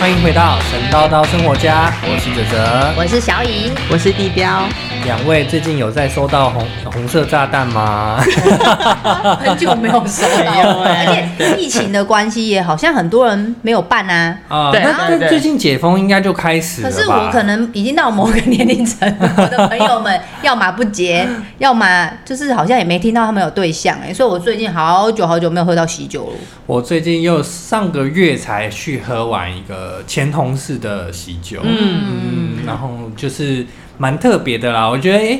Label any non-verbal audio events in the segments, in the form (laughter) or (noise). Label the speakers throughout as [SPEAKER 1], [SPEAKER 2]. [SPEAKER 1] 欢迎回到神叨叨生活家，我是哲哲。
[SPEAKER 2] 我是小颖，
[SPEAKER 3] 我是地标，
[SPEAKER 1] 两位最近有在收到红红色炸弹吗？
[SPEAKER 2] 很久没有收到了， (laughs) 而且疫情的关系也好像很多人没有办啊。
[SPEAKER 1] 啊、
[SPEAKER 3] 对
[SPEAKER 1] 那那
[SPEAKER 3] 对对
[SPEAKER 1] 最近解封应该就开始了
[SPEAKER 2] 可
[SPEAKER 1] 吧？
[SPEAKER 2] 是我可能已经到某个年龄层，我的朋友们要么不结，要么就是好像也没听到他们有对象哎、所以我最近好久好久没有喝到喜酒了。
[SPEAKER 1] 我最近又上个月才去喝完一个前同事的喜酒，嗯然后就是蛮特别的啦。我觉得，哎、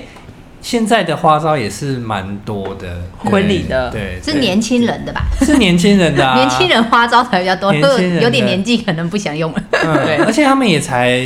[SPEAKER 1] 现在的花招也是蛮多的，对
[SPEAKER 3] 婚礼的
[SPEAKER 1] 对，
[SPEAKER 2] 是
[SPEAKER 1] 对
[SPEAKER 2] 年轻人的吧？
[SPEAKER 1] 是年轻人的、啊，
[SPEAKER 2] (laughs) 年轻人花招才比较多，
[SPEAKER 1] 年轻人的
[SPEAKER 2] 有点年纪可能不想用了。
[SPEAKER 1] 嗯，
[SPEAKER 3] 对
[SPEAKER 1] 而且他们也才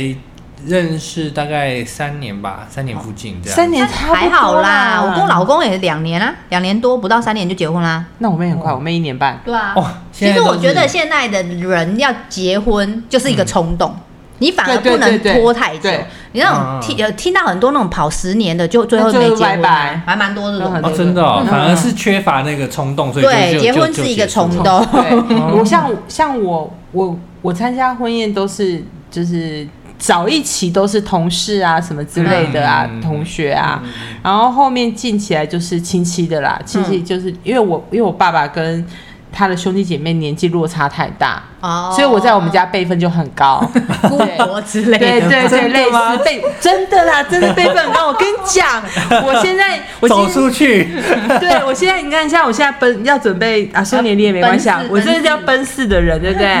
[SPEAKER 1] 认识大概三年吧，三年附近这样，
[SPEAKER 3] 三年差不
[SPEAKER 2] 还
[SPEAKER 3] 多
[SPEAKER 2] 好啦，我跟我
[SPEAKER 3] 老
[SPEAKER 2] 老公也两年啦、两年多不到三年就结婚啦。
[SPEAKER 3] 那我妹很快，我妹一年半，
[SPEAKER 2] 对啊
[SPEAKER 1] 哇
[SPEAKER 2] 其
[SPEAKER 1] 现在
[SPEAKER 2] 实
[SPEAKER 1] 都是
[SPEAKER 2] 我觉得现在的人要结婚就是一个冲动，你反而
[SPEAKER 3] 嗯对对
[SPEAKER 2] 不能
[SPEAKER 3] 对对
[SPEAKER 2] 拖太久
[SPEAKER 3] 对。
[SPEAKER 2] 你那
[SPEAKER 1] 嗯
[SPEAKER 2] 种
[SPEAKER 1] 嗯
[SPEAKER 2] 听呃听到很多那种跑十年的，就最后
[SPEAKER 3] 那最
[SPEAKER 2] 没
[SPEAKER 3] 后
[SPEAKER 2] 结婚
[SPEAKER 3] 拜拜
[SPEAKER 2] 啊，还蛮多这种
[SPEAKER 3] 那很
[SPEAKER 2] 的。
[SPEAKER 1] 哦，真的、哦
[SPEAKER 3] 嗯
[SPEAKER 1] 反而是缺乏那个冲动，所以就
[SPEAKER 2] 对，
[SPEAKER 1] 就
[SPEAKER 2] 结婚
[SPEAKER 1] 就是
[SPEAKER 2] 一个
[SPEAKER 1] 就
[SPEAKER 2] 冲
[SPEAKER 1] 结束了
[SPEAKER 2] 动。
[SPEAKER 3] 哦对，我像像我我我参加婚宴都是就是早一期都是同事啊什么之类的啊，
[SPEAKER 1] 嗯
[SPEAKER 3] 同学啊，然后后面近起来就是亲戚的啦，亲戚就是、因为我因为我爸爸跟他的兄弟姐妹年纪落差太大。
[SPEAKER 2] 哦
[SPEAKER 3] 所以我在我们家辈分就很
[SPEAKER 2] (laughs)
[SPEAKER 3] 高，
[SPEAKER 2] 姑婆之类
[SPEAKER 3] (laughs) 对
[SPEAKER 2] 的。
[SPEAKER 3] 对对，
[SPEAKER 1] 真
[SPEAKER 3] 类
[SPEAKER 1] 的吗
[SPEAKER 3] 似辈真的啦，真的辈分很高。我跟你讲，我现在我
[SPEAKER 1] 走
[SPEAKER 3] 现在
[SPEAKER 1] 出去，
[SPEAKER 3] (laughs) 对，我现在你看，像我现在奔要准备啊，说年龄也没关系啊
[SPEAKER 2] 奔，四
[SPEAKER 3] 我真的是要奔四的人，对不对？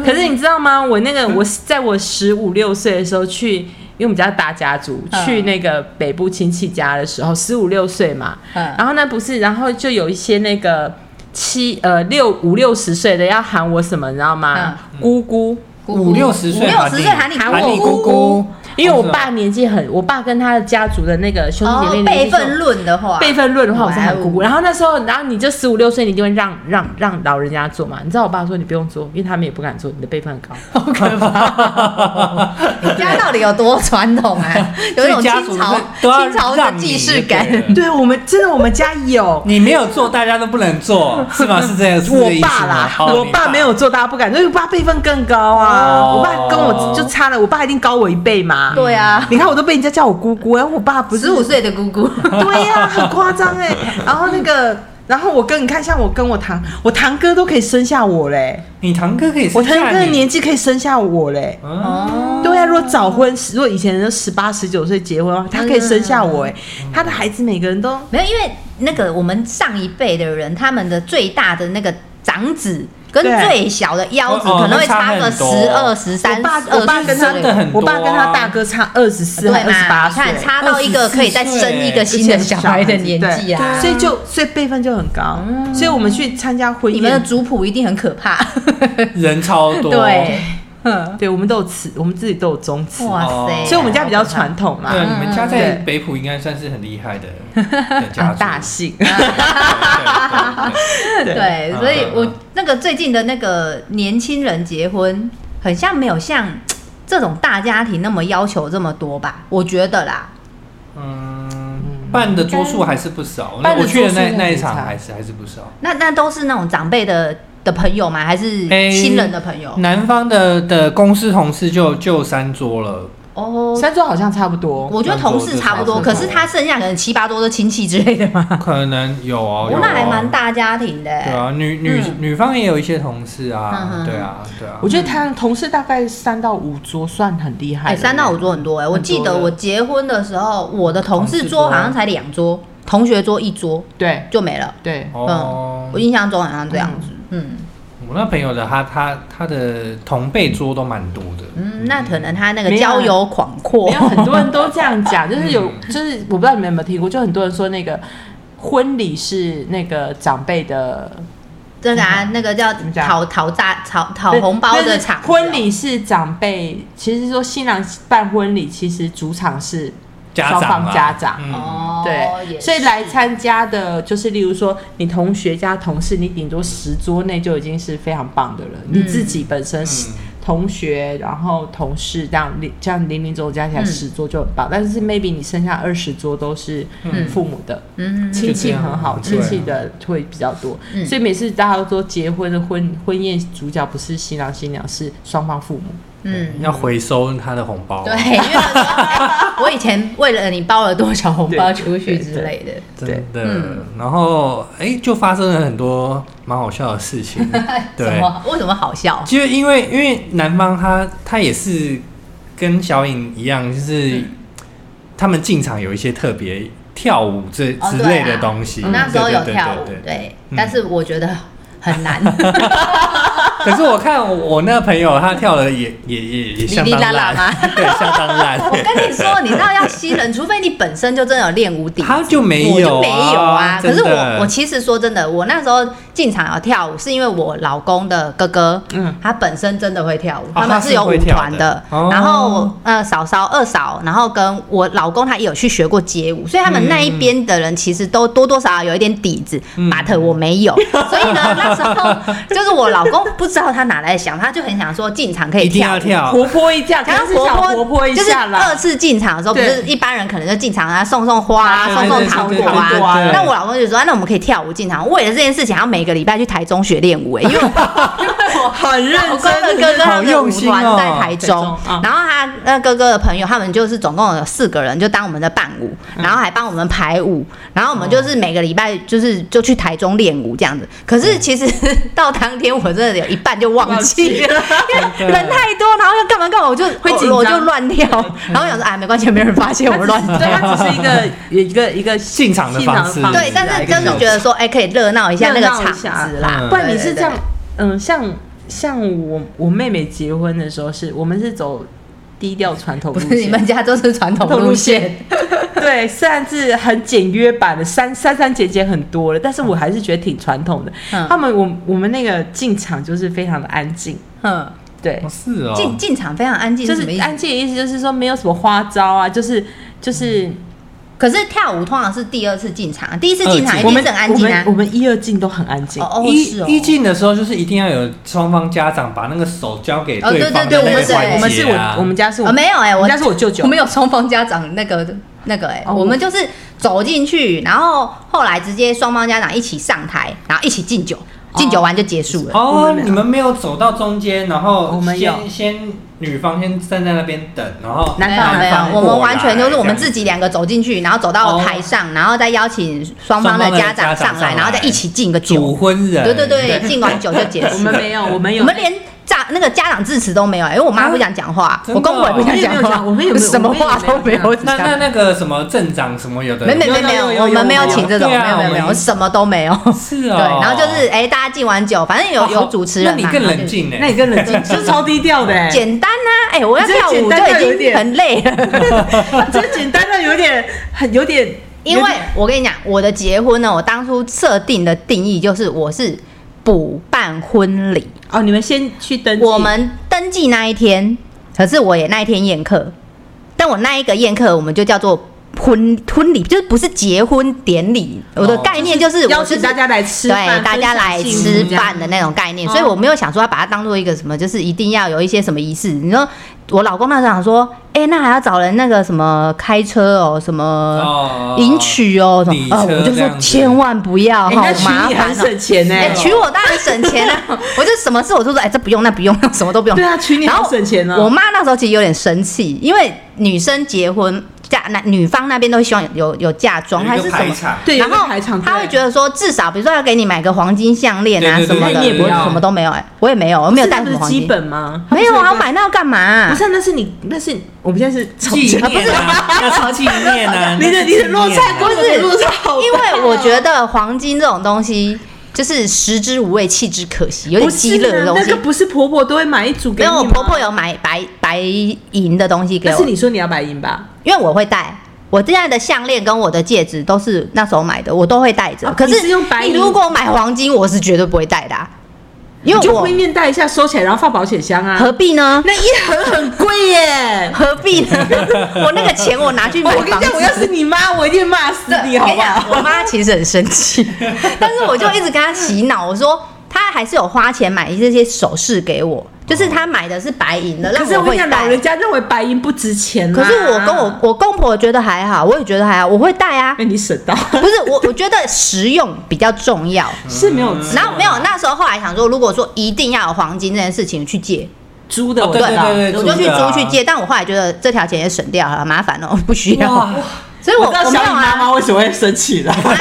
[SPEAKER 3] (laughs) 可是你知道吗？我那个我在我十五六岁的时候去，因为我们家大家族
[SPEAKER 2] 嗯
[SPEAKER 3] 去那个北部亲戚家的时候，十五六岁嘛，
[SPEAKER 2] 嗯
[SPEAKER 3] 然后那不是，然后就有一些那个七呃六五六十岁的要喊我什么，你知道吗？
[SPEAKER 2] 嗯
[SPEAKER 3] 姑姑。
[SPEAKER 2] 姑姑
[SPEAKER 1] 五六十岁
[SPEAKER 2] 五
[SPEAKER 1] 吧，
[SPEAKER 2] 六十岁喊你
[SPEAKER 3] 喊
[SPEAKER 1] 喊
[SPEAKER 3] 我
[SPEAKER 1] 你姑
[SPEAKER 3] 姑
[SPEAKER 1] 姑，
[SPEAKER 3] 因为我
[SPEAKER 1] 哦
[SPEAKER 3] 爸年纪很，我爸跟他的家族的那个兄弟姐
[SPEAKER 2] 哦
[SPEAKER 3] 妹，年
[SPEAKER 2] 辈
[SPEAKER 3] 纪就
[SPEAKER 2] 分论的话，
[SPEAKER 3] 辈分论的话，我是喊姑姑。
[SPEAKER 2] 哇哦
[SPEAKER 3] 然后那时候，然后你就十五六岁，你一定会让让让老人家做嘛。你知道我爸说你不用做，因为他们也不敢做，你的辈分很高。
[SPEAKER 1] (laughs)
[SPEAKER 2] 你家到底有多传统
[SPEAKER 3] (laughs)
[SPEAKER 2] 啊？有一
[SPEAKER 1] 所以
[SPEAKER 2] 种
[SPEAKER 1] 家族
[SPEAKER 2] 清朝
[SPEAKER 1] 是都要
[SPEAKER 2] 清朝的
[SPEAKER 1] 让你
[SPEAKER 2] 既视
[SPEAKER 1] 就对
[SPEAKER 2] 感。
[SPEAKER 1] 了
[SPEAKER 3] (laughs) 对我们真的，我们家 (laughs) 有。
[SPEAKER 1] 你没有做，大家都不能做，是
[SPEAKER 2] (laughs)
[SPEAKER 1] 吗？是这样，是这
[SPEAKER 3] 我
[SPEAKER 1] 个意思
[SPEAKER 3] 爸
[SPEAKER 1] 吗
[SPEAKER 3] 啦，
[SPEAKER 1] 哦
[SPEAKER 3] 我
[SPEAKER 1] 你
[SPEAKER 3] 爸没有做，大家不敢做，因为我爸辈分更高啊。
[SPEAKER 1] 哦
[SPEAKER 3] 我爸跟我就差了，我爸一定高我一倍嘛。
[SPEAKER 2] 对啊，
[SPEAKER 3] 你看我都被人家叫我姑姑，然后我爸不是
[SPEAKER 2] 十五岁的姑姑，
[SPEAKER 3] 对呀、很夸张哎。然后那个，然后我跟你看，像我跟我堂，我堂哥都可以生下我嘞，
[SPEAKER 1] 你堂哥可以
[SPEAKER 3] 我
[SPEAKER 1] 生
[SPEAKER 3] 堂
[SPEAKER 1] 下嗯
[SPEAKER 3] 哥的
[SPEAKER 1] 你
[SPEAKER 3] 年纪可以生下我嘞。
[SPEAKER 2] 哦
[SPEAKER 3] 对啊，如果早婚，如果以前都十八、十九岁结婚的话，他可以生下我
[SPEAKER 1] 嗯
[SPEAKER 3] 哎、他的孩子每个人都
[SPEAKER 2] 没有，因为那个我们上一辈的人，他们的最大的那个长子跟
[SPEAKER 3] 对
[SPEAKER 2] 最小的腰子
[SPEAKER 1] 哦哦
[SPEAKER 2] 可能会
[SPEAKER 1] 会差
[SPEAKER 2] 差个
[SPEAKER 1] 很
[SPEAKER 2] 十
[SPEAKER 1] 多
[SPEAKER 2] 二、十三、
[SPEAKER 3] 我爸
[SPEAKER 2] 二
[SPEAKER 3] 我爸
[SPEAKER 2] 十
[SPEAKER 3] 跟
[SPEAKER 2] 之
[SPEAKER 3] 他
[SPEAKER 2] 类
[SPEAKER 1] 真的很多啊
[SPEAKER 3] 我爸跟他大哥差二十四
[SPEAKER 2] 对
[SPEAKER 3] 还二
[SPEAKER 2] 嘛？
[SPEAKER 3] 十八
[SPEAKER 2] 你
[SPEAKER 3] 岁，
[SPEAKER 2] 看差到一个可以再生一个新的小孩的年纪啊，嗯
[SPEAKER 3] 对所以就所以辈分就很高，所以我们去参加婚
[SPEAKER 2] 你们的
[SPEAKER 3] 宴，
[SPEAKER 2] 族谱一定很可怕。
[SPEAKER 1] 人超多，
[SPEAKER 2] (laughs) 对，嗯
[SPEAKER 3] 对我们都有吃，我们自己都有宗祠，
[SPEAKER 2] 哇
[SPEAKER 1] 哦
[SPEAKER 2] 嗯塞！
[SPEAKER 3] 所以我们家比较传统
[SPEAKER 1] 对，啊
[SPEAKER 3] 啦，
[SPEAKER 1] 你们家在
[SPEAKER 3] 对
[SPEAKER 1] 北浦应该算是很厉害的的家
[SPEAKER 3] 啊
[SPEAKER 1] 族，
[SPEAKER 3] 大姓，
[SPEAKER 2] 对，
[SPEAKER 1] 嗯
[SPEAKER 2] 所以
[SPEAKER 1] 嗯
[SPEAKER 2] 我
[SPEAKER 1] 嗯
[SPEAKER 2] 那个最近的那个年轻人结婚，很像没有像这种大家庭那么要求这么多吧？我觉得啦，
[SPEAKER 1] 嗯，办的桌数还是不少。那
[SPEAKER 3] 办的
[SPEAKER 1] 我去的那
[SPEAKER 3] 桌数
[SPEAKER 1] 那一
[SPEAKER 3] 很
[SPEAKER 1] 场
[SPEAKER 3] 少
[SPEAKER 1] 还是还是不少。
[SPEAKER 2] 那那都是那种长辈的的朋友吗？还是
[SPEAKER 3] 哎
[SPEAKER 1] 诶
[SPEAKER 2] 新人的朋友？
[SPEAKER 3] 嗯
[SPEAKER 2] 哦
[SPEAKER 1] 南方的的公司同事就就三桌了，
[SPEAKER 2] 哦，
[SPEAKER 3] 嗯三桌好像差不多，
[SPEAKER 2] 我觉得同事差不多，
[SPEAKER 1] 差不多
[SPEAKER 2] 可是他剩下可能七八桌的亲戚之类的嘛，
[SPEAKER 1] 可能有哦，有
[SPEAKER 2] 哦那还蛮
[SPEAKER 1] 大。
[SPEAKER 2] 大家庭的
[SPEAKER 1] 对
[SPEAKER 2] 欸。
[SPEAKER 1] 啊，女女
[SPEAKER 2] 嗯
[SPEAKER 1] 女方也有一些同事
[SPEAKER 2] 嗯
[SPEAKER 1] 啊
[SPEAKER 2] 嗯，嗯
[SPEAKER 1] 对啊，对啊
[SPEAKER 3] 我。觉得他同事大概三到五桌算很厉害
[SPEAKER 2] 哎，
[SPEAKER 3] 了，
[SPEAKER 2] 三到五桌很多哎，我记
[SPEAKER 3] 很多
[SPEAKER 2] 得
[SPEAKER 3] 的
[SPEAKER 2] 我结婚的时候，我的同
[SPEAKER 1] 同
[SPEAKER 2] 事
[SPEAKER 1] 事桌
[SPEAKER 3] 啊
[SPEAKER 2] 桌好像才两桌，同学桌一桌
[SPEAKER 3] 对
[SPEAKER 2] 就没了。
[SPEAKER 3] 对，
[SPEAKER 1] 哦
[SPEAKER 2] 嗯，我，印象中好像这样子。嗯
[SPEAKER 1] 我那朋友的他他他的同辈桌都蛮多的，
[SPEAKER 2] 嗯，那可能他那个
[SPEAKER 3] 没有
[SPEAKER 2] 交友广阔
[SPEAKER 3] 没，有很多人都这
[SPEAKER 2] (laughs)
[SPEAKER 3] 样讲，就是有，
[SPEAKER 2] 嗯
[SPEAKER 3] 就是我不知道你们有没有听过，就很多人说那个婚礼是那个长辈的
[SPEAKER 2] 这个啊，那个叫
[SPEAKER 3] 嗯怎么讲
[SPEAKER 2] 讨讨炸讨讨红包
[SPEAKER 3] 但
[SPEAKER 2] 的
[SPEAKER 3] 是
[SPEAKER 2] 场子哦
[SPEAKER 3] 婚礼是长辈，其实说新郎办婚礼，其实主场是
[SPEAKER 1] 家
[SPEAKER 3] 双
[SPEAKER 1] 长啊
[SPEAKER 3] 方家长。
[SPEAKER 1] 嗯，
[SPEAKER 2] 哦，
[SPEAKER 3] 对，
[SPEAKER 2] 也
[SPEAKER 3] 所以
[SPEAKER 2] 是
[SPEAKER 3] 来参加的，就是例如说你同学加同事，你顶多十桌内就已经是非常棒的了。你自己本身是
[SPEAKER 1] 嗯
[SPEAKER 3] 同学，然后同事这样零这样零零总总加起来
[SPEAKER 2] 嗯
[SPEAKER 3] 十桌就很棒，但是 maybe 你剩下二十桌都是父母的，
[SPEAKER 2] 嗯，
[SPEAKER 3] 亲戚很好，
[SPEAKER 1] 就这
[SPEAKER 3] 亲
[SPEAKER 1] 样
[SPEAKER 3] 戚的会比较多，
[SPEAKER 2] 嗯
[SPEAKER 3] 所以每次大家都说结婚的婚婚宴主角不是新郎新娘，是双方父母。
[SPEAKER 2] 嗯，
[SPEAKER 1] 要回收他的红包，啊
[SPEAKER 2] 对，因为有时候哎 (laughs) 我以前为了你包了多少红包出去之类的，
[SPEAKER 1] 真的
[SPEAKER 2] 嗯。，
[SPEAKER 1] 然后哎、就发生了很多蛮好笑的事情
[SPEAKER 2] (laughs)
[SPEAKER 1] 对
[SPEAKER 2] 什，么为什么好笑？
[SPEAKER 1] 就因为因为男方他他也是跟小颖一样，就是
[SPEAKER 2] 嗯
[SPEAKER 1] 他们进场有一些特别跳舞这
[SPEAKER 2] 哦
[SPEAKER 1] 之
[SPEAKER 2] 对啊
[SPEAKER 1] 类的东西，
[SPEAKER 2] 我那时候有
[SPEAKER 1] 对
[SPEAKER 2] 跳舞，
[SPEAKER 1] 对对对嗯对
[SPEAKER 2] 对，但是我觉得很难，
[SPEAKER 1] 可是我看我我那朋友他跳的也也也也相当
[SPEAKER 2] 哩哩啦啦
[SPEAKER 1] 烂
[SPEAKER 2] 吗，
[SPEAKER 1] (laughs) 对，相当烂。
[SPEAKER 2] (laughs) 我跟你说，你知道要吸人，除非你本身就真的有练舞底子，
[SPEAKER 1] 他就没
[SPEAKER 2] 我
[SPEAKER 1] 有、
[SPEAKER 2] 就没有啊。可
[SPEAKER 1] 真
[SPEAKER 2] 是
[SPEAKER 1] 的
[SPEAKER 2] 我我其实说真的，我那时候进场要跳舞，是因为我老公的哥哥，嗯
[SPEAKER 3] 嗯，
[SPEAKER 2] 他本身真的会跳舞，
[SPEAKER 1] 哦
[SPEAKER 2] 们是有舞团
[SPEAKER 1] 他是会跳的哦
[SPEAKER 2] 然后我呃嫂嫂二嫂，然后跟我老公他也有去学过街舞，所以他们那一边的人其实都多多少少有一点底子。but
[SPEAKER 1] 嗯
[SPEAKER 2] 我
[SPEAKER 1] (laughs)
[SPEAKER 2] 没有，所以呢那时候就是我老公不知道他哪来的想法，他就很想说进场可以
[SPEAKER 1] 一定
[SPEAKER 2] 跳
[SPEAKER 1] 要
[SPEAKER 2] 舞。
[SPEAKER 1] 跳，
[SPEAKER 3] 活泼一下，
[SPEAKER 2] 想要
[SPEAKER 3] 可是想
[SPEAKER 2] 活
[SPEAKER 3] 活泼一
[SPEAKER 2] 就是
[SPEAKER 3] 下啦。
[SPEAKER 2] 二次进场的时候，不
[SPEAKER 3] 对
[SPEAKER 2] 是一般人可能就进场啊，送送花啊，
[SPEAKER 3] 对
[SPEAKER 2] 送送糖果啊
[SPEAKER 1] 对对对对对。对
[SPEAKER 2] 那我老公就说，啊那我们可以跳舞进场。为了这件事情，然后每个礼拜去台中学练舞、欸，因为我呃
[SPEAKER 3] 很认
[SPEAKER 2] 老公
[SPEAKER 3] 真，
[SPEAKER 2] 的哥哥他
[SPEAKER 1] 好
[SPEAKER 2] 们的舞
[SPEAKER 1] 用心哦
[SPEAKER 2] 团在台
[SPEAKER 3] 台
[SPEAKER 2] 中嗯
[SPEAKER 3] 中，啊
[SPEAKER 2] 然后他那哥哥的朋友，他们就是总共有四个人，就当我们的伴舞，然后还帮我们排舞，然后我们就是每个礼拜就是就去台中练舞这样子。可是其实 (laughs) 到当天，我真的有一半就忘记了。哦因为
[SPEAKER 1] 真的
[SPEAKER 2] 人太多，然后要干嘛干嘛，我就
[SPEAKER 3] 会紧张
[SPEAKER 2] 我就乱跳，然后想说啊，没关系，没人发现我 (laughs) 乱
[SPEAKER 3] 对，
[SPEAKER 2] 跳。
[SPEAKER 3] 他只是
[SPEAKER 1] (laughs)
[SPEAKER 3] 一个一个一个
[SPEAKER 1] 进场的方式
[SPEAKER 3] 进场
[SPEAKER 2] 对，但是就是觉得说，哎，可以热闹一下那个场子啦。
[SPEAKER 1] 嗯
[SPEAKER 3] 不然你是
[SPEAKER 2] 对
[SPEAKER 3] 这样，，嗯，像像我我妹妹结婚的时候是，我们是走低调传统
[SPEAKER 2] 对对对
[SPEAKER 3] 路
[SPEAKER 2] 不是你
[SPEAKER 3] 线，
[SPEAKER 2] 们家都是传统路线，
[SPEAKER 3] 对，虽然是很简约版的，删删删减减很多了，但是我还是觉得挺传统的。
[SPEAKER 2] 嗯
[SPEAKER 3] 他们我我们那个进场就是非常的安静，
[SPEAKER 2] 嗯，
[SPEAKER 3] 对
[SPEAKER 1] 哦，是哦，
[SPEAKER 2] 进进场非常安静，
[SPEAKER 3] 就是哎
[SPEAKER 2] 什么意
[SPEAKER 3] 是
[SPEAKER 2] 思？
[SPEAKER 3] 安静的意思就是说没有什么花招啊，就是就是。
[SPEAKER 2] 嗯可是跳舞通常是第二次进场，第一次进场一
[SPEAKER 1] 二
[SPEAKER 2] 定是很安静啊
[SPEAKER 3] 我们我。们一二进都很安静。
[SPEAKER 2] 哦哦，
[SPEAKER 1] 一
[SPEAKER 2] 是哦，
[SPEAKER 1] 一进的时候，就是一定要有双方家长把那个手交给
[SPEAKER 2] 哦对
[SPEAKER 1] 方
[SPEAKER 2] 对
[SPEAKER 1] 的那
[SPEAKER 2] 对我
[SPEAKER 1] 个
[SPEAKER 2] 们是
[SPEAKER 1] 环
[SPEAKER 3] 我们是
[SPEAKER 1] 节啊
[SPEAKER 3] 我我们家是
[SPEAKER 2] 哦
[SPEAKER 3] 我
[SPEAKER 2] 没有哎，
[SPEAKER 3] 我
[SPEAKER 2] 我
[SPEAKER 3] 们家是我舅舅
[SPEAKER 2] 我，们有双方家长那个那个哎、
[SPEAKER 3] 哦
[SPEAKER 2] 我们就是走进去，然后后来直接双方家长一起上台，然后一起敬酒，敬酒完就结束了。
[SPEAKER 3] 我
[SPEAKER 1] 哦
[SPEAKER 3] 们没，有
[SPEAKER 1] 你们没有走到中间，然
[SPEAKER 2] 哦
[SPEAKER 1] 后
[SPEAKER 3] 我们有
[SPEAKER 1] 先先女方先站在那边等，然后
[SPEAKER 3] 男
[SPEAKER 2] 没
[SPEAKER 3] 方
[SPEAKER 2] 有没
[SPEAKER 1] 方
[SPEAKER 2] 有，我们完全就是我们自
[SPEAKER 1] 己
[SPEAKER 2] 己两个走进去，然后走到台上，然后再邀请双方的家
[SPEAKER 1] 双方
[SPEAKER 2] 长上
[SPEAKER 1] 的家长上
[SPEAKER 2] 来，
[SPEAKER 1] 来
[SPEAKER 2] 然后再一起敬个
[SPEAKER 1] 主
[SPEAKER 2] 酒。
[SPEAKER 1] 婚人，
[SPEAKER 2] 对对对，
[SPEAKER 1] (laughs)
[SPEAKER 2] 敬完酒就结束。
[SPEAKER 3] 我们没有，我们
[SPEAKER 2] (laughs)
[SPEAKER 3] 有，
[SPEAKER 2] 我们连家那个家长致辞都没有、欸因为我妈不想讲
[SPEAKER 3] 啊
[SPEAKER 2] 话，
[SPEAKER 1] 真的哦
[SPEAKER 2] 我公公也不想讲话，
[SPEAKER 3] 我们也没有讲我们也没有
[SPEAKER 2] 什么话都没有
[SPEAKER 1] 那
[SPEAKER 2] 讲。
[SPEAKER 1] 那那个什么镇长什么有的，
[SPEAKER 2] 没没没没
[SPEAKER 3] 有有有
[SPEAKER 2] 有，
[SPEAKER 3] 有
[SPEAKER 2] 我们没有请这种，
[SPEAKER 1] 有有
[SPEAKER 2] 没有没有没
[SPEAKER 1] 对啊
[SPEAKER 2] 有，
[SPEAKER 1] 我
[SPEAKER 2] 我 (laughs)
[SPEAKER 1] 们
[SPEAKER 2] 什么都没有。
[SPEAKER 1] 是
[SPEAKER 2] 对，
[SPEAKER 1] 哦，
[SPEAKER 2] 然后就是哎，大家敬完酒，反正有
[SPEAKER 1] 哦
[SPEAKER 2] 有主持人嘛，
[SPEAKER 1] 那你更冷
[SPEAKER 2] 然
[SPEAKER 1] 静
[SPEAKER 3] 那
[SPEAKER 1] 哎
[SPEAKER 3] 你，跟冷静，就是超低调的、
[SPEAKER 2] 后就。
[SPEAKER 3] 欸，
[SPEAKER 2] (laughs) 简单呐，哎，我要
[SPEAKER 3] 你这个
[SPEAKER 2] 跳舞
[SPEAKER 3] 简单到
[SPEAKER 2] 就
[SPEAKER 3] 有
[SPEAKER 2] 已经
[SPEAKER 3] 点
[SPEAKER 2] 很累了，
[SPEAKER 3] 这简单的有点很有点，
[SPEAKER 2] 因为我跟你讲，我的结婚呢，我当初设定的定义就是我是补办婚礼，
[SPEAKER 3] 哦，你们先去登记，
[SPEAKER 2] 我们登记那一天，可是我也那一天宴客，但我那一个宴客我们就叫做婚婚礼，就是不是结婚典礼。我的
[SPEAKER 1] 哦
[SPEAKER 2] 概念就是我
[SPEAKER 3] 邀
[SPEAKER 2] 就
[SPEAKER 3] 请
[SPEAKER 2] 是
[SPEAKER 3] 大家来吃饭，
[SPEAKER 2] 对大家来吃饭的那种概念，
[SPEAKER 3] 哦
[SPEAKER 2] 所以我没有想说要把它当做一个什么，就是一定要有一些什么仪式。你说我老公那时候想说，哎、那还要找人那个什么开车哦，什么
[SPEAKER 1] 哦
[SPEAKER 2] 迎娶哦，什么，
[SPEAKER 1] 礼
[SPEAKER 2] 哦，
[SPEAKER 1] 车
[SPEAKER 2] 我就
[SPEAKER 1] 这
[SPEAKER 2] 说
[SPEAKER 1] 样子
[SPEAKER 2] 千万不要，
[SPEAKER 3] 哎，
[SPEAKER 2] 好
[SPEAKER 3] 那娶
[SPEAKER 2] 麻
[SPEAKER 3] 你
[SPEAKER 2] 烦
[SPEAKER 3] 很
[SPEAKER 2] 哦。
[SPEAKER 3] 省钱呢、欸
[SPEAKER 2] 哎、娶我当然省钱了、
[SPEAKER 3] (laughs)
[SPEAKER 2] 我就什么事我就说，哎、这不用，那不用， (laughs) 什么都不用。
[SPEAKER 3] 对啊，娶你
[SPEAKER 2] 然
[SPEAKER 3] 好
[SPEAKER 2] 后
[SPEAKER 3] 省钱呢、
[SPEAKER 2] 我妈那时候其实有点生气，因为女生结婚嫁那女方那边都会希望有有嫁妆还
[SPEAKER 1] 有一
[SPEAKER 2] 是
[SPEAKER 1] 个
[SPEAKER 2] 什
[SPEAKER 1] 排
[SPEAKER 2] 么。
[SPEAKER 1] 场，
[SPEAKER 3] 对，
[SPEAKER 2] 然后
[SPEAKER 3] 排场，
[SPEAKER 2] 她会觉得说，至少比如说要给你买个黄金项链啊
[SPEAKER 1] 对对
[SPEAKER 2] 什
[SPEAKER 1] 对
[SPEAKER 2] 么的，
[SPEAKER 3] 那你也不
[SPEAKER 2] 我
[SPEAKER 3] 要
[SPEAKER 2] 什么都没有哎、我也没有，我没有带
[SPEAKER 3] 不
[SPEAKER 2] 什
[SPEAKER 3] 是
[SPEAKER 2] 么黄
[SPEAKER 3] 基
[SPEAKER 2] 金，
[SPEAKER 3] 本吗？
[SPEAKER 2] 没有啊，
[SPEAKER 3] 它
[SPEAKER 2] 我
[SPEAKER 3] 不是
[SPEAKER 2] 买那要干嘛啊、
[SPEAKER 3] 不是，那是你，那是我们现在是吵
[SPEAKER 1] 纪
[SPEAKER 2] (laughs)
[SPEAKER 3] 架
[SPEAKER 1] 念啊，那是纪念啊，
[SPEAKER 3] (laughs) 你的你的落差跟
[SPEAKER 2] 不
[SPEAKER 3] 我
[SPEAKER 2] 是
[SPEAKER 3] 的落差好大哦，
[SPEAKER 2] 因为我觉得黄金这种东西就是食之无味，弃之可惜，有点
[SPEAKER 3] 不是
[SPEAKER 2] 鸡肋的
[SPEAKER 3] 啊
[SPEAKER 2] 东
[SPEAKER 3] 那
[SPEAKER 2] 西
[SPEAKER 3] 个。不是婆婆都会买一组给
[SPEAKER 2] 没
[SPEAKER 3] 你
[SPEAKER 2] 有，
[SPEAKER 3] 吗
[SPEAKER 2] 我婆婆有买白白银的东西给
[SPEAKER 3] 但
[SPEAKER 2] 我，
[SPEAKER 3] 是你说你要买银吧？
[SPEAKER 2] 因为我会戴。我现在的项链跟我的戒指都是那时候买的，我都会戴着。
[SPEAKER 3] 哦
[SPEAKER 2] 可
[SPEAKER 3] 你是用白
[SPEAKER 2] 你
[SPEAKER 3] 银
[SPEAKER 2] 如果买黄金，我是绝对不会戴的、啊，因
[SPEAKER 3] 你
[SPEAKER 2] 为
[SPEAKER 3] 就婚
[SPEAKER 2] 我
[SPEAKER 3] 面带一下收起来，然后放保险箱啊。
[SPEAKER 2] 何必
[SPEAKER 3] (laughs)
[SPEAKER 2] 呢？
[SPEAKER 3] 那一盒很贵耶！
[SPEAKER 2] 何必
[SPEAKER 3] (laughs)
[SPEAKER 2] 呢？我那个钱我拿去
[SPEAKER 3] 我
[SPEAKER 2] 买
[SPEAKER 3] 跟你
[SPEAKER 2] 房
[SPEAKER 3] 讲，我要
[SPEAKER 2] 子。
[SPEAKER 3] 是你妈，我一定骂死
[SPEAKER 2] 对啊
[SPEAKER 3] 你，
[SPEAKER 2] 我
[SPEAKER 3] 好
[SPEAKER 2] 跟你
[SPEAKER 3] 不
[SPEAKER 2] 讲，
[SPEAKER 3] 好？
[SPEAKER 2] 我妈其实很生
[SPEAKER 3] (laughs)
[SPEAKER 2] 气，但是我就一直跟她洗脑，我说她还是有花钱买这些首饰给我，就是他买的是白银的，
[SPEAKER 3] 可
[SPEAKER 2] 让
[SPEAKER 3] 是我跟
[SPEAKER 2] 会
[SPEAKER 3] 你讲，老
[SPEAKER 2] 带。
[SPEAKER 3] 人家认为白银不值钱、啊。
[SPEAKER 2] 可是我跟我我公婆觉得还好，我也觉得还好，我会带啊。
[SPEAKER 3] 被哎你省到，
[SPEAKER 2] 不是我，我觉得实用比较重要。
[SPEAKER 3] 是没有值
[SPEAKER 2] 然后没有，那时候后来想说，如果说一定要有黄金这件事情去借，
[SPEAKER 3] 租的，我
[SPEAKER 1] 对
[SPEAKER 3] 知道。
[SPEAKER 1] 对对，
[SPEAKER 2] 我就去
[SPEAKER 1] 租的
[SPEAKER 2] 租
[SPEAKER 1] 啊
[SPEAKER 2] 去。借。但我后来觉得这条钱也省掉了，麻烦哦，不需要。
[SPEAKER 1] 哇，
[SPEAKER 2] 所以我
[SPEAKER 3] 我知道
[SPEAKER 2] 我没
[SPEAKER 3] 小
[SPEAKER 2] 有
[SPEAKER 3] 李妈哦
[SPEAKER 2] 啊，
[SPEAKER 3] 妈为什么会生气了，
[SPEAKER 2] 哎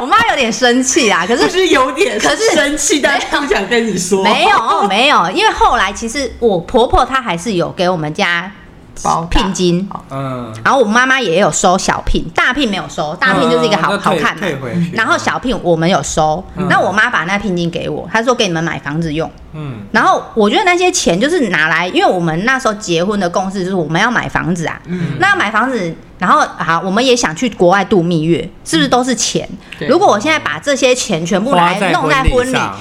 [SPEAKER 2] 我妈有点生气啊。可
[SPEAKER 3] (laughs) 就是是有点
[SPEAKER 2] 可是
[SPEAKER 3] 生气，但是不想跟你说。
[SPEAKER 2] 没有哦没有，因为后来其实我婆婆她还是有给我们家
[SPEAKER 4] 包大
[SPEAKER 2] 聘金，
[SPEAKER 1] 嗯，
[SPEAKER 2] 然后我妈妈也有收小聘，大聘没有收，大聘就是一个好、
[SPEAKER 1] 嗯
[SPEAKER 2] 好看
[SPEAKER 1] 那退退
[SPEAKER 2] 嘛。
[SPEAKER 1] 回去。
[SPEAKER 2] 然后小聘我们有收，那我妈把那聘金给我，她说给你们买房子用。
[SPEAKER 1] 嗯，
[SPEAKER 2] 然后我觉得那些钱就是拿来，因为我们那时候结婚的共识就是我们要买房子啊，
[SPEAKER 3] 嗯
[SPEAKER 2] 那要买房子，然后好，我们也想去国外度蜜月，是不是都是钱？
[SPEAKER 4] 对
[SPEAKER 2] 如果我现在把这些钱全部
[SPEAKER 1] 花
[SPEAKER 2] 来
[SPEAKER 1] 在
[SPEAKER 2] 弄在
[SPEAKER 1] 婚
[SPEAKER 2] 婚
[SPEAKER 1] 礼
[SPEAKER 2] 礼，
[SPEAKER 1] 上，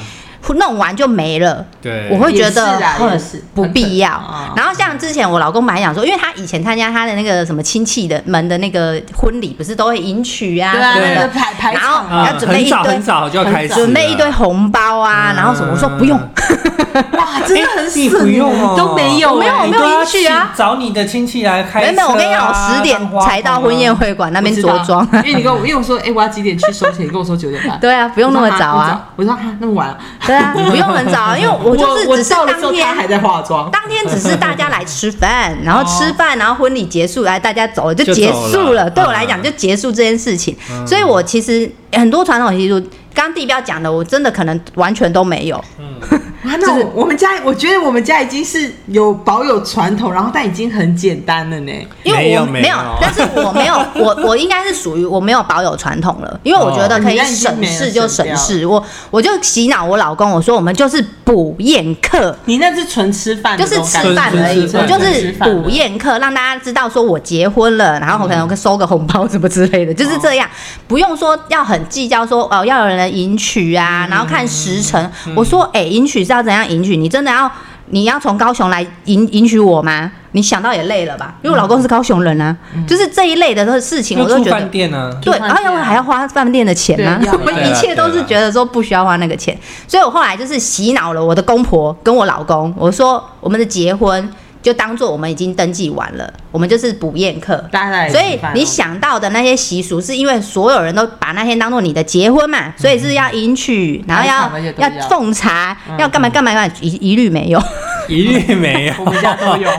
[SPEAKER 2] 弄完就没了。
[SPEAKER 1] 对，
[SPEAKER 2] 我会觉得
[SPEAKER 4] 也是啊也
[SPEAKER 2] 很
[SPEAKER 4] 是
[SPEAKER 2] 不
[SPEAKER 4] 很可
[SPEAKER 2] 必要
[SPEAKER 4] 啊。
[SPEAKER 2] 然后像之前我老公本来想说，因为他以前参加他的那个什么亲戚的门的那个婚礼，不是都会迎娶啊，
[SPEAKER 4] 对啊，
[SPEAKER 2] 什么
[SPEAKER 4] 那个
[SPEAKER 2] 的，
[SPEAKER 4] 排排
[SPEAKER 2] 然
[SPEAKER 4] 场
[SPEAKER 3] 啊
[SPEAKER 2] 后
[SPEAKER 1] 嗯
[SPEAKER 2] 要准备
[SPEAKER 1] 很
[SPEAKER 2] 一
[SPEAKER 1] 早
[SPEAKER 2] 堆
[SPEAKER 1] 很，早就要开始啊了
[SPEAKER 2] 准备一堆红包啊，然后什么，我说不用，
[SPEAKER 3] 哇，真的
[SPEAKER 2] 哎
[SPEAKER 3] 很
[SPEAKER 1] 你
[SPEAKER 3] 省，
[SPEAKER 1] 不用哦，
[SPEAKER 3] 都没有，
[SPEAKER 2] 我没有
[SPEAKER 3] 哎
[SPEAKER 2] 我没
[SPEAKER 1] 你
[SPEAKER 2] 有
[SPEAKER 1] 都要
[SPEAKER 2] 迎娶啊
[SPEAKER 1] 去找你的亲戚来开车
[SPEAKER 2] 没
[SPEAKER 1] 啊。
[SPEAKER 2] 有没有，我跟你讲，我十点才到婚宴会馆那边着装。 (laughs)
[SPEAKER 4] 因为你跟我，因为我说，哎、我要几点去收钱？你跟我说九点半，
[SPEAKER 2] 对啊，不
[SPEAKER 4] 不
[SPEAKER 2] 用那么早啊。。
[SPEAKER 4] 我说哈，那么晚啊，
[SPEAKER 2] 对啊，不用很早啊，因为我就是
[SPEAKER 3] 我
[SPEAKER 2] 只是
[SPEAKER 3] 到的时
[SPEAKER 2] 当
[SPEAKER 3] 候他
[SPEAKER 2] 天
[SPEAKER 3] 还。在化妆。
[SPEAKER 2] 当天只是大家来吃饭，然后吃饭，然后婚礼结束，来大家走了就
[SPEAKER 1] 就
[SPEAKER 2] 结
[SPEAKER 1] 走
[SPEAKER 2] 束
[SPEAKER 1] 了
[SPEAKER 2] 了。对我来
[SPEAKER 1] 嗯
[SPEAKER 2] 讲，就结束这件事情。所以我其实很多传统习俗，刚刚地标讲的，我真的可能完全都没有。
[SPEAKER 3] 哇，那我我们家，我觉得我们家已经是有保有传统，然后但已经很简单了呢。
[SPEAKER 2] 因为我
[SPEAKER 1] 没有没
[SPEAKER 2] 没
[SPEAKER 1] 有
[SPEAKER 2] 有，但是我
[SPEAKER 1] (laughs)
[SPEAKER 2] 没有，我我应该是属于我没有保有传统了，因为我
[SPEAKER 1] 哦
[SPEAKER 2] 觉得可以省事就省事。我我就洗脑我老公，我说我们就是补宴客。
[SPEAKER 4] 你那是纯吃饭
[SPEAKER 2] 就
[SPEAKER 4] 的
[SPEAKER 2] 是
[SPEAKER 4] 那种
[SPEAKER 2] 吃
[SPEAKER 4] 感觉，
[SPEAKER 2] 饭而已，
[SPEAKER 1] 纯吃
[SPEAKER 2] 我
[SPEAKER 1] 饭
[SPEAKER 2] 就是
[SPEAKER 4] 午
[SPEAKER 2] 补宴客，让大家知道说我结婚了，然后可能收个红包什么之类的，就是这样，不用说要很计较说哦要有人来迎娶啊，然后看时辰。我说哎，迎娶是要怎样迎娶？你真的要你要从高雄来迎迎娶我吗？你想到也累了吧？因为我老公是高雄人啊，就是这一类的事情，我
[SPEAKER 1] 又
[SPEAKER 2] 都
[SPEAKER 1] 住
[SPEAKER 2] 觉得
[SPEAKER 1] 饭店呢，
[SPEAKER 2] 对，
[SPEAKER 4] 住饭
[SPEAKER 2] 然后
[SPEAKER 4] 店啊
[SPEAKER 2] 要还要花饭店的钱呢、
[SPEAKER 4] 对要
[SPEAKER 2] 我们
[SPEAKER 1] 对啊
[SPEAKER 2] (laughs) 一切都
[SPEAKER 1] 对
[SPEAKER 2] 是
[SPEAKER 1] 啊
[SPEAKER 2] 觉得说不需要花那个钱，所以我后来就是洗脑了我的公婆跟我老公，我说我们的结婚就当做我们已经登记完了，我们就是补宴客。
[SPEAKER 4] 大家来
[SPEAKER 2] 所
[SPEAKER 4] 吃
[SPEAKER 2] 以
[SPEAKER 4] 饭哦
[SPEAKER 2] 你想到的那些习俗，是因为所有人都把那天当做你的结婚嘛，所以是要迎娶，然后
[SPEAKER 4] 还有什么也都
[SPEAKER 2] 要嗯
[SPEAKER 4] 要
[SPEAKER 2] 要奉茶，要干嘛干嘛干嘛，一一律没有，
[SPEAKER 1] 一律没有。
[SPEAKER 2] (laughs)
[SPEAKER 4] 我们家都有，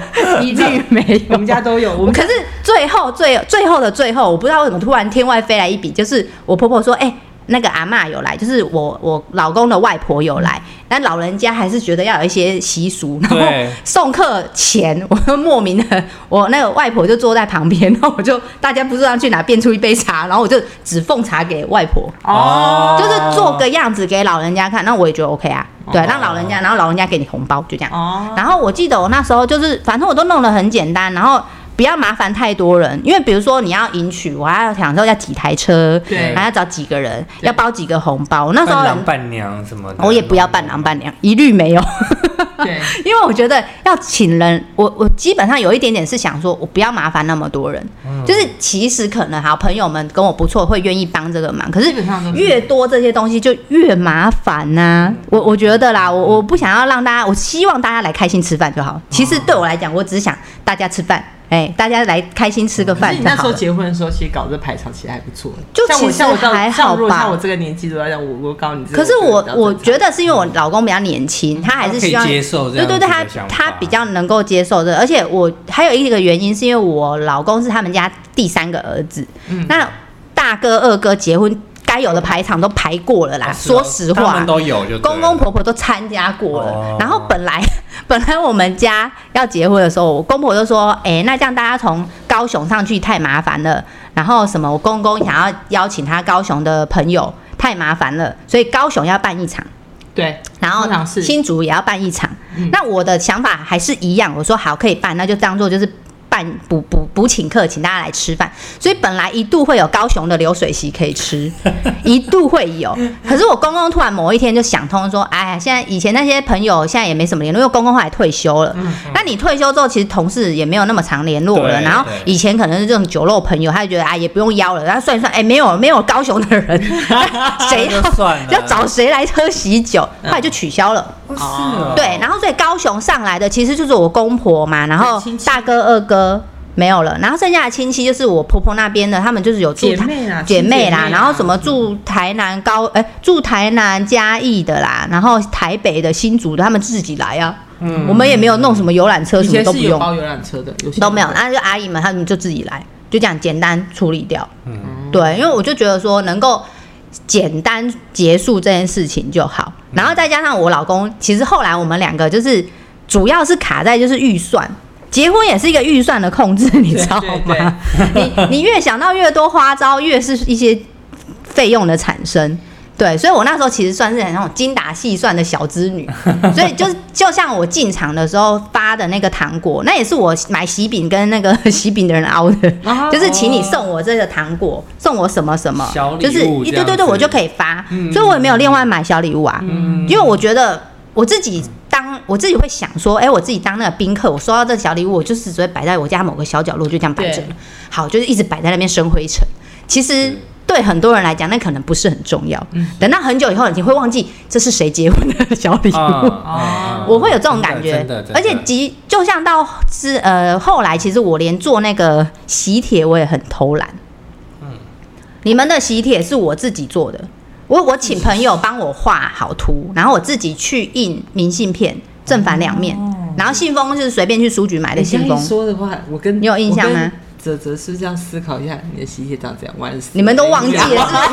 [SPEAKER 2] 一律没有 (laughs)
[SPEAKER 3] 我。们家都有，我
[SPEAKER 2] 我
[SPEAKER 3] 们
[SPEAKER 2] 可是最后最最后的最后，我不知道为什么突然天外飞来一笔，就是我婆婆说，哎、那个阿嬷有来，就是我我老公的外婆有来，但老人家还是觉得要有一些习俗，然后
[SPEAKER 1] 对
[SPEAKER 2] 送客前，我就莫名的，我那个外婆就坐在旁边，然后我就大家不知道去哪变出一杯茶，然后我就只奉茶给外婆，
[SPEAKER 1] 哦
[SPEAKER 2] 就是做个样子给老人家看，那我也觉得 OK 啊，对，
[SPEAKER 4] 哦
[SPEAKER 2] 让老人家，然后老人家给你红包，就这样。
[SPEAKER 4] 哦，
[SPEAKER 2] 然后我记得我那时候就是，反正我都弄得很简单，然后不要麻烦太多人，因为比如说你要迎娶，我还要想说要几台车，
[SPEAKER 4] 对
[SPEAKER 2] 还要找几个人，
[SPEAKER 4] 对
[SPEAKER 2] 要包几个红包。那时候
[SPEAKER 1] 伴
[SPEAKER 2] 很
[SPEAKER 1] 郎伴娘什么的，
[SPEAKER 2] 我也不要伴郎伴娘，一律没有， (laughs) 哦
[SPEAKER 4] 对，
[SPEAKER 2] 因为我觉得要请人，我我基本上有一点点是想说，我不要麻烦那么多人，
[SPEAKER 1] 嗯
[SPEAKER 2] 就是其实可能好朋友们跟我不错，会愿意帮这个忙，可是
[SPEAKER 4] 基本上都是
[SPEAKER 2] 越多这些东西就越麻烦呐、我我觉得啦，我我不想要让大家，我希望大家来开心吃饭就好。其实对我来讲，我只想大家吃饭，哎、大家来开心吃个
[SPEAKER 4] 可是
[SPEAKER 2] 饭
[SPEAKER 4] 你
[SPEAKER 2] 就
[SPEAKER 4] 那时
[SPEAKER 2] 好
[SPEAKER 4] 候
[SPEAKER 2] 了。
[SPEAKER 4] 结婚的时候，其实搞这排场其实还不错。
[SPEAKER 2] 就
[SPEAKER 4] 像我
[SPEAKER 2] 其实
[SPEAKER 4] 像我到
[SPEAKER 2] 还好
[SPEAKER 4] 像如果
[SPEAKER 2] 吧
[SPEAKER 4] 像我这个年纪都要让我我搞你这个。
[SPEAKER 2] 可是我
[SPEAKER 4] 这个比较正常哦
[SPEAKER 2] 我觉得是因为我老公比较年轻，他还是希望
[SPEAKER 1] 他可以接受这
[SPEAKER 2] 对
[SPEAKER 1] 样
[SPEAKER 2] 对对，
[SPEAKER 1] 子
[SPEAKER 2] 他
[SPEAKER 1] 的想法
[SPEAKER 2] 他比较能够接受的。而且我还有一个原因是因为我老公是他们家第三个儿子，
[SPEAKER 1] 嗯
[SPEAKER 2] 那大哥二哥结婚该有的排场都排过了啦。
[SPEAKER 1] 哦是哦
[SPEAKER 2] 说实话，
[SPEAKER 1] 他们都有就对了
[SPEAKER 2] 公公婆婆都参加过了。
[SPEAKER 1] 哦
[SPEAKER 2] 然后本来 (laughs) 本来我们家要结婚的时候，我公婆就说：“哎、那这样大家从高雄上去太麻烦了。”然后什么，我公公想要邀请他高雄的朋友，太麻烦了，所以高雄要办一场。
[SPEAKER 4] 对，
[SPEAKER 2] 然后
[SPEAKER 4] 通常是嗯
[SPEAKER 2] 新竹也要办一场。那我的想法还是一样，我说好可以办，那就当做就是办补补补请客，请大家来吃饭。所以本来一度会有高雄的流水席可
[SPEAKER 4] (laughs)
[SPEAKER 2] 以吃，一度会有。可是我公公突然某一天就想通说，哎呀，现在以前那些朋友现在也没什么联络，因为公公后来退休了。
[SPEAKER 4] 嗯
[SPEAKER 2] 那你退休之后，其实同事也没有那么常联络了。
[SPEAKER 1] 对
[SPEAKER 2] 然后
[SPEAKER 1] 对
[SPEAKER 2] 以前可能是这种酒肉朋友，他就觉得啊也不用邀了。然后算一算，哎，没有没有
[SPEAKER 4] (laughs)
[SPEAKER 2] 高雄的人，谁
[SPEAKER 1] 就
[SPEAKER 2] 要
[SPEAKER 1] 算了
[SPEAKER 4] 嗯
[SPEAKER 2] 要找谁来喝喜酒？后来就取消了。
[SPEAKER 1] 是哦，
[SPEAKER 2] 对，然后所以高雄上来的其实就是我公婆嘛，然后
[SPEAKER 4] 亲戚
[SPEAKER 2] 大哥二哥没有了，然后剩下的亲戚就是我婆婆那边的，他们就是有住
[SPEAKER 4] 姐
[SPEAKER 2] 台
[SPEAKER 4] 妹啦
[SPEAKER 2] 姐妹啦
[SPEAKER 4] 亲姐妹啦，啊
[SPEAKER 2] 然后什么住台南高哎、住台南嘉义的啦，然后台北的新竹的他们自己来啊，
[SPEAKER 1] 嗯
[SPEAKER 2] 我们也没有弄什么游览车
[SPEAKER 4] 嗯以
[SPEAKER 2] 什么
[SPEAKER 4] 前
[SPEAKER 2] 都
[SPEAKER 4] 是
[SPEAKER 2] 不
[SPEAKER 4] 有
[SPEAKER 2] 用
[SPEAKER 4] 包游览车的，有些
[SPEAKER 2] 都没有，那就阿姨们他们就自己来，就这样简单处理掉。
[SPEAKER 1] 嗯
[SPEAKER 2] 对，因为我就觉得说能够简单结束这件事情就好，然后再加上我老公，其实后来我们两个就是主要是卡在就是预算。结婚也是一个预算的控制，你知道吗？ (laughs) 你你越想到越多花招，越是一些费用的产生。对，所以我那时候其实算是很那种精打细算的小织女，所以就是就像我进场的时候发的那个糖果，那也是我买喜饼跟那个 (laughs) 喜饼的人凹的，
[SPEAKER 4] 哦
[SPEAKER 2] 就是请你送我这个糖果，送我什么什么
[SPEAKER 1] 小，礼
[SPEAKER 2] 就是
[SPEAKER 1] 物
[SPEAKER 2] 一
[SPEAKER 1] 这
[SPEAKER 2] 对
[SPEAKER 1] 样
[SPEAKER 2] 对对，
[SPEAKER 1] 子
[SPEAKER 2] 我就可以发，
[SPEAKER 1] 嗯
[SPEAKER 2] 所以我也没有另外买小礼物啊，因为我觉得我自己当我自己会想说，哎、我自己当那个宾客，我收到这小礼物，我就是只会摆在我家某个小角落，就这样摆着
[SPEAKER 4] 对，
[SPEAKER 2] 好，就是一直摆在那边生灰尘。其实对很多人来讲，那可能不是很重要。
[SPEAKER 1] 嗯
[SPEAKER 2] 等到很久以后，你会忘记这是谁结婚的小礼物。
[SPEAKER 1] 啊
[SPEAKER 2] (laughs) 我会有这种感觉
[SPEAKER 1] 嗯真的，真的真的
[SPEAKER 2] 而且即就像到之呃后来，其实我连做那个喜帖我也很偷懒。
[SPEAKER 1] 嗯
[SPEAKER 2] 你们的喜帖是我自己做的，我我请朋友帮我画
[SPEAKER 1] (laughs)
[SPEAKER 2] 好图，然后我自己去印明信片正反两面，
[SPEAKER 1] 哦
[SPEAKER 2] 然后信封是随便去书局买的
[SPEAKER 3] 你这
[SPEAKER 2] 信
[SPEAKER 3] 样
[SPEAKER 2] 封
[SPEAKER 3] 一。说的话，我跟
[SPEAKER 2] 你有印象吗？
[SPEAKER 3] 我跟泽泽是不是要思考一下你的喜帖长怎样？完事
[SPEAKER 2] 你们都忘记了，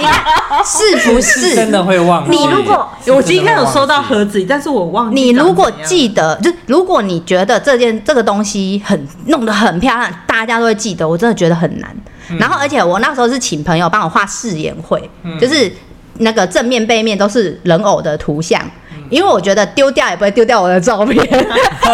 [SPEAKER 2] 是
[SPEAKER 1] (laughs)
[SPEAKER 2] 不是？你看是不
[SPEAKER 1] 是真
[SPEAKER 2] 是？
[SPEAKER 1] 的会忘记。
[SPEAKER 2] 你如果
[SPEAKER 3] 我今天有收到盒子，但是我忘记。
[SPEAKER 2] 你如果，记得，就是如果你觉得这件这个东西很弄得很漂亮，大家都会记得，我真的觉得很难。
[SPEAKER 1] 嗯
[SPEAKER 2] 然后，而且我那时候是请朋友帮我画誓言会，就是那个正面背面都是人偶的图像，
[SPEAKER 1] 嗯
[SPEAKER 2] 因为我觉得丢掉也不会丢掉我的照
[SPEAKER 1] (laughs)
[SPEAKER 2] 片。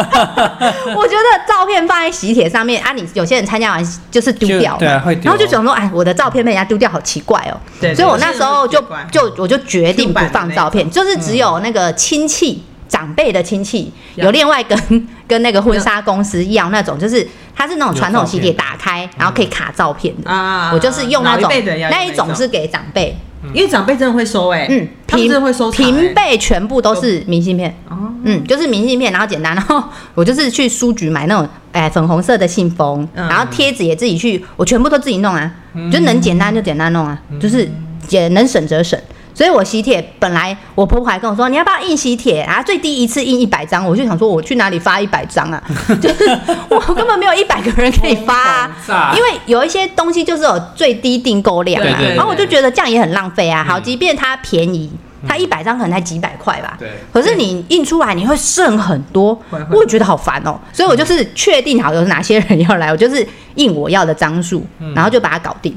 [SPEAKER 2] 我觉得照片放在喜帖上面啊，你有些人参加完就是丢掉嘛，
[SPEAKER 1] 就对啊会丢
[SPEAKER 2] 然后就想说，哎，我的照片被人家丢掉，好奇怪哦。
[SPEAKER 3] 对对
[SPEAKER 2] 所以我那时候就
[SPEAKER 3] 有些人会
[SPEAKER 2] 就我就决定不放照片，就是只有
[SPEAKER 3] 嗯
[SPEAKER 2] 那个亲戚。长辈的亲戚
[SPEAKER 3] 要
[SPEAKER 2] 有另外跟跟那个婚纱公司要那种，就是它是那种传统喜帖
[SPEAKER 1] 有照
[SPEAKER 2] 打开，然后可以卡照片的。
[SPEAKER 3] 啊
[SPEAKER 2] 我就是用那
[SPEAKER 3] 老
[SPEAKER 2] 种
[SPEAKER 3] 一辈的要用
[SPEAKER 2] 那一
[SPEAKER 3] 那种
[SPEAKER 2] 种是给长辈，
[SPEAKER 3] 因为长辈真的会收哎，
[SPEAKER 2] 嗯，
[SPEAKER 3] 他们真的会收藏
[SPEAKER 2] 平
[SPEAKER 3] 哎
[SPEAKER 2] 辈全部都是明信片，
[SPEAKER 3] 哦
[SPEAKER 2] 嗯，就是明信片，然后简单，然后 (laughs) 我就是去书局买那种哎、粉红色的信封，
[SPEAKER 3] 嗯
[SPEAKER 2] 然后贴纸也自己去，我全部都自己弄啊，就能简单就简单弄啊，
[SPEAKER 3] 嗯
[SPEAKER 2] 就是也能省则省。所以我喜帖本来我婆婆还跟我说你要不要印喜帖啊，最低一次印一百张，我就想说我去哪里发一百张啊， (laughs) 就是我根本没有一百个人可以发、啊
[SPEAKER 1] 通膨炸，
[SPEAKER 2] 因为有一些东西就是有最低订购量
[SPEAKER 1] 对
[SPEAKER 2] 嘛
[SPEAKER 1] 对，对
[SPEAKER 2] 然后我就觉得这样也很浪费啊。好，即便它便宜，它一百张可能才几百块吧，
[SPEAKER 1] 嗯对
[SPEAKER 2] 可是你印出来你会剩很多
[SPEAKER 3] 会，会
[SPEAKER 2] 我也觉得好烦哦、所以我就是确定好有哪些人要来，我就是印我要的张数，
[SPEAKER 1] 嗯
[SPEAKER 2] 然后就把它搞定。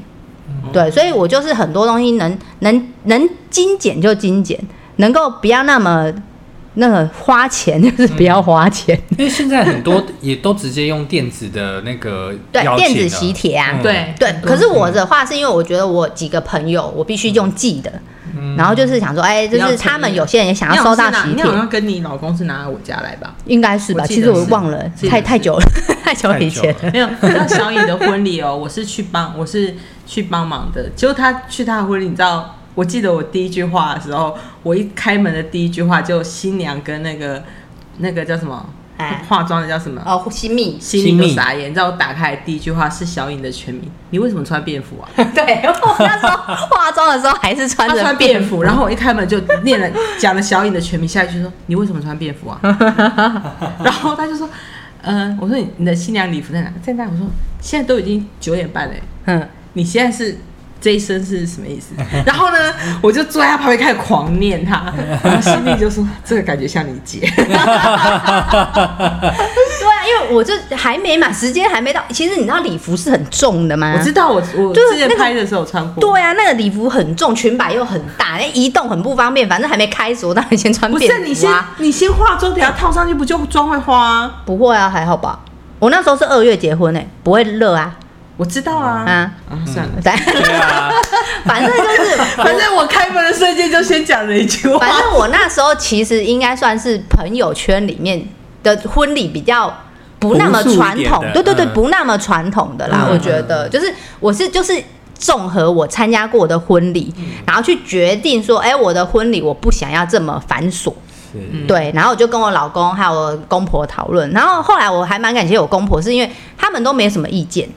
[SPEAKER 2] 对，所以我就是很多东西能能能精简就精简，能够不要那么那个花钱，就是
[SPEAKER 1] 嗯
[SPEAKER 2] 不要花钱。
[SPEAKER 1] 因为现在很多也都直接用电子的那个
[SPEAKER 2] 对
[SPEAKER 1] 邀，请
[SPEAKER 2] (laughs) 电
[SPEAKER 1] 了
[SPEAKER 2] 子喜帖啊，
[SPEAKER 1] 嗯
[SPEAKER 4] 对
[SPEAKER 2] 对，可是我的话是因为我觉得我几个朋友，我必须用寄的，然后就是想说，哎、就
[SPEAKER 3] 嗯比较
[SPEAKER 2] 是
[SPEAKER 3] 便宜
[SPEAKER 2] 他们有些人也想
[SPEAKER 3] 你
[SPEAKER 2] 要
[SPEAKER 3] 好
[SPEAKER 2] 收
[SPEAKER 3] 像
[SPEAKER 2] 到
[SPEAKER 3] 是拿
[SPEAKER 2] 喜
[SPEAKER 3] 你
[SPEAKER 2] 帖，
[SPEAKER 3] 好像跟你老公是拿我家来吧？
[SPEAKER 2] 应该是吧？
[SPEAKER 3] 我记
[SPEAKER 2] 其
[SPEAKER 3] 得
[SPEAKER 2] 实我
[SPEAKER 3] 是
[SPEAKER 2] 忘了，
[SPEAKER 3] 记得
[SPEAKER 2] 太
[SPEAKER 3] 是
[SPEAKER 2] 太久了， (laughs) 太久以前
[SPEAKER 1] 太
[SPEAKER 2] 了。
[SPEAKER 3] (laughs) 没有，那小颖的婚礼哦，我是去帮，我是去帮忙的。结果他去他的婚礼，你知道，我记得我第一句话的时候，我一开门的第一句话就新娘跟那个那个叫什么
[SPEAKER 2] 哎
[SPEAKER 3] 化妆的叫什么，
[SPEAKER 2] 哦，新密， (laughs)
[SPEAKER 3] 心里
[SPEAKER 1] 新
[SPEAKER 3] 都
[SPEAKER 1] 密
[SPEAKER 3] 傻眼。你知道我打开第一句话是小颖的全名，你为什么穿便服啊？
[SPEAKER 2] 对我那时候化妆的时候还是 (laughs) 穿
[SPEAKER 3] 他
[SPEAKER 2] 着
[SPEAKER 3] 穿便服，然后我一开门就念了讲了小颖的全名，下一句说你为什么穿便
[SPEAKER 2] (laughs)
[SPEAKER 3] 服啊？然后他就说，嗯、我说你你的新娘礼服在哪？在那。我说现在都已经九点半了、
[SPEAKER 2] 嗯，
[SPEAKER 3] 你现在是这一生是什么意思？ (laughs) 然后呢，我就坐在他旁边开始狂念他，然后心里就说这个感觉像你
[SPEAKER 2] (laughs)
[SPEAKER 3] 姐，
[SPEAKER 2] 对啊，因为我就还没嘛，时间还没到。其实你知道礼服是很重的吗？
[SPEAKER 3] 我知道我我
[SPEAKER 2] 就是
[SPEAKER 3] 之前
[SPEAKER 2] 那个
[SPEAKER 3] 拍的时候穿过，
[SPEAKER 2] 对啊，那个礼服很重，裙摆又很大，那移动很不方便。反正还没开始，我当然先穿
[SPEAKER 3] 不
[SPEAKER 2] 便服、啊。
[SPEAKER 3] 是你先你先化妆，等下套上去不就妆会花、啊？
[SPEAKER 2] 不会啊，还好吧。我那时候是二月结婚诶、不会热啊
[SPEAKER 3] 我知道
[SPEAKER 1] 嗯
[SPEAKER 3] 啊，啊
[SPEAKER 2] 啊！
[SPEAKER 3] 算了。
[SPEAKER 2] 对， (laughs)
[SPEAKER 1] 对啊，
[SPEAKER 2] 反正就是，
[SPEAKER 3] 反正我开门的瞬间就先讲了一句话，
[SPEAKER 2] 嗯反正我那时候其实应该算是朋友圈里面的婚礼比较不那么传
[SPEAKER 1] 朴素一点
[SPEAKER 2] 统
[SPEAKER 1] 的，
[SPEAKER 2] 对对对，
[SPEAKER 1] 嗯
[SPEAKER 2] 不那么传统的啦。
[SPEAKER 1] 嗯
[SPEAKER 2] 我觉得就是我是就是综合我参
[SPEAKER 1] 嗯
[SPEAKER 2] 加过的婚礼，然后去决定说，哎，我的婚礼我不想要这么繁琐。
[SPEAKER 1] 是
[SPEAKER 2] 对，然后我就跟我老公还有我公婆讨论，然后后来我还蛮感谢我公婆，是因为他们都没什么意见，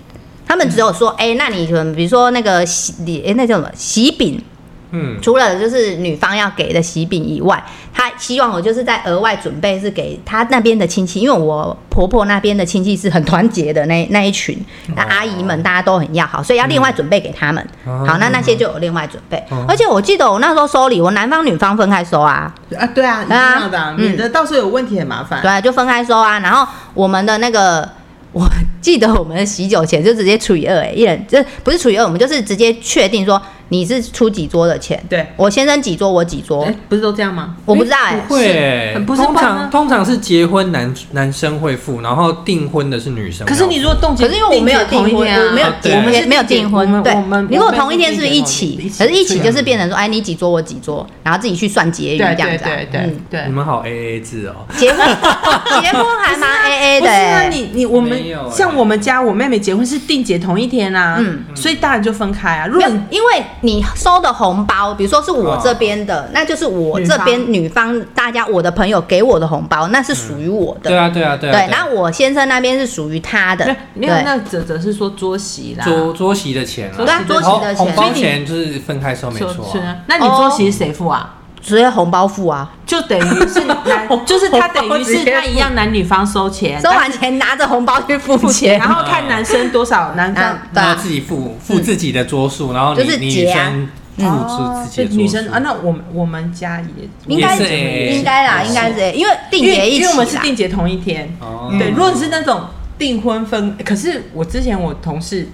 [SPEAKER 2] 他们只有说，哎、那你可能比如说那个喜，哎、那叫什么喜饼，
[SPEAKER 1] 嗯
[SPEAKER 2] 除了就是女方要给的喜饼以外，他希望我就是在额外准备是给他那边的亲戚，因为我婆婆那边的亲戚是很团结的那那一群，那阿姨们大家都很要好，所以要另外准备给他们。
[SPEAKER 1] 嗯
[SPEAKER 2] 好，那那些就有另外准备。
[SPEAKER 1] 嗯
[SPEAKER 2] 而且我记得我那时候收礼，我男方女方分开收啊，
[SPEAKER 5] 啊，对啊，一
[SPEAKER 2] 对啊
[SPEAKER 5] 样的啊，
[SPEAKER 2] 嗯
[SPEAKER 5] 免得到时候有问题很麻烦。
[SPEAKER 2] 对啊，就分开收啊。然后我们的那个，我 (laughs) 记得我们的喜酒钱就直接除以二、欸，一人这不是除以二，我们就是直接确定说你是出几桌的钱，
[SPEAKER 5] 对
[SPEAKER 2] 我先生几桌，我几桌，
[SPEAKER 5] 哎，不是都这样吗？
[SPEAKER 2] 我不知道哎、
[SPEAKER 1] 会欸
[SPEAKER 5] 很不是
[SPEAKER 1] 通
[SPEAKER 5] 办吗
[SPEAKER 1] 常通常是结婚男男生会付，然后订婚的是女生要
[SPEAKER 3] 可
[SPEAKER 1] 付。
[SPEAKER 3] 是你如果冻结，
[SPEAKER 2] 可是因为我没有订
[SPEAKER 3] 定
[SPEAKER 2] 婚，
[SPEAKER 3] 同一天啊
[SPEAKER 2] 我没有
[SPEAKER 1] 对
[SPEAKER 2] 我们
[SPEAKER 3] 是
[SPEAKER 2] 也没有
[SPEAKER 3] 定
[SPEAKER 2] 订婚
[SPEAKER 3] 我们，
[SPEAKER 2] 对
[SPEAKER 3] 我们。
[SPEAKER 2] 如果
[SPEAKER 3] 我们
[SPEAKER 2] 同一天是不是一
[SPEAKER 3] 一
[SPEAKER 2] 起？可
[SPEAKER 3] 起
[SPEAKER 2] 是一起
[SPEAKER 3] 对啊
[SPEAKER 2] 就是变成说，哎，你几桌我几桌，然后自己去算结余
[SPEAKER 3] 对
[SPEAKER 2] 这样
[SPEAKER 3] 对
[SPEAKER 2] 子啊。
[SPEAKER 3] 对对
[SPEAKER 2] 嗯，
[SPEAKER 1] 你
[SPEAKER 3] 对。
[SPEAKER 1] 们好 A A 制哦，
[SPEAKER 2] 结婚 (laughs) 结婚还蛮 A A
[SPEAKER 3] 不
[SPEAKER 2] 的
[SPEAKER 3] 是啊，
[SPEAKER 2] 欸。
[SPEAKER 3] 你你我们
[SPEAKER 1] 没有欸
[SPEAKER 3] 像我们家我妹妹结婚是定结同一天啊，
[SPEAKER 2] 嗯
[SPEAKER 3] 所以当然就分开啊。如
[SPEAKER 2] 没
[SPEAKER 3] 果
[SPEAKER 2] 有
[SPEAKER 3] 你，
[SPEAKER 2] 因为你收的红包，比如说是我这边的，
[SPEAKER 3] 哦
[SPEAKER 2] 那就是我这边女方大家我的朋友给我的红包，那是属于我
[SPEAKER 3] 嗯
[SPEAKER 2] 的。
[SPEAKER 1] 对啊对啊对啊。
[SPEAKER 2] 然后我先生那边是属于他的。
[SPEAKER 3] 对
[SPEAKER 5] 没有，
[SPEAKER 2] 对
[SPEAKER 5] 那泽泽是说桌席啦，
[SPEAKER 1] 桌桌席的钱
[SPEAKER 5] 对啊
[SPEAKER 1] 啊，
[SPEAKER 2] 啊桌席的钱
[SPEAKER 1] 红红包
[SPEAKER 2] 所以你
[SPEAKER 1] 钱就是分开收没
[SPEAKER 5] 说
[SPEAKER 1] 错
[SPEAKER 5] 是
[SPEAKER 1] 啊。
[SPEAKER 5] 啊。那你桌席谁付啊？
[SPEAKER 2] 直接红包付啊，
[SPEAKER 3] 就等于
[SPEAKER 2] (laughs)
[SPEAKER 3] 是男，就是他等于是他一样男女方收钱，
[SPEAKER 2] 收完钱拿着红包去付钱
[SPEAKER 3] 然。后看男生多少，男方
[SPEAKER 2] 啊对
[SPEAKER 1] 然后
[SPEAKER 2] 啊，
[SPEAKER 1] 自己付付自己的桌数，然后你
[SPEAKER 2] 就是
[SPEAKER 1] 你
[SPEAKER 2] 结
[SPEAKER 1] 女
[SPEAKER 2] 啊
[SPEAKER 1] 生付出自己的桌数。
[SPEAKER 3] 女生啊，那我们我们家 (laughs) 也
[SPEAKER 2] 应该
[SPEAKER 1] 也是欸 AA
[SPEAKER 2] 应该啦，应该是 AA，因为定
[SPEAKER 3] 因
[SPEAKER 2] 节
[SPEAKER 3] 为
[SPEAKER 2] 一
[SPEAKER 3] 因
[SPEAKER 2] 起
[SPEAKER 3] 为
[SPEAKER 2] 啦
[SPEAKER 3] 我们是定结同一天，
[SPEAKER 1] 哦
[SPEAKER 3] 对。
[SPEAKER 1] 嗯
[SPEAKER 3] 如果你是那种订婚分，可是我之前我同事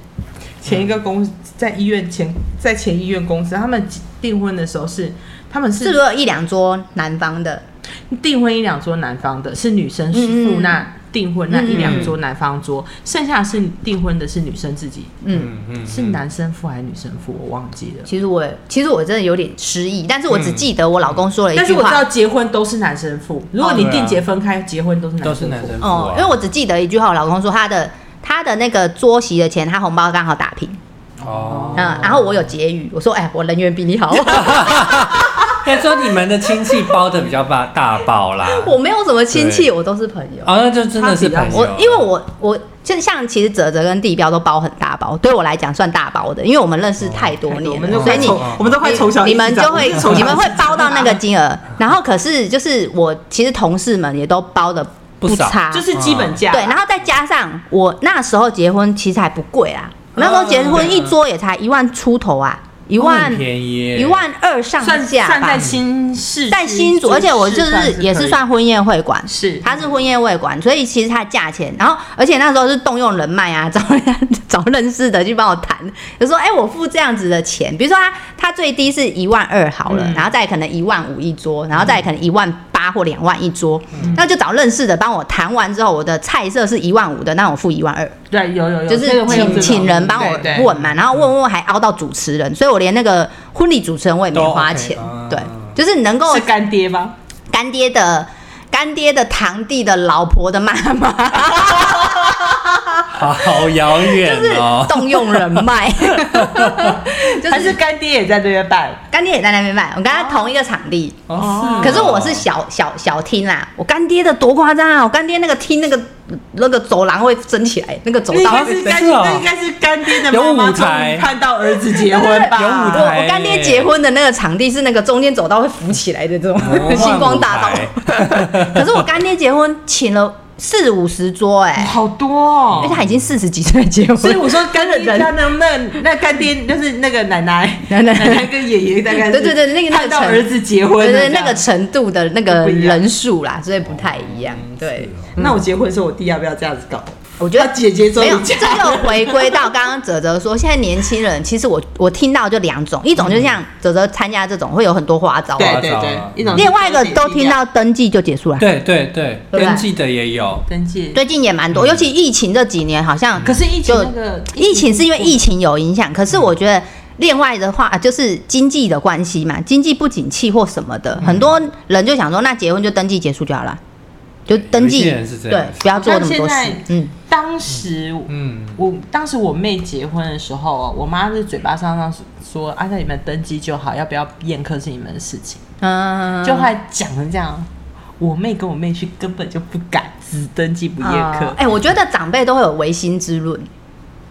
[SPEAKER 3] 前一个公司在医院前在前医院公司，他们订婚的时候是他们
[SPEAKER 2] 是不
[SPEAKER 3] 是
[SPEAKER 2] 是有一两桌男方的？
[SPEAKER 3] 订婚一两桌男方的，是女生
[SPEAKER 2] 嗯嗯
[SPEAKER 3] 付那订婚那一两桌男方桌，剩下是订婚的是女生自己，
[SPEAKER 2] 嗯，
[SPEAKER 1] 嗯
[SPEAKER 3] 是男生付还是女生付我忘记了。
[SPEAKER 2] 其实我其实我真的有点失忆，但是我只记得我老公说了一
[SPEAKER 3] 嗯但是
[SPEAKER 2] 句
[SPEAKER 3] 我知道
[SPEAKER 2] 话。
[SPEAKER 3] 结婚都是男生付，如果你
[SPEAKER 1] 哦对啊
[SPEAKER 3] 定结分开，结婚都是男
[SPEAKER 1] 都
[SPEAKER 3] 生
[SPEAKER 1] 是
[SPEAKER 3] 付。
[SPEAKER 1] 男生付
[SPEAKER 2] 哦、
[SPEAKER 1] 啊，
[SPEAKER 2] 因为我只记得一句话，我老公说他的他的那个桌席的钱，他红包刚好打平，
[SPEAKER 1] 哦，
[SPEAKER 2] 嗯，然后我有结余，我说哎，我人缘比
[SPEAKER 1] (laughs)
[SPEAKER 2] 你好，
[SPEAKER 1] 该说你们的亲戚包的比较大大包啦。
[SPEAKER 2] 我没有什么亲戚，
[SPEAKER 1] 对
[SPEAKER 2] 我都是朋友。
[SPEAKER 1] 哦，那就真的是朋友。
[SPEAKER 2] 我因为我我就像其实泽泽跟地标都包很大包，对我来讲算大包的，因为我们认识太多
[SPEAKER 3] 哎我
[SPEAKER 2] 年
[SPEAKER 3] 们
[SPEAKER 2] 了，所
[SPEAKER 3] 都快
[SPEAKER 2] 以你
[SPEAKER 3] 从我们都快从小
[SPEAKER 2] 你们就会
[SPEAKER 3] 一起长大
[SPEAKER 2] 你们会包到那个金额，然后可是就是我其实同事们也都包的
[SPEAKER 1] 不少
[SPEAKER 2] 差，
[SPEAKER 3] 就是基本价。
[SPEAKER 2] 啊对，然后再加上我那时候结婚其实还不贵啦，我那时候结婚一桌也才一万出头啊，一
[SPEAKER 1] 哦
[SPEAKER 2] 万
[SPEAKER 1] 很便宜，
[SPEAKER 2] 一。万二上
[SPEAKER 3] 算
[SPEAKER 2] 下
[SPEAKER 3] 算
[SPEAKER 2] 吧
[SPEAKER 3] 在，新市区，
[SPEAKER 2] 在新竹，而且我就
[SPEAKER 3] 算
[SPEAKER 2] 是也
[SPEAKER 3] 可
[SPEAKER 2] 是
[SPEAKER 3] 以
[SPEAKER 2] 算婚宴会馆，
[SPEAKER 3] 是
[SPEAKER 2] 它是婚宴会馆，所以其实它价钱，然后而且那时候是动用人脉啊，找 (laughs) 人家找认识的去帮我谈，就说哎、我付这样子的钱，比如说他他最低是一万二好
[SPEAKER 3] 嗯
[SPEAKER 2] 了，然后再可能一万五一桌，然后再可能一万八或两万一桌，
[SPEAKER 3] 嗯
[SPEAKER 2] 那就找认识的帮我谈完之后，我的菜色是一万五的，那我付一万二，
[SPEAKER 3] 对，有有有，
[SPEAKER 2] 就
[SPEAKER 3] 这
[SPEAKER 2] 是
[SPEAKER 3] 个会有这
[SPEAKER 2] 请
[SPEAKER 3] 种
[SPEAKER 2] 请人帮我
[SPEAKER 3] 对对
[SPEAKER 2] 问嘛，然后问问还凹到主持人，所以我连那个婚礼主持人我也没
[SPEAKER 1] 都
[SPEAKER 2] 花
[SPEAKER 1] OK，
[SPEAKER 2] 钱
[SPEAKER 1] 啊，
[SPEAKER 2] 对，就是能够
[SPEAKER 3] 哦是干爹吗？
[SPEAKER 2] 干爹的干爹的堂弟的老婆的妈妈，
[SPEAKER 1] 好遥远
[SPEAKER 2] 就是
[SPEAKER 1] 哦。
[SPEAKER 2] (laughs) 动用人脉，
[SPEAKER 1] (laughs)
[SPEAKER 2] 就
[SPEAKER 3] 还是
[SPEAKER 2] 是
[SPEAKER 3] 干爹也在这边办？
[SPEAKER 2] 干爹也在那边卖，我跟他同一个场地。
[SPEAKER 1] 哦
[SPEAKER 2] 可是我是小小小厅啦，我干爹的多夸张啊！我干爹那个厅那个那个走廊会升起来，那个走
[SPEAKER 3] 应
[SPEAKER 2] 道
[SPEAKER 3] 该
[SPEAKER 2] 会
[SPEAKER 3] 是
[SPEAKER 1] 是
[SPEAKER 3] 干，
[SPEAKER 1] 是哦
[SPEAKER 3] 那应该是干爹的妈
[SPEAKER 1] 有
[SPEAKER 3] 妈
[SPEAKER 1] 舞
[SPEAKER 3] 终
[SPEAKER 1] 台
[SPEAKER 3] 于盼到儿子结婚
[SPEAKER 2] (laughs)
[SPEAKER 3] 吧？
[SPEAKER 1] 有舞
[SPEAKER 2] 我
[SPEAKER 1] 台
[SPEAKER 2] 我干爹结婚的那个场地是那个中间走道会浮起来的这种
[SPEAKER 1] 魔幻
[SPEAKER 2] (laughs) 星光大道
[SPEAKER 1] 哦舞。
[SPEAKER 2] (laughs) 可是我干爹结婚请了四五十桌哎、
[SPEAKER 3] 哦好多
[SPEAKER 2] 而
[SPEAKER 3] 哦
[SPEAKER 2] 且。他已经四十几岁结婚，
[SPEAKER 3] 所以我说干
[SPEAKER 2] 真的
[SPEAKER 3] 爹
[SPEAKER 2] 人
[SPEAKER 3] 他能不能那干爹就是那个奶奶
[SPEAKER 2] 奶奶
[SPEAKER 3] 奶跟爷爷大概是
[SPEAKER 2] 对对对那个那个
[SPEAKER 3] 盼到
[SPEAKER 2] 程
[SPEAKER 3] 儿子结婚
[SPEAKER 2] 对
[SPEAKER 3] 了
[SPEAKER 2] 对，
[SPEAKER 3] 这
[SPEAKER 2] 那
[SPEAKER 3] 样
[SPEAKER 2] 个程度的那个
[SPEAKER 3] 不一样嗯哦
[SPEAKER 2] 人数啦，所以不太一样。对，嗯
[SPEAKER 3] 那我结婚的时候我弟要不要这样子搞？
[SPEAKER 2] 我觉得
[SPEAKER 3] 他姐姐终
[SPEAKER 2] 没有，
[SPEAKER 3] 于
[SPEAKER 2] 这
[SPEAKER 3] 嫁
[SPEAKER 2] 就回归到刚刚哲哲说，现在年轻人其实我我听到就两种，一种就像哲哲参加这种会有很多花招
[SPEAKER 3] 对
[SPEAKER 2] 啊，
[SPEAKER 3] 对对，一种
[SPEAKER 2] 另外一个都听到登记就结束了。
[SPEAKER 1] 对对对，
[SPEAKER 2] 对吧
[SPEAKER 1] 登记的也有，
[SPEAKER 3] 登记，
[SPEAKER 2] 最近也蛮多，尤其疫情这几年好像，
[SPEAKER 3] 嗯可是疫情
[SPEAKER 2] 就
[SPEAKER 3] 那个嗯
[SPEAKER 2] 疫情是因为疫情有影响，可是我觉得。另外的话，就是经济的关系嘛，经济不景气或什么
[SPEAKER 3] 嗯
[SPEAKER 2] 的，很多人就想说，那结婚就登记结束就好了，就登
[SPEAKER 1] 有一
[SPEAKER 2] 记
[SPEAKER 1] 些人是，这样
[SPEAKER 2] 对，不要做那么多
[SPEAKER 3] 好像
[SPEAKER 2] 事
[SPEAKER 3] 现在。
[SPEAKER 2] 嗯，
[SPEAKER 3] 当时
[SPEAKER 1] 嗯，
[SPEAKER 3] 我当时我妹结婚的时候，哦我妈是嘴巴上上说：“啊，那你们登记就好，要不要宴客是你们的事情。
[SPEAKER 2] 嗯，
[SPEAKER 3] 就后来讲成这样，我妹跟我妹去根本就不敢，只登记不夜客。
[SPEAKER 2] 哦哎、我觉得长辈都会有唯心之
[SPEAKER 3] (laughs)
[SPEAKER 2] 论，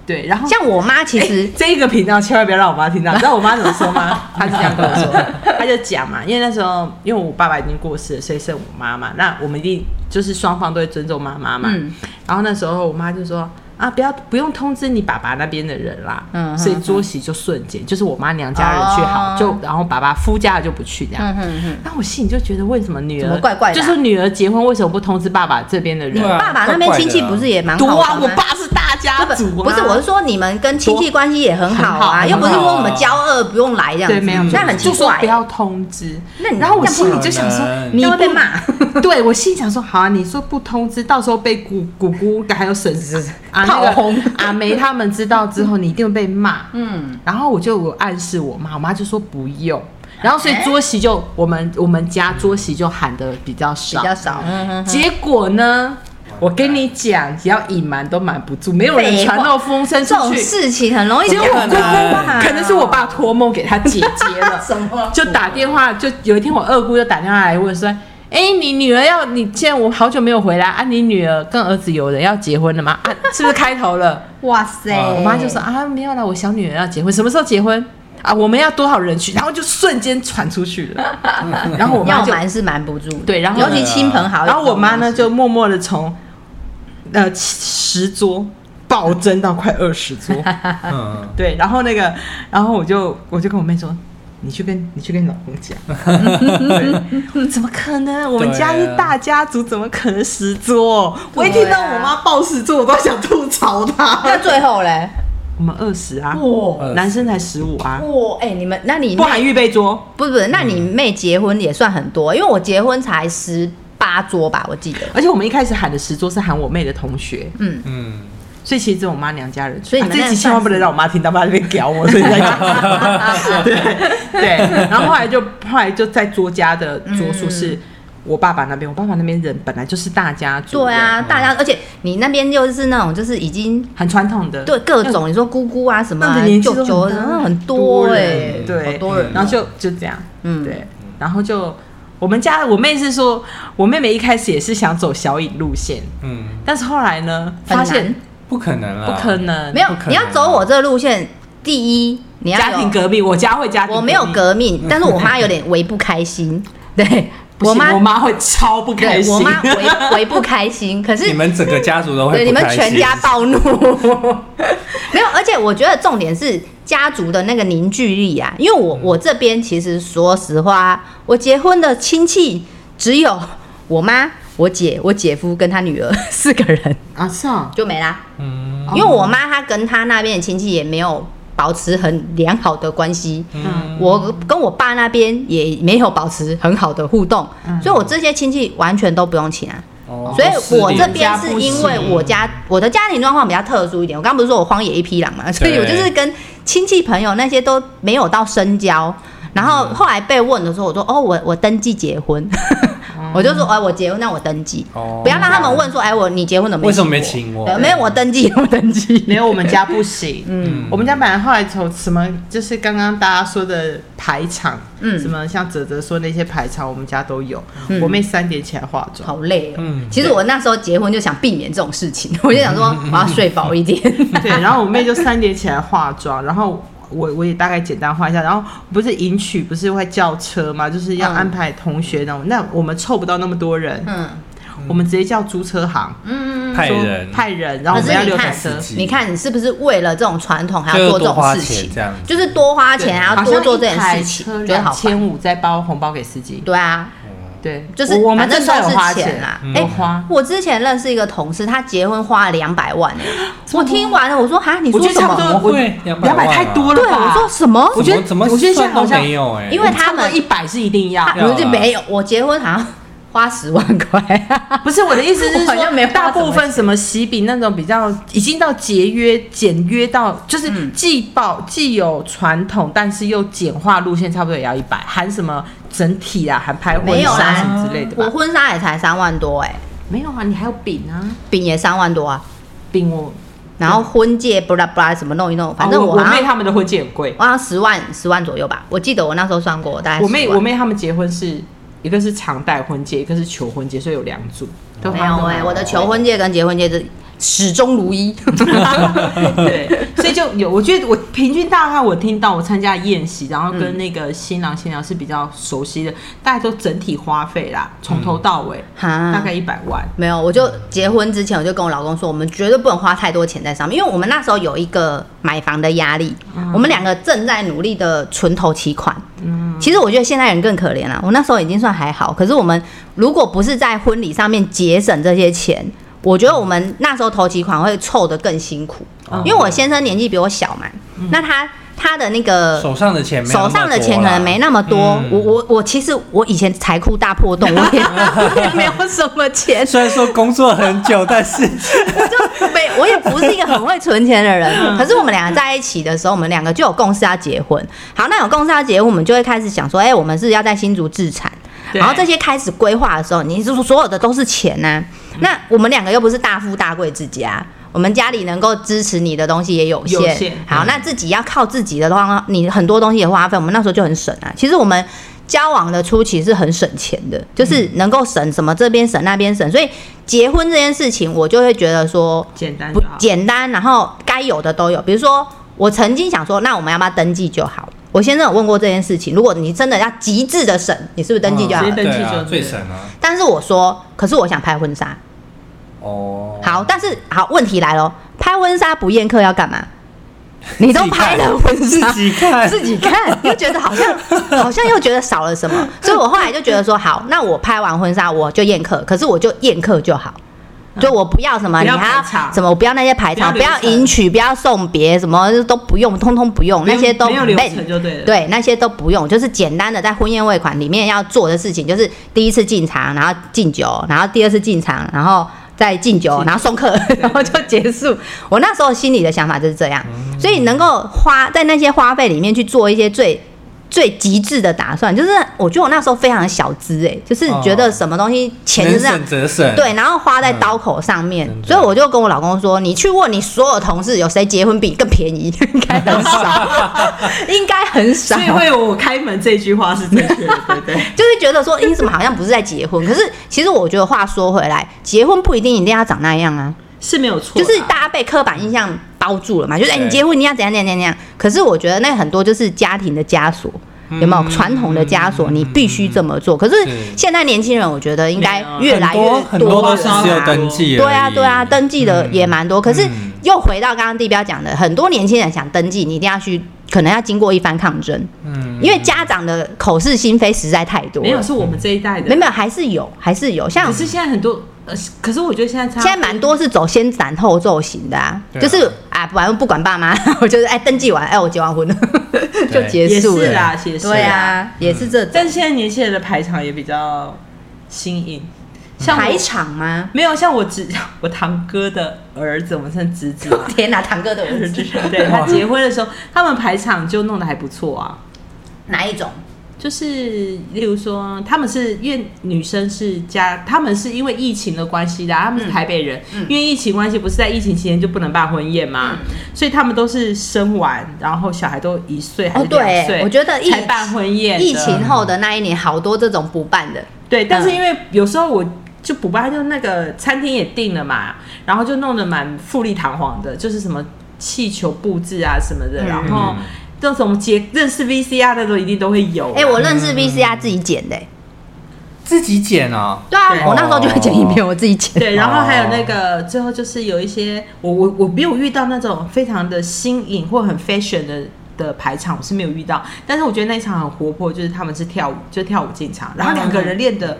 [SPEAKER 3] 对，然后
[SPEAKER 2] 像我妈其实、
[SPEAKER 3] 欸这一个频道千万不要让我妈
[SPEAKER 2] (laughs)
[SPEAKER 3] 听到，你知道我妈怎么说吗？她是这样跟我说的，她就讲嘛，因为那时候因为我爸爸已经过世了，所以剩我妈妈，那我们一定就是双方都会尊重妈妈嘛。
[SPEAKER 2] 嗯
[SPEAKER 3] 然后那时候我妈就说。啊，不要不用通知你爸爸那边的人啦，
[SPEAKER 2] 嗯
[SPEAKER 3] 所以桌席就瞬间就是我妈娘家人去好，
[SPEAKER 2] 哦
[SPEAKER 3] 就然后爸爸夫家的就不去这样。
[SPEAKER 2] 嗯哼哼，
[SPEAKER 3] 那我心里就觉得为什么女
[SPEAKER 2] 怎
[SPEAKER 3] 儿
[SPEAKER 2] 么怪怪的啊
[SPEAKER 3] 就是女儿结婚为什么不通知爸爸这边的人？
[SPEAKER 1] 对啊
[SPEAKER 2] 爸爸那边亲戚不是也蛮好
[SPEAKER 3] 毒
[SPEAKER 2] 的
[SPEAKER 3] 啊！
[SPEAKER 2] 吗？
[SPEAKER 3] 我爸是大家
[SPEAKER 2] 不
[SPEAKER 3] 族啊，
[SPEAKER 2] 不是，我是说你们跟亲戚关系也很好
[SPEAKER 3] 很好
[SPEAKER 2] 啊，
[SPEAKER 3] 很
[SPEAKER 2] 又不是
[SPEAKER 1] 好
[SPEAKER 2] 说我们交恶不用来这样子，
[SPEAKER 3] 对，没有，
[SPEAKER 2] 那很奇
[SPEAKER 3] 就说
[SPEAKER 2] 怪
[SPEAKER 3] 不。要通知。
[SPEAKER 2] 那你
[SPEAKER 3] 然后我
[SPEAKER 2] 这样不
[SPEAKER 3] 心里就想说
[SPEAKER 1] 可能，
[SPEAKER 3] 你
[SPEAKER 2] 这样会被
[SPEAKER 3] 不
[SPEAKER 2] (laughs) 骂。
[SPEAKER 3] 对我心里想说，好啊，你说不通知，到时候被姑姑姑还有婶婶啊那个
[SPEAKER 2] 炮轰
[SPEAKER 3] 阿梅他们知道之后，你一定会被骂。
[SPEAKER 2] 嗯，
[SPEAKER 3] 然后我就有暗示我妈，我妈就说不用。然后所以桌席就我们我们家桌席就喊的比较
[SPEAKER 2] 比
[SPEAKER 3] 少，
[SPEAKER 2] 较少。嗯
[SPEAKER 3] 结果呢？我跟你讲，只要隐瞒都瞒不住，没有人
[SPEAKER 2] 废话
[SPEAKER 3] 传到风声
[SPEAKER 2] 这
[SPEAKER 3] 出
[SPEAKER 2] 种
[SPEAKER 3] 去。
[SPEAKER 2] 事情很容易
[SPEAKER 3] 结果
[SPEAKER 2] 讲
[SPEAKER 3] 姑
[SPEAKER 2] 啊
[SPEAKER 3] 姑可能是我爸托梦给他姐姐 (laughs) 了，
[SPEAKER 2] 什么
[SPEAKER 3] 就打电话，就有一天我二姑就打电话来问说：“哎、你女儿要你，既然我好久没有回来啊，你女儿跟儿子有人要结婚了吗？啊，是不是开头了
[SPEAKER 2] 哇塞，
[SPEAKER 1] 哇？”
[SPEAKER 3] 我妈就说：“啊，没有啦，我小女儿要结婚，什么时候结婚？啊，我们要多少人去？”然后就瞬间传出去了，然后我妈
[SPEAKER 2] 要
[SPEAKER 3] 就
[SPEAKER 2] 瞒是瞒不住的，
[SPEAKER 3] 对然后
[SPEAKER 2] 尤其亲朋好友，
[SPEAKER 3] 然后我妈呢，就默默的从呃十桌暴增到快二十桌。
[SPEAKER 1] 嗯，
[SPEAKER 3] 对，然后那个，然后我就我就跟我妹说，你去跟你去跟你老公讲，对怎么可能？我们家是大家族，怎么可能十桌？我一听到我妈报十桌，我都想吐槽她。
[SPEAKER 2] 那最后嘞，
[SPEAKER 3] 我们二十啊，
[SPEAKER 2] 哇
[SPEAKER 1] 嗯
[SPEAKER 3] 男生才十五啊，
[SPEAKER 2] 哇，哎，你们那你
[SPEAKER 3] 不含预备桌。
[SPEAKER 2] 不是不是，那你
[SPEAKER 3] 嗯
[SPEAKER 2] 妹结婚也算很多，因为我结婚才十八桌吧，我记得。
[SPEAKER 3] 而且我们一开始喊的十桌是喊我妹的同学，
[SPEAKER 2] 嗯，
[SPEAKER 1] 嗯，
[SPEAKER 3] 所以其实只有我妈娘家人。
[SPEAKER 2] 所以你
[SPEAKER 3] 啊、
[SPEAKER 2] 们
[SPEAKER 3] 这
[SPEAKER 2] 那
[SPEAKER 3] 集千万不能让我妈听到，妈在那边屌我，所以在讲。
[SPEAKER 2] (laughs)
[SPEAKER 3] (laughs) 对对，然后后来就后来就在桌家的桌
[SPEAKER 2] 嗯
[SPEAKER 3] 数是我爸爸那边，我爸爸那边人本来就是大家族，
[SPEAKER 2] 对，啊，大家，而且你那边又是那种就是已经
[SPEAKER 3] 很传统的，
[SPEAKER 2] 对各种，你说姑姑啊什么
[SPEAKER 3] 嗯那
[SPEAKER 2] 啊
[SPEAKER 3] 个年纪
[SPEAKER 2] 舅
[SPEAKER 3] 都
[SPEAKER 2] 舅
[SPEAKER 3] 很大
[SPEAKER 2] 啊，很
[SPEAKER 3] 多
[SPEAKER 2] 多哎
[SPEAKER 3] 人，
[SPEAKER 2] 好
[SPEAKER 3] 对
[SPEAKER 2] 多人哦，
[SPEAKER 3] 然后就就这样，
[SPEAKER 2] 嗯
[SPEAKER 3] 对，然后就我们家我妹是说，我妹妹一开始也是想走小饮路线，
[SPEAKER 1] 嗯，
[SPEAKER 3] 但是后来呢，
[SPEAKER 2] 很
[SPEAKER 3] 发
[SPEAKER 2] 难
[SPEAKER 3] 现
[SPEAKER 1] 不可能啊，
[SPEAKER 3] 不可能，
[SPEAKER 2] 没有
[SPEAKER 1] 不可能，
[SPEAKER 2] 你要走我这个路线，第一你要有
[SPEAKER 3] 家庭革命，我家会家庭，
[SPEAKER 2] 我没有。革命，但是我妈有点为不开心，对
[SPEAKER 3] 不行
[SPEAKER 2] 妈
[SPEAKER 3] 我，妈会超不开
[SPEAKER 2] 对
[SPEAKER 3] 心。
[SPEAKER 2] 我妈 (laughs) 为为不开心，可是
[SPEAKER 1] 你们整个家族都会
[SPEAKER 2] 对，你
[SPEAKER 1] 不
[SPEAKER 2] 们
[SPEAKER 1] 开
[SPEAKER 2] 全
[SPEAKER 1] 心
[SPEAKER 2] 家暴怒。 (laughs) 没有，而且我觉得重点是家族的那个凝聚力啊，因为我我这边其实说实话，我结婚的亲戚只有我妈、我姐、我姐夫跟他女儿四个人
[SPEAKER 3] 啊，是啊，
[SPEAKER 2] 就没啦，
[SPEAKER 1] 嗯
[SPEAKER 2] 因为我妈她跟她那边的亲戚也没有保持很良好的关系，
[SPEAKER 1] 嗯
[SPEAKER 2] 我跟我爸那边也没有保持很好的互动，
[SPEAKER 1] 嗯
[SPEAKER 2] 所以我这些亲戚完全都不用请啊。
[SPEAKER 1] 哦
[SPEAKER 2] 所以我这边
[SPEAKER 3] 失
[SPEAKER 2] 是
[SPEAKER 3] 联
[SPEAKER 2] 因为我家我的家庭状况比较特殊一点，我刚不是说我荒野一匹狼嘛，所以我就是跟亲戚朋友那些都没有到深交。然后
[SPEAKER 1] 嗯
[SPEAKER 2] 后来被问的时候，我说哦，我我登记结婚， (laughs) 我就说哎，我结婚，那我登记，
[SPEAKER 1] 嗯哦
[SPEAKER 2] 不要让他们问说哎，我你结婚怎么
[SPEAKER 1] 为什么没请我
[SPEAKER 2] 对没有我登记， (laughs) 我登记。
[SPEAKER 3] 没有我们家不行。
[SPEAKER 1] 嗯
[SPEAKER 3] 嗯，我们家本来后来从什么，就是刚刚大家说的排场，
[SPEAKER 2] 嗯嗯
[SPEAKER 3] 嗯，什么像哲哲说那些排场，我们家都有。我妹三点起来化
[SPEAKER 2] (laughs)
[SPEAKER 3] 妆，
[SPEAKER 2] 好累哦。
[SPEAKER 1] 嗯
[SPEAKER 2] 其实我那时候结婚就想避免这种事情， (laughs) 我就想说
[SPEAKER 1] 嗯
[SPEAKER 2] 我要睡饱
[SPEAKER 1] (laughs)
[SPEAKER 2] 一点。
[SPEAKER 3] 对，然后我妹就三点起来化妆，然后。我我也大概简单画一下，然后不是迎娶不是会叫车吗？就是要
[SPEAKER 2] 嗯
[SPEAKER 3] 安排同学那种，那我们凑不到那么多人，
[SPEAKER 2] 嗯
[SPEAKER 3] 我们直接叫租车行，
[SPEAKER 2] 嗯，
[SPEAKER 1] 派
[SPEAKER 3] 说
[SPEAKER 1] 人
[SPEAKER 3] 派人，然后我
[SPEAKER 2] 可是
[SPEAKER 3] 们要
[SPEAKER 2] 你
[SPEAKER 3] 六台
[SPEAKER 2] 看
[SPEAKER 3] 车，
[SPEAKER 1] 急
[SPEAKER 2] 你看你是不是为了这种传统还要做种事情？
[SPEAKER 1] 就多花钱这样子
[SPEAKER 2] 就是多花钱，还要
[SPEAKER 3] 好
[SPEAKER 2] 多
[SPEAKER 3] 像
[SPEAKER 2] 做
[SPEAKER 3] 一
[SPEAKER 2] 这件
[SPEAKER 3] 台
[SPEAKER 2] 事
[SPEAKER 3] 车
[SPEAKER 2] 情，觉得
[SPEAKER 3] 两
[SPEAKER 2] 好
[SPEAKER 3] 千
[SPEAKER 2] 烦。
[SPEAKER 3] 五再包红包给司机。
[SPEAKER 2] 对啊，
[SPEAKER 3] 对，
[SPEAKER 2] 就是
[SPEAKER 3] 我我们
[SPEAKER 2] 反正
[SPEAKER 3] 真的
[SPEAKER 2] 都
[SPEAKER 3] 有
[SPEAKER 2] 是
[SPEAKER 3] 花
[SPEAKER 2] 钱
[SPEAKER 3] 钱
[SPEAKER 2] 啦。
[SPEAKER 1] 嗯
[SPEAKER 2] 哎、
[SPEAKER 3] 我花
[SPEAKER 2] 我之前认识一个同事，他结婚花了两百万、
[SPEAKER 3] (laughs)
[SPEAKER 2] 欸，我听完了，我说哈，你
[SPEAKER 3] 我
[SPEAKER 2] 说
[SPEAKER 3] 觉得
[SPEAKER 2] 什
[SPEAKER 3] 差不
[SPEAKER 2] 么？
[SPEAKER 1] 怎么
[SPEAKER 3] 多，我
[SPEAKER 1] 会200
[SPEAKER 3] 两百啊太多了
[SPEAKER 2] 对，
[SPEAKER 3] 吧？
[SPEAKER 2] 我说什么？
[SPEAKER 1] 我觉得怎么
[SPEAKER 3] 我觉得现在
[SPEAKER 1] 算都
[SPEAKER 3] 好像
[SPEAKER 1] 没有哎，
[SPEAKER 2] 因为他们
[SPEAKER 3] 一百是一定要
[SPEAKER 2] (laughs) 他，
[SPEAKER 1] 要啊
[SPEAKER 2] 我就没有，我结婚好像花十万
[SPEAKER 3] (laughs)
[SPEAKER 2] 块，
[SPEAKER 3] 不是我的意思是
[SPEAKER 2] 我好像没
[SPEAKER 3] 说，
[SPEAKER 2] 花
[SPEAKER 3] 大部分什么喜饼那种比较已经到节约、简约到，就是
[SPEAKER 2] 嗯
[SPEAKER 3] 既保、既有传统，但是又简化路线，差不多也要一百，含什么整体啊，含拍婚
[SPEAKER 2] 没有
[SPEAKER 3] 纱
[SPEAKER 2] 啦
[SPEAKER 3] 什么之类的
[SPEAKER 2] 我
[SPEAKER 3] 吧？
[SPEAKER 2] 婚纱也才三万多、欸，哎，
[SPEAKER 3] 没有啊，你还有饼啊，
[SPEAKER 2] 饼也三万多啊，
[SPEAKER 3] 饼我
[SPEAKER 2] 然后婚戒不啦不啦什么弄一弄，反正
[SPEAKER 3] 哦
[SPEAKER 2] 我啊
[SPEAKER 3] 我
[SPEAKER 2] 好像
[SPEAKER 3] 妹他们的婚戒很贵，
[SPEAKER 2] 我好像十万十万左右吧，我记得我那时候算过，大概
[SPEAKER 3] 我妹
[SPEAKER 2] 10万
[SPEAKER 3] 我妹他们结婚是一个是常戴婚戒，一个是求婚戒，所以有两组。都
[SPEAKER 2] 没
[SPEAKER 3] 放
[SPEAKER 2] 有
[SPEAKER 3] 在
[SPEAKER 2] 哎、
[SPEAKER 3] 那
[SPEAKER 2] 我的求婚戒跟结婚戒是始终如
[SPEAKER 3] (laughs)
[SPEAKER 2] 一。 (laughs)
[SPEAKER 3] 对，所以就有，我觉得我平均大概我听到我参加宴席，然后跟那个新郎新娘是比较熟悉的，大概都整体花费啦，从头到尾、
[SPEAKER 2] 哈，
[SPEAKER 3] 大概一百万。
[SPEAKER 2] 没有，我就结婚之前我就跟我老公说，我们绝对不能花太多钱在上面，因为我们那时候有一个买房的压力，我们两个正在努力的存头期款。其实我觉得现在人更可怜了、我那时候已经算还好，可是我们如果不是在婚礼上面节省这些钱，我觉得我们那时候头期款会凑得更辛苦，因为我先生年纪比我小嘛，那他他的那个
[SPEAKER 1] 手上的钱没有那
[SPEAKER 2] 手
[SPEAKER 1] 么多啦，
[SPEAKER 2] 上的钱可能没那么多。
[SPEAKER 1] 嗯
[SPEAKER 2] 我我我其实我以前财库大破洞，我也我也嗯没有什么钱，
[SPEAKER 1] 虽然说工作很久，但是
[SPEAKER 2] 就没我也不是一个很会存钱的人。可是我们两个在一起的时候，我们两个就有共识要结婚。好，那有共识要结婚，我们就会开始想说，哎、我们是要在新竹自产。
[SPEAKER 3] 对
[SPEAKER 2] 然后这些开始规划的时候，你是说所有的都是钱呐、
[SPEAKER 3] 嗯
[SPEAKER 2] 那我们两个又不是大富大贵之家，我们家里能够支持你的东西也有限。
[SPEAKER 3] 有限嗯
[SPEAKER 2] 好，那自己要靠自己的话，你很多东西的花费，我们那时候就很省啊。其实我们交往的初期是很省钱的，就是
[SPEAKER 3] 嗯
[SPEAKER 2] 能够省什么这边省那边省，所以结婚这件事情，我就会觉得说
[SPEAKER 3] 简单
[SPEAKER 2] 不
[SPEAKER 3] 就好，
[SPEAKER 2] 简单，然后该有的都有。比如说，我曾经想说，那我们要不要登记就好？我先生有问过这件事情，如果你真的要极致的省，你是不是 (laughs) 登记就好
[SPEAKER 3] 直
[SPEAKER 2] 了？
[SPEAKER 3] 接登记
[SPEAKER 1] 对啊
[SPEAKER 3] 就对
[SPEAKER 1] 最省啊。
[SPEAKER 2] 但是我说，可是我想拍婚纱。
[SPEAKER 1] 哦，
[SPEAKER 2] 好，但是好，问题来了，拍婚纱不宴客要干嘛？你都拍了婚
[SPEAKER 1] (laughs)
[SPEAKER 2] 纱
[SPEAKER 1] 自，己看，
[SPEAKER 2] 自己看，又觉得好像好像又觉得少了什么，所以我后来就觉得说，好，那我拍完婚纱我就宴客，可是我就宴客就好。就我不要什么，
[SPEAKER 3] 不
[SPEAKER 2] 你
[SPEAKER 3] 要
[SPEAKER 2] 还要
[SPEAKER 3] 排场
[SPEAKER 2] 什么？我不要那些排场，不
[SPEAKER 3] 不
[SPEAKER 2] 要
[SPEAKER 3] 要流程
[SPEAKER 2] 迎娶，不要送别，什么都不用，通通不用，
[SPEAKER 3] 没
[SPEAKER 2] 那
[SPEAKER 3] 有
[SPEAKER 2] 些都
[SPEAKER 3] 没有流
[SPEAKER 2] ban
[SPEAKER 3] 程就对了。
[SPEAKER 2] 对，那些都不用，就是简单的在婚宴会馆里面要做的事情，就是第一次进场，然后敬酒，然后第二次进场，然后再敬酒，然后送 (laughs) 客，然后就结束。我那时候心里的想法就是这样，所以能够花在那些花费里面去做一些最。最极致的打算，就是我觉得我那时候非常的小资哎、就是觉得什么东西钱就
[SPEAKER 1] 能
[SPEAKER 2] 这样
[SPEAKER 1] 省则省，
[SPEAKER 2] 对，然后花在刀口上面，
[SPEAKER 1] 嗯
[SPEAKER 2] 所以我就跟我老公说：“你去问你所有同事，有谁结婚比你更便宜？ (laughs) 应该很少，应该很少
[SPEAKER 3] 所。以会有我开门这句话是正确的，对不
[SPEAKER 2] (laughs)
[SPEAKER 3] 对？
[SPEAKER 2] 就是觉得说，诶你怎么好像不是在结婚？可是其实我觉得，话说回来，结婚不一定一定要长那样啊，
[SPEAKER 3] 是没有错
[SPEAKER 2] 就
[SPEAKER 3] 啦，
[SPEAKER 2] 是大家被刻板印象包住了嘛，就是哎、诶
[SPEAKER 1] 对
[SPEAKER 2] 你结婚你要怎样怎样怎样怎样。可是我觉得那很多就是家庭的枷锁。”有没有传统的枷锁？你必须这么做。可是
[SPEAKER 1] 嗯是
[SPEAKER 2] 现在年轻人，我觉得应该
[SPEAKER 3] 没有
[SPEAKER 2] 越来越
[SPEAKER 1] 很多很多都
[SPEAKER 2] 了
[SPEAKER 1] 是
[SPEAKER 2] 啦
[SPEAKER 1] 只有登记而已，
[SPEAKER 2] 对啊，对啊，登记的也蛮多。可是
[SPEAKER 1] 嗯
[SPEAKER 2] 又回到刚刚地标讲的，很多年轻人想登记，你一定要去，可能要经过一番抗争，
[SPEAKER 1] 嗯，
[SPEAKER 2] 因为家长的口是心非实在太多了。
[SPEAKER 3] 没有是我们这一代的，
[SPEAKER 2] 没有，没有，还是有，还是有。像
[SPEAKER 3] 可是现在很多，呃，可是我觉得现在差
[SPEAKER 2] 现在蛮多是走先斩后奏型的啊，
[SPEAKER 1] 对啊
[SPEAKER 2] 就是啊，反正不管爸妈， (laughs) 我就是哎登记完，哎我结完
[SPEAKER 1] (laughs)
[SPEAKER 2] 婚了就结
[SPEAKER 3] 也
[SPEAKER 2] 束
[SPEAKER 3] 是
[SPEAKER 2] 了。
[SPEAKER 3] 啦，也是嗯
[SPEAKER 2] 对啊，也是这
[SPEAKER 3] 但是现在年轻人的排场也比较新颖，像我
[SPEAKER 2] 排场吗？ (laughs)
[SPEAKER 3] 没有像我侄 (laughs) 我堂哥的儿子，我们算侄子
[SPEAKER 2] (laughs)
[SPEAKER 3] 嘛
[SPEAKER 2] 天哪，堂哥的儿
[SPEAKER 3] 儿
[SPEAKER 2] 子
[SPEAKER 3] (laughs) 子，对他结婚的时候，他们排场就弄得还不错啊。
[SPEAKER 2] 哪一种？
[SPEAKER 3] 就是例如说，他们是因为女生是家，他们是因为疫情的关系的啊、他
[SPEAKER 2] 嗯
[SPEAKER 3] 们是台北人，因为疫情关系，不是在疫情期间就不能办婚宴嘛，
[SPEAKER 2] 嗯
[SPEAKER 3] 所以他们都是生完，然后小孩都一岁还
[SPEAKER 2] 哦，
[SPEAKER 3] 是两岁、
[SPEAKER 2] 对，我觉得疫
[SPEAKER 3] 才办婚宴的，
[SPEAKER 2] 疫情后的那一年，好多这种不办的。
[SPEAKER 3] 对，但是
[SPEAKER 2] 嗯
[SPEAKER 3] 因为有时候我就补办，就那个餐厅也定了嘛，然后就弄得蛮富丽堂皇的，就是什么气球布置啊什么的，
[SPEAKER 2] 嗯
[SPEAKER 3] 然后这种结认识 VCR 的都一定都会有啊。
[SPEAKER 2] 哎、我认识 VCR 自己剪的、欸
[SPEAKER 1] 自己剪啊，
[SPEAKER 2] 对啊，
[SPEAKER 3] 对
[SPEAKER 2] 我那时候就会剪影
[SPEAKER 1] 哦
[SPEAKER 2] 片，我自己剪。
[SPEAKER 3] 对，然后还有那个最后就是有一些我我我没有遇到那种非常的新颖或很 fashion 的。的排场我是没有遇到，但是我觉得那一场很活泼，就是他们是跳舞，就跳舞进场，然后两个人练得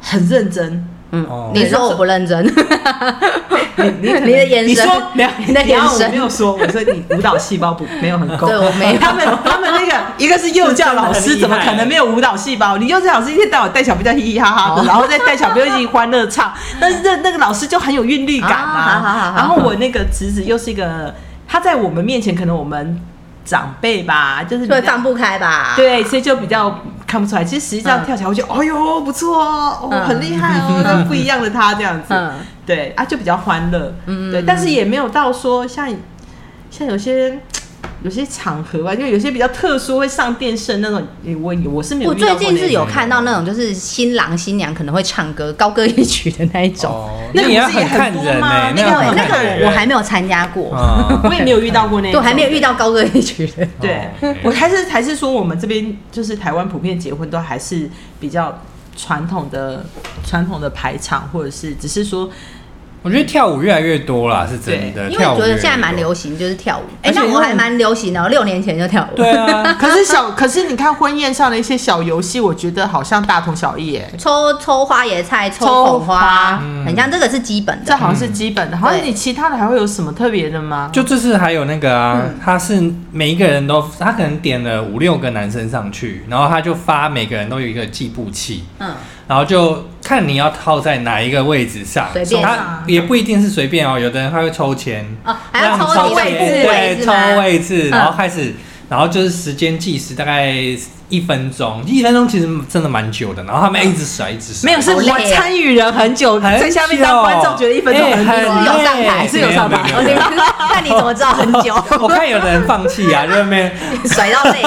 [SPEAKER 3] 很认真，
[SPEAKER 1] 哦
[SPEAKER 2] 你说我不认真， (laughs)
[SPEAKER 3] 你可能
[SPEAKER 2] 你的眼神
[SPEAKER 3] 你说没有，
[SPEAKER 2] 你的眼
[SPEAKER 3] 然后我
[SPEAKER 2] 神
[SPEAKER 3] 没有说，我说你舞蹈细胞不没有很够，
[SPEAKER 2] 对我没有
[SPEAKER 3] 他们他们那个一个是幼教老师，怎么可能没有舞蹈细胞？你幼教老师一天到晚带小朋友嘻嘻哈哈
[SPEAKER 2] 哦
[SPEAKER 3] 的，然后再带小朋友一起欢乐唱，但是那那个老师就很有韵律感
[SPEAKER 2] 啊好好好
[SPEAKER 3] 啊
[SPEAKER 2] 好。
[SPEAKER 3] 然后我那个侄子又是一个，他在我们面前可能我们长辈吧，就是比较
[SPEAKER 2] 会放不开吧？，
[SPEAKER 3] 对，所以就比较看不出来。其实实际上
[SPEAKER 2] 啊嗯
[SPEAKER 3] 跳起来，我觉得，哎呦，不错哦，哦
[SPEAKER 2] 嗯
[SPEAKER 3] 很厉害哦，那不一样的他这样子
[SPEAKER 2] 嗯，
[SPEAKER 3] 对啊，就比较欢乐，对，但是也没有到说像像有些人
[SPEAKER 4] 有些场合吧，就有些比较特殊会上电视那种，我我是没有
[SPEAKER 2] 我
[SPEAKER 4] 遇到
[SPEAKER 2] 最
[SPEAKER 4] 过
[SPEAKER 2] 近
[SPEAKER 4] 那
[SPEAKER 2] 是
[SPEAKER 4] 种
[SPEAKER 2] 有看到那种，就是新郎新娘可能会唱歌、高歌一曲的那一种。
[SPEAKER 1] 哦，
[SPEAKER 4] 那
[SPEAKER 1] 那
[SPEAKER 4] 个
[SPEAKER 1] 也
[SPEAKER 4] 不是也
[SPEAKER 1] 很
[SPEAKER 4] 很
[SPEAKER 1] 看
[SPEAKER 4] 多
[SPEAKER 1] 人呢、欸
[SPEAKER 4] 吗
[SPEAKER 1] 那
[SPEAKER 4] 那
[SPEAKER 1] 个
[SPEAKER 4] 个
[SPEAKER 1] 很
[SPEAKER 2] 那
[SPEAKER 1] 看
[SPEAKER 2] (laughs) 个我
[SPEAKER 1] 人
[SPEAKER 2] 还没有参加过， (laughs)
[SPEAKER 1] 嗯
[SPEAKER 4] 我也没有遇到过那
[SPEAKER 2] 对，我还没有遇
[SPEAKER 4] 到。
[SPEAKER 2] 到高歌一曲的。
[SPEAKER 4] 对
[SPEAKER 1] 哦，OK
[SPEAKER 4] 我还是还是说我们这边就是台湾普遍结婚都还是比较传统的传统的排场，或者是只是说
[SPEAKER 1] 我觉得跳舞越来越多啦，是真的。
[SPEAKER 2] 因
[SPEAKER 1] 呃
[SPEAKER 2] 为
[SPEAKER 1] 跳
[SPEAKER 2] 我
[SPEAKER 1] 舞
[SPEAKER 2] 觉
[SPEAKER 1] 越来
[SPEAKER 2] 得
[SPEAKER 1] 越
[SPEAKER 2] 现在蛮
[SPEAKER 1] 多
[SPEAKER 2] 流行，就是跳舞。哎、
[SPEAKER 1] 而且
[SPEAKER 2] 那
[SPEAKER 1] 因
[SPEAKER 2] 我
[SPEAKER 1] 为
[SPEAKER 2] 还蛮流行的哦，六年前就跳舞。
[SPEAKER 1] 对啊，
[SPEAKER 4] 可是小，可是你看婚宴上的一些小游戏，我觉得好像大同小异耶。
[SPEAKER 2] 抽抽花椰菜、抽
[SPEAKER 4] 抽
[SPEAKER 2] 捧花
[SPEAKER 4] 花，
[SPEAKER 1] 嗯
[SPEAKER 2] 很像这个是基本
[SPEAKER 4] 这
[SPEAKER 2] 的。
[SPEAKER 4] 好像是基本的，好像你其他的还会有什么特别的吗？
[SPEAKER 1] 就这次还有那个啊，
[SPEAKER 4] 嗯
[SPEAKER 1] 他是每一个人都，他可能点了五六个男生上去，然后他就发每个人都有一个计步器，
[SPEAKER 2] 嗯，
[SPEAKER 1] 然后就看你要套在哪一个位置上，
[SPEAKER 2] 随便
[SPEAKER 1] 他
[SPEAKER 4] 啊
[SPEAKER 1] 也不一定是随便哦，有的人他会抽签，
[SPEAKER 2] 哦，还要
[SPEAKER 1] 让你
[SPEAKER 2] 抽你
[SPEAKER 1] 签
[SPEAKER 2] 的部位
[SPEAKER 1] 对，
[SPEAKER 2] 是吗？
[SPEAKER 1] 抽位置，
[SPEAKER 2] 嗯
[SPEAKER 1] 然后开始，然后就是时间计时，大概一分钟，一分钟其实真的蛮久的，然后他们一直甩，一直甩，
[SPEAKER 4] 没有，是
[SPEAKER 2] 好累
[SPEAKER 4] 我
[SPEAKER 2] 耶
[SPEAKER 4] 参与人很久，
[SPEAKER 1] 很
[SPEAKER 4] 在下面当观众，
[SPEAKER 1] 久
[SPEAKER 4] 觉得一分钟
[SPEAKER 1] 哎
[SPEAKER 4] 很
[SPEAKER 1] 很
[SPEAKER 4] 久。
[SPEAKER 2] 是有上台
[SPEAKER 1] 累
[SPEAKER 4] 是有上台
[SPEAKER 1] 没有没有没
[SPEAKER 4] (laughs)
[SPEAKER 1] 有
[SPEAKER 2] 对 (laughs) 那你怎么知道很
[SPEAKER 1] (laughs)
[SPEAKER 2] 久？
[SPEAKER 1] 哦我看有的人放弃啊，就在那边
[SPEAKER 2] 甩到累，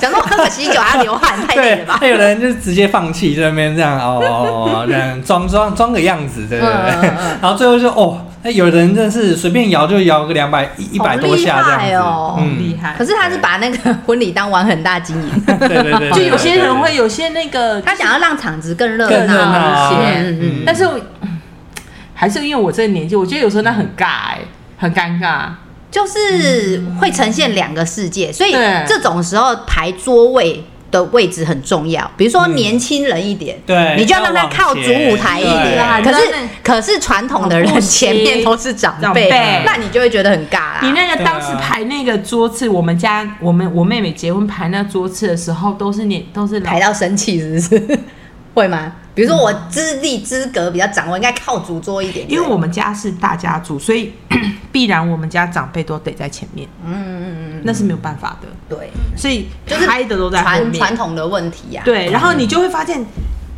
[SPEAKER 2] 想说喝个喜酒还要流汗，太累
[SPEAKER 1] 对
[SPEAKER 2] 了，吧？
[SPEAKER 1] 那有的人就直接放弃，就在那边这样哦哦，哦这样装装装个样子，对对
[SPEAKER 2] 嗯
[SPEAKER 1] 对
[SPEAKER 2] 嗯嗯。
[SPEAKER 1] (laughs) 然后最后就哦，那有的人真的是随便摇就摇个两百一一百多下这样
[SPEAKER 2] 好厉
[SPEAKER 1] 子
[SPEAKER 2] 害哦，
[SPEAKER 1] 嗯
[SPEAKER 4] 厉害
[SPEAKER 2] 可是他是把那个婚礼当玩很大经营，
[SPEAKER 1] 对对对对，
[SPEAKER 4] 就
[SPEAKER 1] 对
[SPEAKER 4] 有些人。会
[SPEAKER 1] 对
[SPEAKER 4] 有些那个，呃
[SPEAKER 2] 他想要让场子更热
[SPEAKER 1] 更热
[SPEAKER 2] 闹
[SPEAKER 1] 闹
[SPEAKER 2] 一
[SPEAKER 1] 一
[SPEAKER 2] 些。
[SPEAKER 1] 些
[SPEAKER 2] 嗯嗯
[SPEAKER 1] 嗯
[SPEAKER 4] 但是我
[SPEAKER 3] 还是因为我这个年纪，我觉得有时候那很尬哎、很尴尬。
[SPEAKER 2] 就是会呈现两个世界，所以
[SPEAKER 3] 对
[SPEAKER 2] 这种时候排桌位的位置很重要。比如说
[SPEAKER 1] 嗯
[SPEAKER 2] 年轻人一点，
[SPEAKER 1] 对
[SPEAKER 2] 你就要让他靠主舞台一点。
[SPEAKER 1] 要
[SPEAKER 2] 可
[SPEAKER 3] 往前
[SPEAKER 2] 是
[SPEAKER 3] 对啊
[SPEAKER 2] 可是传统的
[SPEAKER 3] 哦
[SPEAKER 2] 人
[SPEAKER 3] 不行
[SPEAKER 2] 前面都是长
[SPEAKER 3] 长
[SPEAKER 2] 辈
[SPEAKER 3] 辈，
[SPEAKER 2] 那你就会觉得很尬
[SPEAKER 3] 你
[SPEAKER 2] 啦。
[SPEAKER 3] 那个
[SPEAKER 1] 对啊
[SPEAKER 3] 当时排那个桌次，我们家我们我妹妹结婚排那桌次的时候，都是年都是老
[SPEAKER 2] 排到生气是不是？ (laughs) 会吗？比如说我资历资格比较长，我应该靠主桌一点。
[SPEAKER 3] 因为我们家是大家族，所以 (coughs) 必然我们家长辈都得在前面，
[SPEAKER 2] 嗯嗯
[SPEAKER 3] 那是没有办法的。
[SPEAKER 2] 对，
[SPEAKER 3] 所以
[SPEAKER 2] 就是
[SPEAKER 3] 拍的都在后
[SPEAKER 2] 传
[SPEAKER 3] 面。
[SPEAKER 2] 传统的问题啊呀。
[SPEAKER 3] 对，然后你就会发现，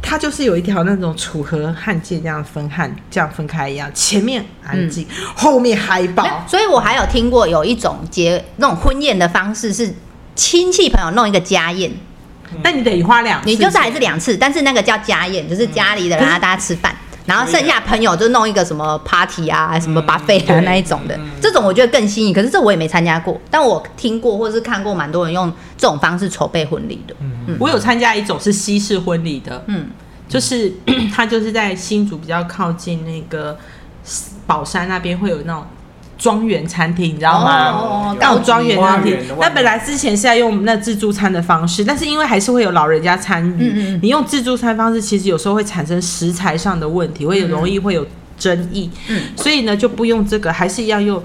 [SPEAKER 3] 它就是有一条那种楚河汉界这样分汉，这样分开一样，前面安静，后面嗨
[SPEAKER 2] 嗯没有
[SPEAKER 3] 爆。
[SPEAKER 2] 所以我还有听过有一种结那种婚宴的方式是亲戚朋友弄一个家宴，
[SPEAKER 3] 那你得花两次，
[SPEAKER 2] 你就是还是两次，但是那个叫家宴，
[SPEAKER 3] 嗯
[SPEAKER 2] 就是家里的人啊大家吃饭。然
[SPEAKER 3] 啊
[SPEAKER 2] 后剩下朋友就弄一个什么 party 啊，什么 buffet 啊
[SPEAKER 3] 嗯对嗯
[SPEAKER 2] 那一种的，这种我觉得更新颖。可是这我也没参加过，但我听过或是看过蛮多人用这种方式筹备婚礼的。嗯
[SPEAKER 3] 我有参加一种是西式婚礼的，
[SPEAKER 2] 嗯，
[SPEAKER 3] 就是 (coughs) 它就是在新竹比较靠近那个宝山那边会有那种庄园餐厅，你知道吗？
[SPEAKER 2] 哦哦哦
[SPEAKER 3] 那种庄园餐
[SPEAKER 1] 花
[SPEAKER 3] 厅
[SPEAKER 1] 园的，外面
[SPEAKER 3] 啊那本来之前是在用那自助餐的方式，但是因为还是会有老人家参与，
[SPEAKER 2] 嗯嗯
[SPEAKER 3] 你用自助餐方式，其实有时候会产生食材上的问题，会有容易会有争议，
[SPEAKER 2] 嗯
[SPEAKER 3] 所以呢就不用这个，还是要用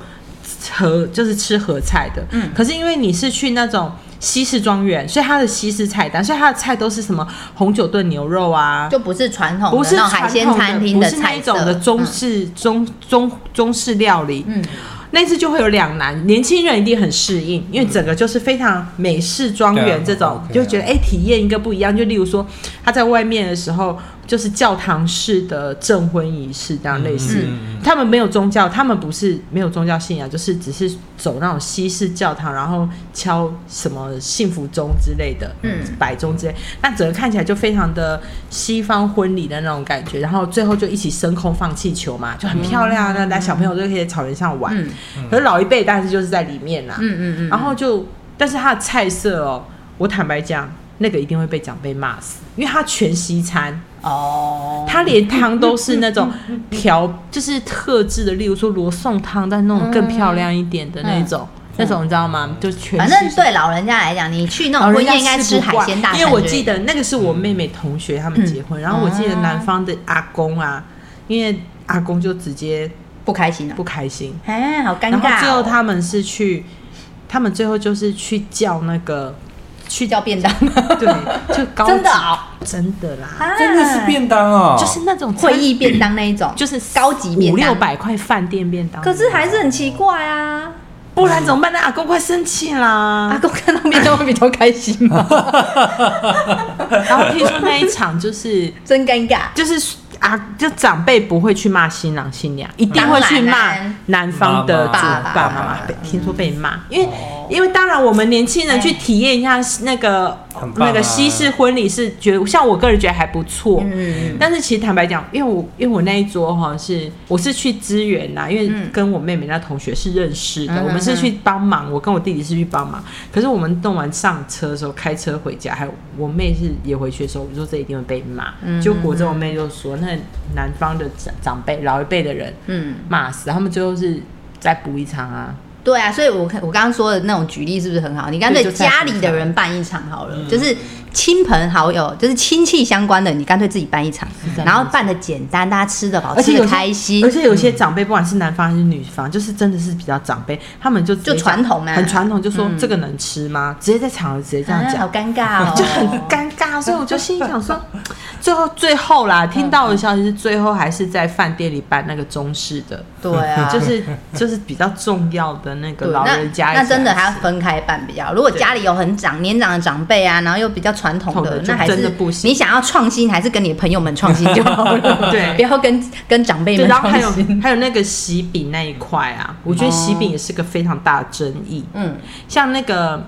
[SPEAKER 3] 合就是吃合菜的，
[SPEAKER 2] 嗯
[SPEAKER 3] 可是因为你是去那种。西式庄园，所以它的西式菜单，所以它的菜都是什么红酒炖牛肉啊，
[SPEAKER 2] 就不是传统
[SPEAKER 3] 不
[SPEAKER 2] 的
[SPEAKER 3] 是
[SPEAKER 2] 那种
[SPEAKER 3] 传
[SPEAKER 2] 海
[SPEAKER 3] 统
[SPEAKER 2] 鲜餐厅
[SPEAKER 3] 的，不是那
[SPEAKER 2] 菜
[SPEAKER 3] 一
[SPEAKER 2] 色
[SPEAKER 3] 种的中
[SPEAKER 2] 嗯
[SPEAKER 3] 式、中中中式料理。
[SPEAKER 2] 嗯
[SPEAKER 3] 那次就会有两难，年轻人一定很适应，因为
[SPEAKER 2] 嗯
[SPEAKER 3] 整个就是非常美式庄
[SPEAKER 1] 对啊
[SPEAKER 3] 园这种，
[SPEAKER 1] OK 啊
[SPEAKER 3] 就觉得哎、体验一个不一样。就例如说他在外面的时候，就是教堂式的证婚仪式这样类似，
[SPEAKER 1] 嗯嗯嗯
[SPEAKER 3] 他们没有宗教，他们不是没有宗教信仰，就是只是走那种西式教堂，然后敲什么幸福钟之类的，
[SPEAKER 2] 嗯
[SPEAKER 3] 嗯，摆钟之类，那整个看起来就非常的西方婚礼的那种感觉，然后最后就一起升空放气球嘛，就很漂亮啊。那、那小朋友就可以在草原上玩，
[SPEAKER 2] 嗯
[SPEAKER 3] 可是老一辈但是就是在里面啦，
[SPEAKER 2] 嗯嗯嗯，
[SPEAKER 3] 然后就，但是它的菜色哦，我坦白讲，那个一定会被长辈骂死，因为它全西餐。
[SPEAKER 2] 哦，
[SPEAKER 3] 它连汤都是那种调，就是特制的，例如说罗宋汤，但那种更漂亮一点的那种，那种你知道吗？就全
[SPEAKER 2] 反
[SPEAKER 3] 是
[SPEAKER 2] 正对老人家来讲，你去那
[SPEAKER 3] 老
[SPEAKER 2] 种婚
[SPEAKER 3] 人家
[SPEAKER 2] 宴应该吃
[SPEAKER 3] 不
[SPEAKER 2] 海
[SPEAKER 3] 惯
[SPEAKER 2] 鲜大餐之类的，
[SPEAKER 3] 因为我记得那个是我妹妹同学他们结婚，然后我记得南方的阿公啊，因为阿公就直接
[SPEAKER 2] 不开心啊
[SPEAKER 3] 不，开心，
[SPEAKER 2] 哎，好尴
[SPEAKER 3] 然后
[SPEAKER 2] 尬哦。
[SPEAKER 3] 最后他们是去，他们最后就是去叫那
[SPEAKER 2] (laughs)
[SPEAKER 3] 个去
[SPEAKER 2] 叫便当，
[SPEAKER 3] 对，就 (laughs) 高
[SPEAKER 2] 真的
[SPEAKER 3] 级
[SPEAKER 2] 啊
[SPEAKER 3] 真的啦，
[SPEAKER 2] 啊
[SPEAKER 1] 真的是便当哦，
[SPEAKER 3] 就是那种
[SPEAKER 2] 会议便当那一种，
[SPEAKER 3] 就是
[SPEAKER 2] 高级便
[SPEAKER 3] 五六
[SPEAKER 2] 当。
[SPEAKER 3] 百块饭店便当，
[SPEAKER 2] 可是还是很奇怪啊！
[SPEAKER 3] 不然怎么办？那阿公快生气
[SPEAKER 2] 阿
[SPEAKER 3] 啦！
[SPEAKER 2] 公看到便当会比较开心吗？
[SPEAKER 3] (laughs) 然后听说那一场
[SPEAKER 2] (laughs)
[SPEAKER 3] 就是。
[SPEAKER 2] 真尴尬
[SPEAKER 3] 就是啊，就长辈不会去骂新郎新娘，一定会去
[SPEAKER 2] 当
[SPEAKER 3] 骂
[SPEAKER 2] 然
[SPEAKER 3] 男方的主
[SPEAKER 1] 妈妈
[SPEAKER 3] 爸爸妈
[SPEAKER 1] 爸
[SPEAKER 3] 妈。被听说被骂，因为
[SPEAKER 1] 哦
[SPEAKER 3] 因为当然我们年轻人去体验一下那个、
[SPEAKER 1] 很棒啊
[SPEAKER 3] 那个西式婚礼是觉得，像我个人觉得还不错。
[SPEAKER 2] 嗯，
[SPEAKER 3] 但是其实坦白讲，因为我因为我那一桌哈是我是去支援啊呐，因为
[SPEAKER 2] 嗯
[SPEAKER 3] 跟我妹妹那同学是认识的，
[SPEAKER 2] 嗯哼
[SPEAKER 3] 我们是去帮忙，我跟我弟弟是去帮忙。可是我们弄完上车的时候，开车回家，还有我妹是也回去的时候，我说这一定会被骂。
[SPEAKER 2] 嗯
[SPEAKER 3] 就果真我妹就说，那南方的长长辈老一辈的人
[SPEAKER 2] 嗯，
[SPEAKER 3] 骂死，他们最后是再补一场啊。
[SPEAKER 2] 对啊，所以我我刚刚说的那种举例是不是很好？你干脆
[SPEAKER 3] 对就再嗯
[SPEAKER 2] 家里的人办一场好了，就是亲朋好友，就是亲戚相关的，你干脆自己办一场，然后办的简单，大家吃得饱，
[SPEAKER 3] 而且
[SPEAKER 2] 哦吃
[SPEAKER 3] 有
[SPEAKER 2] 的
[SPEAKER 3] 些
[SPEAKER 2] 开心嗯
[SPEAKER 3] 而，且有些长辈，不管是男方还是女方，就是真的是比较长辈，他们就直接
[SPEAKER 2] 就传统嘛
[SPEAKER 3] 很传统，就说
[SPEAKER 2] 嗯
[SPEAKER 3] 这个能吃吗？直接在场合直接这样
[SPEAKER 2] 啊
[SPEAKER 3] 讲
[SPEAKER 2] 好。尴尬 (laughs) 哦，
[SPEAKER 3] 就很 (laughs) 尴尬，所以我就心里想说， (laughs) 最后最后
[SPEAKER 2] 嗯
[SPEAKER 3] 啦，听到的消息是最后还是在饭店里办那个中式的，
[SPEAKER 2] 对啊，
[SPEAKER 3] 就是就是比较重要的那个
[SPEAKER 2] 对
[SPEAKER 3] 老人家一起
[SPEAKER 2] 那那
[SPEAKER 3] 来
[SPEAKER 2] 真的还要
[SPEAKER 3] 吃
[SPEAKER 2] 分开办比较。如果家里有很长年长的长辈啊，然后又比较传统
[SPEAKER 3] 统
[SPEAKER 2] 的
[SPEAKER 3] 的，就
[SPEAKER 2] 那还是
[SPEAKER 3] 真的不行
[SPEAKER 2] 你想要创新，还是跟你的朋友们创新就好了。
[SPEAKER 3] (laughs) 对
[SPEAKER 2] 不要跟跟长辈
[SPEAKER 3] 对，
[SPEAKER 2] 们
[SPEAKER 3] 然后
[SPEAKER 2] 创
[SPEAKER 3] 还有
[SPEAKER 2] 新。
[SPEAKER 3] 还有那个喜饼那一块啊，我觉得喜
[SPEAKER 2] 哦
[SPEAKER 3] 饼也是个非常大的争议。
[SPEAKER 2] 嗯，
[SPEAKER 3] 像那个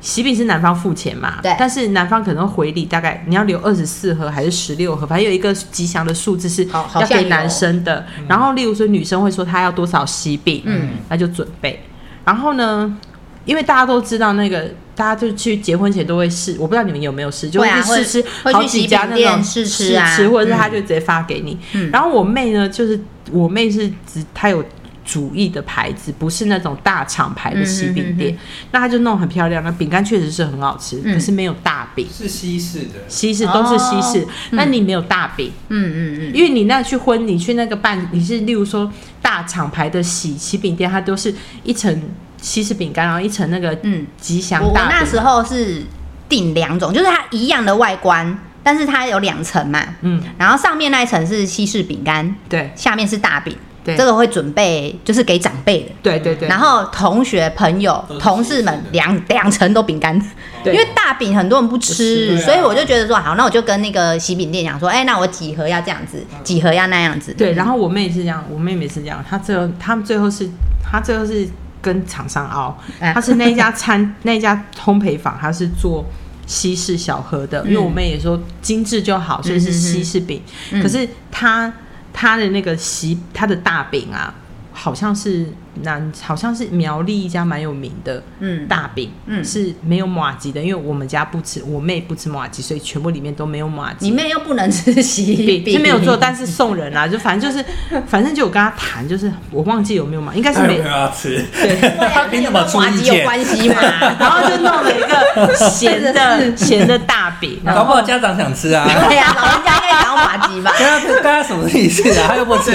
[SPEAKER 3] 喜饼是男方付钱嘛，
[SPEAKER 2] 对
[SPEAKER 3] 但是男方可能会回礼，大概你要留二十四盒还是十六盒，反正有一个吉祥的数字是
[SPEAKER 2] 好好
[SPEAKER 3] 要
[SPEAKER 2] 像
[SPEAKER 3] 给
[SPEAKER 2] 有
[SPEAKER 3] 男生的。然后例如说女生会说她要多少喜饼，
[SPEAKER 2] 嗯，
[SPEAKER 3] 那就准备。然后呢，因为大家都知道那个。大家就去结婚前都会试，我不知道你们有没有试，就
[SPEAKER 2] 会啊
[SPEAKER 3] 去试吃
[SPEAKER 2] 会
[SPEAKER 3] 好
[SPEAKER 2] 会去
[SPEAKER 3] 几
[SPEAKER 2] 喜
[SPEAKER 3] 家
[SPEAKER 2] 饼
[SPEAKER 3] 那
[SPEAKER 2] 店
[SPEAKER 3] 种
[SPEAKER 2] 试吃
[SPEAKER 3] 吃
[SPEAKER 2] 啊
[SPEAKER 3] 或者是
[SPEAKER 2] 嗯
[SPEAKER 3] 他就直接发给你。
[SPEAKER 2] 嗯
[SPEAKER 3] 然后我妹呢，就是我妹是只她有主意的牌子，不是那种大厂牌的喜饼店，
[SPEAKER 2] 嗯
[SPEAKER 3] 那她就弄很漂亮，那饼干确实是很好吃，
[SPEAKER 2] 嗯
[SPEAKER 3] 可是没有大饼。
[SPEAKER 1] (laughs) 是西式的，
[SPEAKER 3] 西式都是西式，
[SPEAKER 2] 哦嗯
[SPEAKER 3] 那、你没有大饼，
[SPEAKER 2] 嗯嗯嗯，
[SPEAKER 3] 因为你那去婚，你去那个办，你是例如说大厂牌的喜喜饼店，它都是一层西式饼干，然后一层那个
[SPEAKER 2] 嗯
[SPEAKER 3] 吉祥
[SPEAKER 2] 我我
[SPEAKER 3] 大饼。
[SPEAKER 2] 那时候是订两种，就是它一样的外观，但是它有两层嘛，
[SPEAKER 3] 嗯，
[SPEAKER 2] 然后上面那一层是西式饼干，
[SPEAKER 3] 对
[SPEAKER 2] 下面是大饼，
[SPEAKER 3] 对
[SPEAKER 2] 这个会准备就是给长辈的。
[SPEAKER 3] 对对对，
[SPEAKER 2] 然后同学、朋友
[SPEAKER 1] 都、是
[SPEAKER 2] 同事们
[SPEAKER 1] 熟悉的
[SPEAKER 2] 两两层都饼干，因
[SPEAKER 3] 对
[SPEAKER 2] 为大饼很多人不吃，
[SPEAKER 1] 不吃对啊
[SPEAKER 2] 所以我就觉得说好，那我就跟那个喜饼店讲说，哎，那我几盒要这样子，
[SPEAKER 1] 嗯
[SPEAKER 2] 几盒要那样子。
[SPEAKER 3] 对，然后我妹是这样，我妹妹是这样，她最后他们最后是，她最后是跟厂商凹，
[SPEAKER 2] (laughs) 哎
[SPEAKER 3] 她是那一家餐 (laughs) 那一家烘焙坊，她是做西式小盒的，因为我妹也说精致就好，所以是西式饼，
[SPEAKER 2] 嗯
[SPEAKER 3] 可是她她的那个西她的大饼啊，好像是南好像是苗栗一家蛮有名的，
[SPEAKER 2] 嗯，
[SPEAKER 3] 大饼，
[SPEAKER 2] 嗯
[SPEAKER 3] 是没有马吉的，因为我们家不吃，我妹不吃马吉，所以全部里面都没有马吉。
[SPEAKER 2] 你妹又不能吃喜
[SPEAKER 3] 饼
[SPEAKER 2] 饼，
[SPEAKER 3] 是没有做，
[SPEAKER 2] (laughs)
[SPEAKER 3] 但是送人啦、就反正就是，反正就有跟他谈，就是我忘记有没有嘛，应该是
[SPEAKER 1] 他有
[SPEAKER 3] 没
[SPEAKER 1] 没有。要吃？
[SPEAKER 3] 对，
[SPEAKER 2] 啊
[SPEAKER 1] 他 (laughs) 凭什么出
[SPEAKER 2] 滑
[SPEAKER 1] 意
[SPEAKER 2] 稽有
[SPEAKER 1] 见？
[SPEAKER 2] 关系嘛？ (laughs)
[SPEAKER 3] 然后就弄了一个咸的咸的大饼，
[SPEAKER 1] 搞不好家长想吃啊。
[SPEAKER 2] 对呀，老人家应该想要滑稽
[SPEAKER 1] (laughs)
[SPEAKER 3] (laughs)
[SPEAKER 2] 吧？
[SPEAKER 1] 大家啊大家什么意思啊？他又不吃，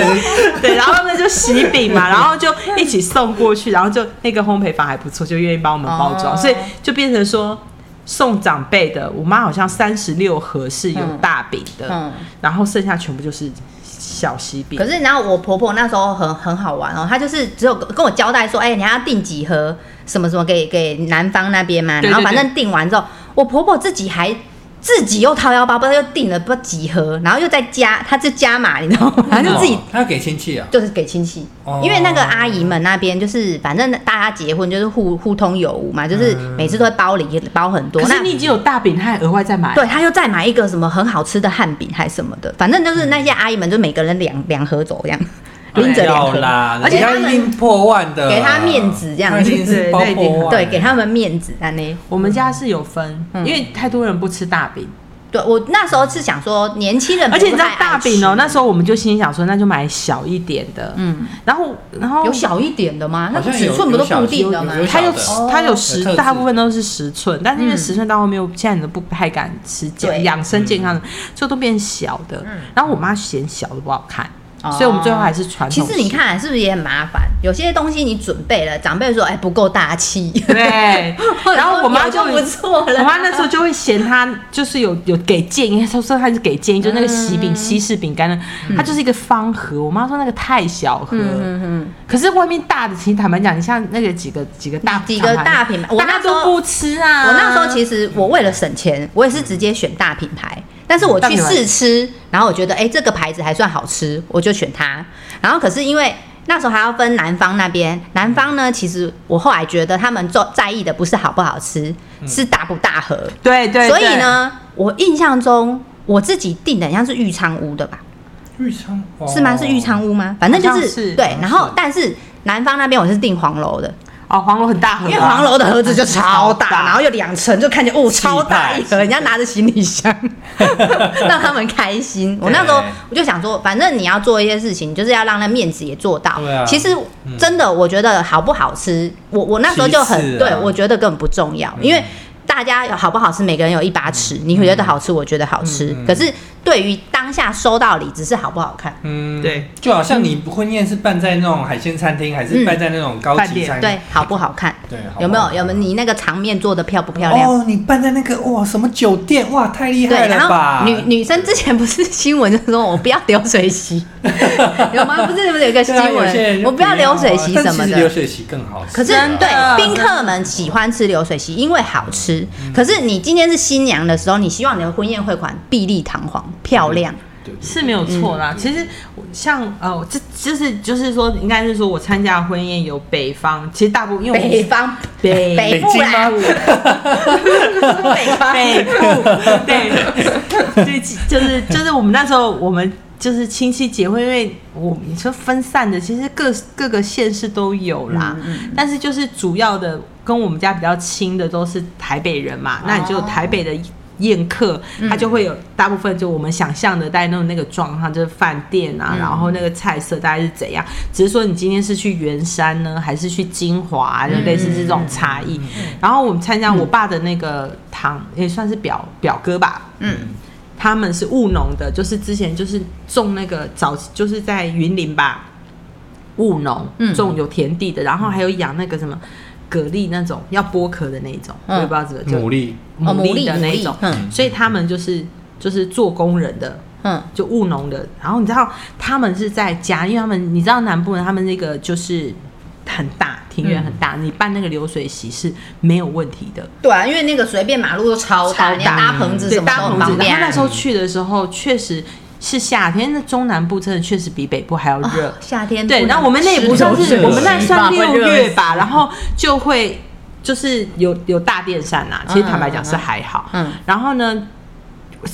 [SPEAKER 3] 对，然后那就喜饼嘛，然后就一起送过去，然后就那个烘焙坊还不错，就愿意帮我们包装，
[SPEAKER 2] 哦
[SPEAKER 3] 所以就变成说送长辈的，我妈好像三十六盒是有大饼的，
[SPEAKER 2] 嗯嗯
[SPEAKER 3] 然后剩下全部就是小喜饼
[SPEAKER 2] 可。是你知道我婆婆那时候很很好玩哦，她就是只有跟我交代说，哎、你还要订几盒什么什么给给男方那边嘛，
[SPEAKER 3] 对对
[SPEAKER 2] 然后反正订完之后，我婆婆自己还。自己又掏腰包，不知道又订了不知道几盒，然后又再加，她就加码，你知道吗？她就自己
[SPEAKER 1] 他要给亲戚啊。
[SPEAKER 2] 就是给亲戚，
[SPEAKER 1] 哦
[SPEAKER 2] 因为那个阿姨们那边就是反正大家结婚就是互互通有无嘛，
[SPEAKER 3] 嗯
[SPEAKER 2] 就是每次都会包礼包很多。
[SPEAKER 3] 可
[SPEAKER 2] 那
[SPEAKER 3] 是你已经有大饼，她还额外再买，
[SPEAKER 2] 对，他又再买一个什么很好吃的汉饼还是什么的，反正就是那些阿姨们就每个人两两盒走这样，
[SPEAKER 3] 嗯
[SPEAKER 2] 拎着两
[SPEAKER 1] 哎
[SPEAKER 3] 哎
[SPEAKER 1] 要
[SPEAKER 2] 盒，
[SPEAKER 1] 啦，
[SPEAKER 2] 而且他
[SPEAKER 1] 人家一定
[SPEAKER 2] 们
[SPEAKER 1] 破万的，啊
[SPEAKER 2] 给他面子这样子
[SPEAKER 1] 他一定是包破万，
[SPEAKER 2] 对给他们面子啊安呢。
[SPEAKER 3] 我们家是有分，
[SPEAKER 2] 嗯
[SPEAKER 3] 因为太多人不吃大饼，
[SPEAKER 2] 对我那时候是想说年轻嗯人不
[SPEAKER 3] (laughs) 而
[SPEAKER 2] 太爱吃，
[SPEAKER 3] 且你知道大饼哦、那时候我们就心里想说，那就买小一点的，
[SPEAKER 2] 嗯，
[SPEAKER 3] 然后然后
[SPEAKER 2] 有小一点的吗？那
[SPEAKER 1] 好像
[SPEAKER 2] 尺
[SPEAKER 1] 有
[SPEAKER 2] 寸不都固定
[SPEAKER 1] 有小
[SPEAKER 2] 的吗？
[SPEAKER 1] 有小
[SPEAKER 3] 它有
[SPEAKER 1] 的
[SPEAKER 2] 哦
[SPEAKER 3] 它有
[SPEAKER 1] 有
[SPEAKER 3] 十
[SPEAKER 1] 特，制
[SPEAKER 3] 大部分都是十寸，但是因为
[SPEAKER 2] 嗯
[SPEAKER 3] 十寸到后面，我现在都不太敢吃
[SPEAKER 2] 对
[SPEAKER 3] 健养生健康的，
[SPEAKER 2] 嗯
[SPEAKER 3] 所以都变小的。然后我妈嫌小的不好看，
[SPEAKER 2] 哦
[SPEAKER 3] 所以我们最后还是传
[SPEAKER 2] 其
[SPEAKER 3] 统。
[SPEAKER 2] 实你，看是不是也很麻烦？有些东西你准备了，长辈说哎不够大气，，
[SPEAKER 3] 对
[SPEAKER 2] (laughs)
[SPEAKER 3] 然后我妈
[SPEAKER 2] 有就不错了。
[SPEAKER 3] 我妈那时候就会嫌她就是有有给建议，她说她是给建议，就
[SPEAKER 2] 嗯
[SPEAKER 3] 那个喜饼、西式饼干呢，它就是一个方盒。我妈说那个太小盒，
[SPEAKER 2] 嗯嗯。
[SPEAKER 3] 可是外面大的，其实坦白讲，你像那个几个几个大
[SPEAKER 2] 几个大品牌我那
[SPEAKER 3] 大家
[SPEAKER 2] 时
[SPEAKER 3] 都
[SPEAKER 2] 候
[SPEAKER 3] 不吃啊。
[SPEAKER 2] 我那时候其实我为了省钱，我也是直接选大品牌，但是我去试吃，然后我觉得哎、诶这个牌子还算好吃，我就选它。然后可是因为那时候还要分南方那边，南方呢，其实我后来觉得他们重在意的不是好不好吃，是大不大盒。
[SPEAKER 4] 对嗯对，
[SPEAKER 2] 所以
[SPEAKER 4] 对，
[SPEAKER 2] 呢，我印象中我自己订的，像是玉昌屋的吧？
[SPEAKER 1] 玉昌哦
[SPEAKER 2] 是吗？是玉昌屋吗？反正就
[SPEAKER 4] 哦好
[SPEAKER 2] 是
[SPEAKER 4] 像是
[SPEAKER 2] 对
[SPEAKER 4] 好。像
[SPEAKER 2] 然后
[SPEAKER 1] 是，
[SPEAKER 2] 但是南方那边我是订黄楼的，
[SPEAKER 4] 哦，黄楼很大盒啊，
[SPEAKER 2] (laughs) 因为黄楼的盒子就
[SPEAKER 1] (laughs)
[SPEAKER 2] 超大，
[SPEAKER 4] 超大
[SPEAKER 2] 然后又两层，就看见哦，超大
[SPEAKER 1] 气
[SPEAKER 2] 一盒，
[SPEAKER 1] 派
[SPEAKER 2] 人家拿着行
[SPEAKER 1] (laughs)
[SPEAKER 2] 李箱，让他们开心。我那时候我就想说，反正你要做一些事情，就是要让那面子也做到。
[SPEAKER 1] 对啊
[SPEAKER 2] 其实
[SPEAKER 1] 嗯
[SPEAKER 2] 真的，我觉得好不好吃，我我那时候就很、
[SPEAKER 1] 其次啊嗯
[SPEAKER 2] 对，我觉得根本不重要，因为。大家有好不好吃？每个人有一把尺，你觉得好吃，我觉得好吃。
[SPEAKER 1] 嗯嗯
[SPEAKER 2] 可是对于当下收到礼，只是好不好看。
[SPEAKER 1] 嗯，
[SPEAKER 4] 对，
[SPEAKER 1] 就好像你婚宴是办在那种海鲜餐厅，还是办在那种高级餐厅？
[SPEAKER 2] 嗯对，好不好看？
[SPEAKER 1] 对好不好
[SPEAKER 2] 有没有？有没有？你那个场面做的漂不漂亮？
[SPEAKER 1] 哦，你办在那个哇什么酒店哇，太厉害
[SPEAKER 2] 对，然
[SPEAKER 1] 了吧！
[SPEAKER 2] 后女女生之前不是新闻就说我不要流水席，有吗？不是有一个新
[SPEAKER 1] 对啊有些人
[SPEAKER 2] 闻，
[SPEAKER 1] 就
[SPEAKER 2] 我不要流水席
[SPEAKER 1] 啊但
[SPEAKER 2] 什么
[SPEAKER 1] 其实流
[SPEAKER 2] 的。
[SPEAKER 1] 水席更好吃。
[SPEAKER 2] 可是
[SPEAKER 1] 啊
[SPEAKER 2] 对
[SPEAKER 4] 的
[SPEAKER 2] 宾客们喜欢吃流水席，因为好吃。可是你今天是新娘的时候，你希望你的婚宴会馆碧丽堂皇、漂亮。
[SPEAKER 1] 对对
[SPEAKER 3] 是没有错
[SPEAKER 2] 嗯
[SPEAKER 3] 啦。其实我像呃，这就是就是说，应该是说我参加的婚宴有北方，其实大部分因为我
[SPEAKER 2] 北方
[SPEAKER 3] 嗯北
[SPEAKER 2] 北
[SPEAKER 1] 北
[SPEAKER 2] 部
[SPEAKER 1] 京
[SPEAKER 2] 啦，
[SPEAKER 1] 吗
[SPEAKER 2] 北方
[SPEAKER 3] (laughs) 北部，
[SPEAKER 2] (laughs)
[SPEAKER 3] 对，对，就是就是我们那时候我们就是亲戚结婚，因为我们说分散的，其实各各个县市都有啦，
[SPEAKER 2] 嗯
[SPEAKER 3] 但是就是主要的跟我们家比较亲的都是台北人嘛，那你就有
[SPEAKER 2] 哦
[SPEAKER 3] 台北的。宴客，
[SPEAKER 2] 嗯
[SPEAKER 3] 它就会有大部分就我们想象的，大概弄那个状况，就是饭店
[SPEAKER 2] 嗯
[SPEAKER 3] 啊，然后那个菜色大概是怎样。只是说你今天是去圆山呢，还是去金华啊、就类似
[SPEAKER 2] 嗯
[SPEAKER 3] 这种差异。然后我们参加我爸的那个堂，也算是表表哥吧，
[SPEAKER 2] 嗯，
[SPEAKER 3] 他们是务农的，就是之前就是种那个早，就是在云林吧，务农
[SPEAKER 2] 嗯
[SPEAKER 3] 种有田地的，然后还有养那个什么蛤蜊那种要剥壳的那种，
[SPEAKER 2] 嗯
[SPEAKER 3] 我也不知道怎么
[SPEAKER 1] 牡
[SPEAKER 3] 就
[SPEAKER 1] 蛎，
[SPEAKER 2] 哦，牡
[SPEAKER 3] 蛎
[SPEAKER 2] 蛎
[SPEAKER 3] 的那一种
[SPEAKER 2] 牡蛎，嗯
[SPEAKER 3] 所以他们就是就是做工人的，
[SPEAKER 2] 嗯，
[SPEAKER 3] 就务农的。然后你知道他们是在家，因为他们你知道南部人他们那个就是很大庭
[SPEAKER 2] 嗯
[SPEAKER 3] 院很大，你办那个流水席是没有问题的。
[SPEAKER 2] 对啊，因为那个随便马路都超大，
[SPEAKER 3] 超大
[SPEAKER 2] 哦你要搭棚子
[SPEAKER 3] 对，
[SPEAKER 2] 什么都
[SPEAKER 3] 搭
[SPEAKER 2] 很
[SPEAKER 3] 棚
[SPEAKER 2] 方
[SPEAKER 3] 子。然
[SPEAKER 2] 便
[SPEAKER 3] 后那
[SPEAKER 2] 啊。
[SPEAKER 3] 时候去的时候，确实是夏天，那中南部真的确实比北部还要热。
[SPEAKER 2] 啊夏天
[SPEAKER 3] 对，
[SPEAKER 2] 不
[SPEAKER 3] 然后
[SPEAKER 2] 能
[SPEAKER 3] 我们那也
[SPEAKER 2] 吃
[SPEAKER 3] 不算
[SPEAKER 1] 流
[SPEAKER 3] 是，
[SPEAKER 1] 水
[SPEAKER 3] 我们那
[SPEAKER 2] 席
[SPEAKER 3] 算
[SPEAKER 2] 吧
[SPEAKER 3] 六
[SPEAKER 2] 会热
[SPEAKER 3] 月
[SPEAKER 2] 死
[SPEAKER 3] 吧，然后就会就是有有大电扇啦、其实
[SPEAKER 2] 嗯
[SPEAKER 3] 坦白讲
[SPEAKER 2] 嗯
[SPEAKER 3] 是还好。
[SPEAKER 2] 嗯
[SPEAKER 3] 然后呢，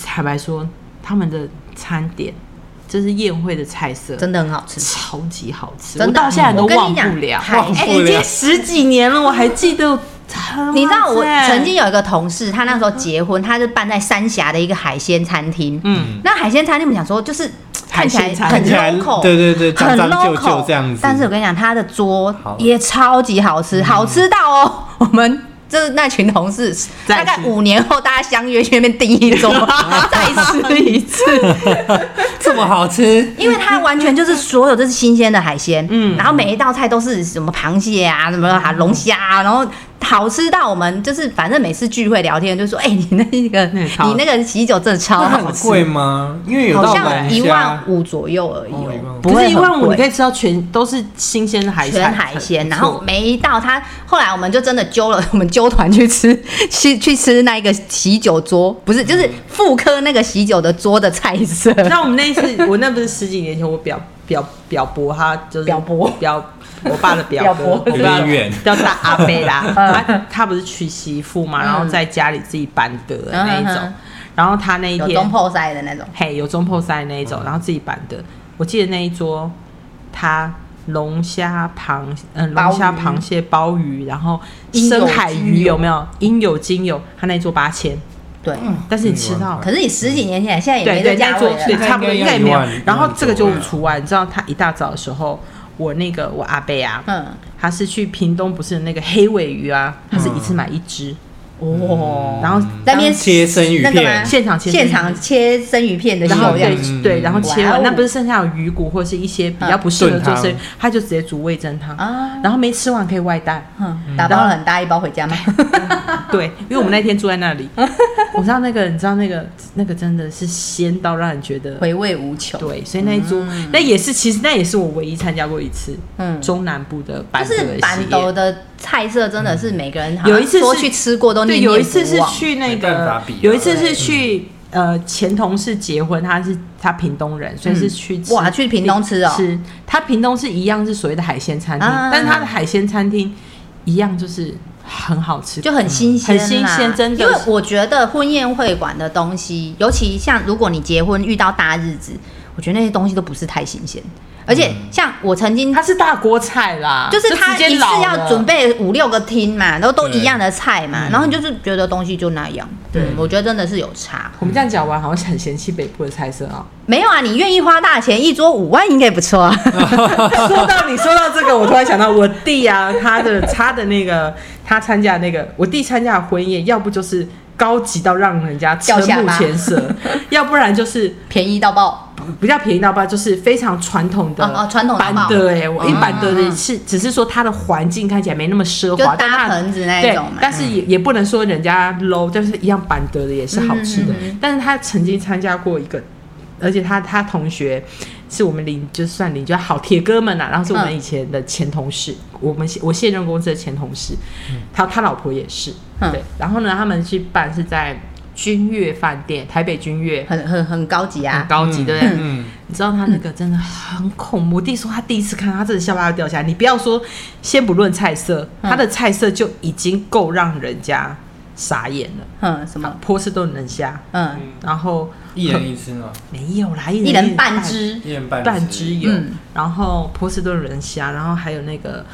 [SPEAKER 3] 坦白说他们的餐点就是宴会的菜色，
[SPEAKER 2] 真的很好吃。
[SPEAKER 3] 超级好吃，
[SPEAKER 2] 真
[SPEAKER 3] 我
[SPEAKER 2] 的
[SPEAKER 3] 到现在都
[SPEAKER 2] 我跟你
[SPEAKER 3] 忘不
[SPEAKER 2] 讲
[SPEAKER 3] 了。
[SPEAKER 2] 海
[SPEAKER 3] 忘
[SPEAKER 2] 哎
[SPEAKER 3] 不
[SPEAKER 1] 已
[SPEAKER 3] 了
[SPEAKER 1] 经
[SPEAKER 3] 十几年了，我还记 (laughs) 得。
[SPEAKER 2] 你知道我
[SPEAKER 3] 欸
[SPEAKER 2] 曾经有一个同事，他那时候结婚，他是办在三峡的一个海鲜餐厅。
[SPEAKER 3] 嗯
[SPEAKER 2] 那海鲜餐厅，我们想说就是看起来
[SPEAKER 3] 海鲜餐
[SPEAKER 2] 很
[SPEAKER 1] 起来
[SPEAKER 2] local，
[SPEAKER 1] 对对对，
[SPEAKER 2] 很
[SPEAKER 1] 脏脏旧旧
[SPEAKER 2] local
[SPEAKER 1] 这样子。嗯
[SPEAKER 2] 但是我跟你讲，他的桌
[SPEAKER 1] 好
[SPEAKER 2] 也超级好吃，好吃到哦，我们。就是那群同事，
[SPEAKER 3] 再
[SPEAKER 2] 大概
[SPEAKER 3] 吃
[SPEAKER 2] 五年后大家相约去那边订一
[SPEAKER 1] (laughs)
[SPEAKER 2] 桌， (laughs) 再
[SPEAKER 3] (laughs)
[SPEAKER 2] 吃一次，
[SPEAKER 1] 这么好吃，
[SPEAKER 2] 因为它完全就是所有都是新鲜的海鲜，嗯，然后每一道菜都是什么螃蟹啊，什么啊龙虾啊，然后好吃到我们就是反正每次聚会聊天就说，哎、你 (laughs) 那个
[SPEAKER 3] 那也超
[SPEAKER 2] 你那个喜酒真的超
[SPEAKER 1] 那
[SPEAKER 2] 好
[SPEAKER 1] 很
[SPEAKER 2] 吃，
[SPEAKER 1] 贵吗？因为有
[SPEAKER 2] 好
[SPEAKER 1] 到
[SPEAKER 2] 像
[SPEAKER 1] 龙
[SPEAKER 2] 一万
[SPEAKER 1] 虾，
[SPEAKER 2] 五左右而已、
[SPEAKER 1] 哦一万
[SPEAKER 2] 哦
[SPEAKER 1] 五，
[SPEAKER 2] 不
[SPEAKER 3] 可
[SPEAKER 2] 会
[SPEAKER 3] 是一万
[SPEAKER 2] 很
[SPEAKER 3] 五，
[SPEAKER 2] 贵
[SPEAKER 3] 你可以吃到全都是新鲜的海
[SPEAKER 2] 全
[SPEAKER 3] 产，
[SPEAKER 2] 海鲜，
[SPEAKER 3] 很不
[SPEAKER 2] 然
[SPEAKER 3] 错
[SPEAKER 2] 后每一道它后来我们就真的揪了，我 (laughs) 们揪团去吃， (laughs) 去去吃那一个喜酒桌，不是就是复刻那个喜酒的桌的菜色，
[SPEAKER 3] (laughs) 那我们那一次，我那不是十几年前，我表表表伯他就是
[SPEAKER 2] 表伯
[SPEAKER 3] 表我爸的表
[SPEAKER 2] (laughs) 表伯
[SPEAKER 3] 哥，我爸的
[SPEAKER 1] 有点远
[SPEAKER 3] 叫大阿贝啦，
[SPEAKER 2] (laughs) 嗯
[SPEAKER 3] 他他不是娶媳妇嘛，然后在家里自己板德的那一
[SPEAKER 2] 嗯嗯
[SPEAKER 3] 种
[SPEAKER 2] 嗯，
[SPEAKER 3] 然后他那一
[SPEAKER 2] 有
[SPEAKER 3] 天
[SPEAKER 2] 东坡塞的那种，
[SPEAKER 3] 嘿，有中破塞那一种，然后自己板的。我记得那一桌，他龙虾、螃，嗯、
[SPEAKER 2] 鲍
[SPEAKER 3] 龙虾、
[SPEAKER 2] 鱼
[SPEAKER 3] 螃蟹、鲍鱼，然后
[SPEAKER 2] 应有
[SPEAKER 3] 深海
[SPEAKER 2] 尽
[SPEAKER 3] 鱼
[SPEAKER 2] 有
[SPEAKER 3] 有没有？应有尽有，他那一桌八千，
[SPEAKER 2] 对。
[SPEAKER 3] 嗯但是你吃到。
[SPEAKER 2] 可是你十几年前，现在也
[SPEAKER 3] 对
[SPEAKER 2] 没
[SPEAKER 3] 对，
[SPEAKER 2] 这
[SPEAKER 3] 那
[SPEAKER 2] 价
[SPEAKER 3] 桌
[SPEAKER 2] 位了
[SPEAKER 3] 对
[SPEAKER 1] 那
[SPEAKER 3] 差不多
[SPEAKER 1] 应
[SPEAKER 3] 应
[SPEAKER 1] 该
[SPEAKER 3] 该也没
[SPEAKER 1] 一
[SPEAKER 3] 有
[SPEAKER 1] 万一。
[SPEAKER 3] 然后
[SPEAKER 1] 万
[SPEAKER 3] 这个
[SPEAKER 1] 左
[SPEAKER 3] 就
[SPEAKER 1] 右
[SPEAKER 3] 除外，你知道他一大早的时候，我那个我阿贝啊，
[SPEAKER 2] 嗯，
[SPEAKER 3] 他是去屏东，不是那个黑尾鱼啊，他是
[SPEAKER 1] 嗯
[SPEAKER 3] 一次买一只，
[SPEAKER 2] 哦，
[SPEAKER 3] 然后
[SPEAKER 2] 在那边
[SPEAKER 1] 切生鱼
[SPEAKER 2] 那个吗
[SPEAKER 1] 片，
[SPEAKER 3] 现场切
[SPEAKER 2] 现场切生鱼片的
[SPEAKER 3] 然
[SPEAKER 2] 肉
[SPEAKER 3] 后
[SPEAKER 2] 这
[SPEAKER 3] 对
[SPEAKER 2] 样子，
[SPEAKER 1] 嗯
[SPEAKER 3] 对，然后切
[SPEAKER 2] 哇哦
[SPEAKER 3] 完，那不是剩下有鱼骨或是一些比较不适合做生意，他就直接煮味噌汤
[SPEAKER 2] 啊，
[SPEAKER 3] 然后没吃完可以外带。
[SPEAKER 2] 嗯，打包了很大一包回家吗？
[SPEAKER 3] 对，因为我们那天住在那里，
[SPEAKER 2] 啊
[SPEAKER 3] 我知道那个，你知道那个那个真的是鲜到让人觉得。
[SPEAKER 2] (laughs) 回味无穷，
[SPEAKER 3] 对，所以那一桌，那也是其实那也是我唯一参加过一次，
[SPEAKER 2] 嗯
[SPEAKER 3] 中南部的
[SPEAKER 2] 就
[SPEAKER 3] 板德
[SPEAKER 2] 是
[SPEAKER 3] 的喜
[SPEAKER 2] 板
[SPEAKER 3] 宴
[SPEAKER 2] 豆的菜色真的是每个人好像
[SPEAKER 3] 有一次是
[SPEAKER 2] 说去吃过都
[SPEAKER 3] 对，
[SPEAKER 2] 念
[SPEAKER 3] 有一
[SPEAKER 2] 念
[SPEAKER 3] 次
[SPEAKER 2] 不
[SPEAKER 3] 是
[SPEAKER 2] 忘。
[SPEAKER 3] 去那
[SPEAKER 1] 没办法
[SPEAKER 3] 个
[SPEAKER 1] 比啊，
[SPEAKER 3] 有一次是去呃前同事结婚，他是他屏东人，所以是去吃、
[SPEAKER 2] 嗯哇，去屏东吃哦，
[SPEAKER 3] 吃。他屏东是一样是所谓的海鲜餐厅，
[SPEAKER 2] 啊
[SPEAKER 3] 但他的海鲜餐厅一样就是很好吃，
[SPEAKER 2] 就很新鲜啦，
[SPEAKER 3] 很新鲜真的
[SPEAKER 2] 因为我觉得婚宴会馆的东西，尤其像如果你结婚遇到大日子，我觉得那些东西都不是太新鲜。而
[SPEAKER 3] 嗯
[SPEAKER 2] 且像我曾经，
[SPEAKER 3] 它是大锅菜啦，
[SPEAKER 2] 就是他
[SPEAKER 3] 啊直接
[SPEAKER 2] 一次
[SPEAKER 3] 老
[SPEAKER 2] 要
[SPEAKER 3] 了
[SPEAKER 2] 准备五六个厅嘛，然后都
[SPEAKER 1] 对
[SPEAKER 2] 一样的菜嘛，然后你就是觉得东西就那样。
[SPEAKER 3] 对
[SPEAKER 2] 嗯我觉得真的是有差。
[SPEAKER 3] 我们这样讲完，好像很嫌弃北部的菜色啊、
[SPEAKER 2] 没有啊，你愿意花大钱，一桌五万应该也不错啊。
[SPEAKER 3] (laughs) 说到你说到这个，我突然想到我弟啊，他的他的那个他参加那个我弟参加的婚宴，要不就是高级到让人家瞠
[SPEAKER 2] 掉下
[SPEAKER 3] 目
[SPEAKER 2] 巴
[SPEAKER 3] 前舌，要不然就是
[SPEAKER 2] 便宜到爆，
[SPEAKER 3] 不叫便宜到爆，就是非常传统的
[SPEAKER 2] 哦哦传统的
[SPEAKER 3] 板
[SPEAKER 2] 报
[SPEAKER 3] 的哎，我一
[SPEAKER 2] 嗯
[SPEAKER 3] 板的
[SPEAKER 2] 嗯嗯
[SPEAKER 3] 是只是说它的环境看起来没那么奢
[SPEAKER 2] 就
[SPEAKER 3] 华，但
[SPEAKER 2] 搭
[SPEAKER 3] 它
[SPEAKER 2] 盆子那一
[SPEAKER 3] 对
[SPEAKER 2] 种，嘛。嗯
[SPEAKER 3] 但是也也不能说人家 low，就是一样板德的也是好吃
[SPEAKER 2] 嗯
[SPEAKER 3] 的。但是他曾经参加过一个，而且他他同学是我们邻，就算邻居好铁哥们呐、啊然后是我们
[SPEAKER 2] 嗯
[SPEAKER 3] 以前的前同事，我们我现任公司的前同事，他他老婆也是，
[SPEAKER 2] 嗯
[SPEAKER 3] 对。然后呢，他们去办是在君悦饭店，台北君悦。
[SPEAKER 2] 很很很高级
[SPEAKER 3] 很
[SPEAKER 2] 啊，
[SPEAKER 3] 高级，对不对？
[SPEAKER 1] 嗯，
[SPEAKER 3] 你知道他那个真的很恐怖。我弟说他第一次看，他真的下巴要掉下来。你不要说，先不论菜色，
[SPEAKER 2] 嗯
[SPEAKER 3] 他的菜色就已经够让人家傻眼了。
[SPEAKER 2] 嗯，什么，
[SPEAKER 3] 波士顿冷虾，
[SPEAKER 2] 嗯，
[SPEAKER 3] 然后
[SPEAKER 1] 一人一只呢，
[SPEAKER 3] 没有啦，一
[SPEAKER 2] 一
[SPEAKER 3] 人
[SPEAKER 2] 人半，只，
[SPEAKER 1] 一人半
[SPEAKER 3] 半只有，
[SPEAKER 2] 嗯
[SPEAKER 3] 然后波士顿冷虾，然后还有那个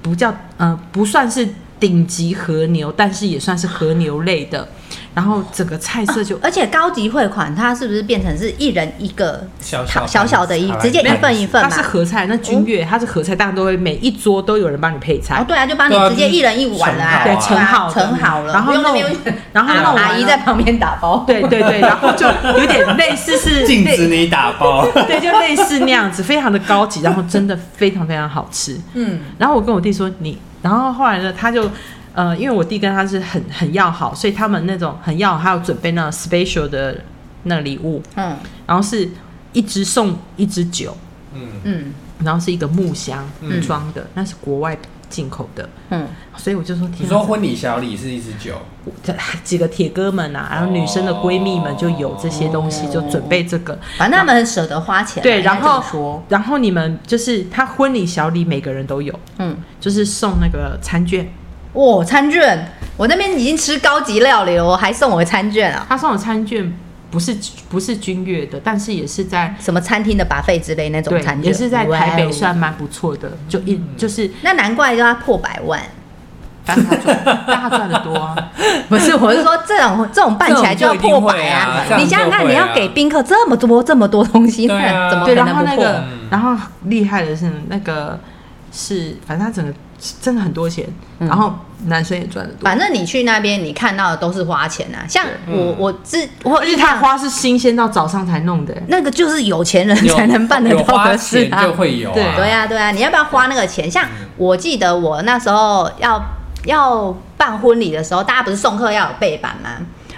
[SPEAKER 3] 不叫呃不算是顶级和牛，但是也算是和牛类的。然后整个菜色就
[SPEAKER 2] 而且高级汇款它是不是变成是一人一个
[SPEAKER 1] 小
[SPEAKER 2] 小
[SPEAKER 1] 小
[SPEAKER 2] 小的一，直接一份一份
[SPEAKER 3] 它
[SPEAKER 2] 嘛
[SPEAKER 3] 是？合菜，那君悦它是合菜，当然都会每一桌都有人帮你配菜
[SPEAKER 2] 哦，，对啊，就帮你
[SPEAKER 1] 对啊
[SPEAKER 2] 直接一人一碗了啊，
[SPEAKER 1] 就
[SPEAKER 3] 对
[SPEAKER 1] 是，
[SPEAKER 3] 盛好的
[SPEAKER 2] 盛好了，
[SPEAKER 3] 然后
[SPEAKER 2] 不用那
[SPEAKER 3] 弄
[SPEAKER 2] 边有， (laughs)
[SPEAKER 3] 然后弄
[SPEAKER 2] 啊
[SPEAKER 3] 完
[SPEAKER 2] 阿姨
[SPEAKER 3] 了
[SPEAKER 2] 在旁边打包，
[SPEAKER 3] 对对对，然后就有点类似
[SPEAKER 2] 嗯
[SPEAKER 3] 是
[SPEAKER 1] 禁止
[SPEAKER 3] 类
[SPEAKER 1] 你打包。
[SPEAKER 3] (laughs) 对，就类似那样子，非常的高级，然后真的非常非常好吃。
[SPEAKER 2] 嗯，
[SPEAKER 3] (laughs) 然后我跟我弟说你，然后后来呢，他就呃，因为我弟跟他是很很要好，所以他们那种很要好，还有准备那种 special 的那礼物，
[SPEAKER 2] 嗯
[SPEAKER 3] 然后是一支送一支酒，
[SPEAKER 1] 嗯
[SPEAKER 2] 嗯
[SPEAKER 3] 然后是一个木箱
[SPEAKER 1] 嗯
[SPEAKER 3] 装的，那是国外进口的，
[SPEAKER 2] 嗯，
[SPEAKER 3] 所以我就说，啊
[SPEAKER 1] 你
[SPEAKER 3] 听
[SPEAKER 1] 说婚礼小礼是一支酒，
[SPEAKER 3] 几个铁哥们啊，然后女生的闺蜜们就有这些东西，就准备这个。
[SPEAKER 2] 反正他们很舍得花钱啊，应
[SPEAKER 3] 对，
[SPEAKER 2] 该
[SPEAKER 3] 然后
[SPEAKER 2] 这么说，
[SPEAKER 3] 然后你们就是他婚礼小礼，每个人都有，
[SPEAKER 2] 嗯，
[SPEAKER 3] 就是送那个餐券。
[SPEAKER 2] 哇，哦餐券，我那边已经吃高级料理了，我还送我餐券啊，
[SPEAKER 3] 他送的餐券不是不是君悦的，但是也是在
[SPEAKER 2] 什么餐厅的 buffet 之类那种
[SPEAKER 3] 对
[SPEAKER 2] 餐，券，嗯
[SPEAKER 3] 也是在台
[SPEAKER 2] 哇
[SPEAKER 3] 北
[SPEAKER 2] 哦
[SPEAKER 3] 算蛮不错的，就一就是
[SPEAKER 2] 那难怪叫他破百万，
[SPEAKER 3] 但他赚，但他赚的多啊。
[SPEAKER 2] (laughs) 不是，我是说这种这种办起来就要破
[SPEAKER 1] 这种
[SPEAKER 2] 百
[SPEAKER 1] 就一定会啊
[SPEAKER 2] 你想想
[SPEAKER 1] 这样就
[SPEAKER 2] 看，
[SPEAKER 1] 会啊
[SPEAKER 2] 你要给宾客这么多这么多东西，
[SPEAKER 1] 对啊
[SPEAKER 2] 那怎么
[SPEAKER 3] 对，
[SPEAKER 2] 可
[SPEAKER 3] 然后
[SPEAKER 2] 能
[SPEAKER 3] 那
[SPEAKER 2] 不
[SPEAKER 3] 个
[SPEAKER 2] 破？
[SPEAKER 1] 嗯
[SPEAKER 3] 然后厉害的是那个是，反正他整个真的很多钱，
[SPEAKER 2] 嗯
[SPEAKER 3] 然后男生也赚的多。
[SPEAKER 2] 反正你去那边，你看到的都是花钱啊。像我，我自我
[SPEAKER 3] 而且哦他花是新鲜到早上才弄的，欸
[SPEAKER 2] 那个就是有钱人
[SPEAKER 1] 有
[SPEAKER 2] 才能办得
[SPEAKER 1] 有
[SPEAKER 2] 到
[SPEAKER 1] 花
[SPEAKER 2] 的事
[SPEAKER 1] 钱
[SPEAKER 2] 啊
[SPEAKER 1] 就。会有啊，
[SPEAKER 3] 对
[SPEAKER 2] 对啊，对啊，你要不要花那个钱？像我记得我那时候要要办婚礼的时候，大家不是送客要有背板吗？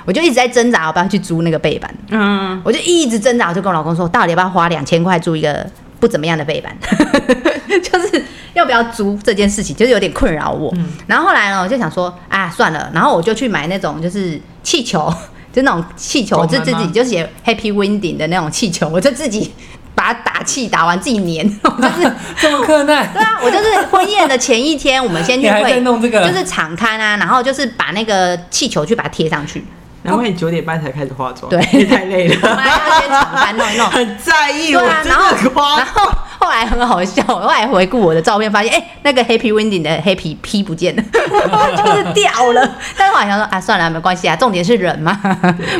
[SPEAKER 2] 我就一直在挣扎，我要不要去租那个背板。
[SPEAKER 3] 嗯，
[SPEAKER 2] 我就一直挣扎，我就跟我老公说，到底要不要花两千块租一个不怎么样的背板？ (laughs) 就是要不要租这件事情，就是有点困扰我。然后后来呢，我就想说，啊，算了，然后我就去买那种就是气球， (laughs) 就那种气球，
[SPEAKER 3] 拱
[SPEAKER 2] 就
[SPEAKER 3] 门
[SPEAKER 2] 自己
[SPEAKER 3] 吗
[SPEAKER 2] 就写 Happy Winding 的那种气球，我就自己把它打气打完自己粘，我就是。
[SPEAKER 1] 这么困难
[SPEAKER 2] 对，啊，我就是婚宴的前一天，我们
[SPEAKER 3] (laughs)
[SPEAKER 2] 先去
[SPEAKER 1] 你还在
[SPEAKER 2] 会，
[SPEAKER 1] 弄这个
[SPEAKER 2] 就是场刊啊，然后就是把那个气球去把它贴上去，
[SPEAKER 3] 难怪你九点半才开始化妆，
[SPEAKER 2] 对
[SPEAKER 3] 你太累
[SPEAKER 2] 我们
[SPEAKER 3] 了，
[SPEAKER 2] 还要先场刊弄一弄，
[SPEAKER 3] (laughs) 很在意，
[SPEAKER 2] 对
[SPEAKER 3] 我
[SPEAKER 2] 啊，
[SPEAKER 3] 哎真
[SPEAKER 2] 然
[SPEAKER 3] 的
[SPEAKER 2] 后
[SPEAKER 3] 很夸
[SPEAKER 2] 然后 (laughs) 后来很好笑，我后来回顾我的照片，发现哎、那个 Happy Winding 的 Happy P 不见了， (laughs) 就是掉了。但是我好像说啊，算了，没关系啊，重点是人
[SPEAKER 3] (laughs)
[SPEAKER 2] 嘛，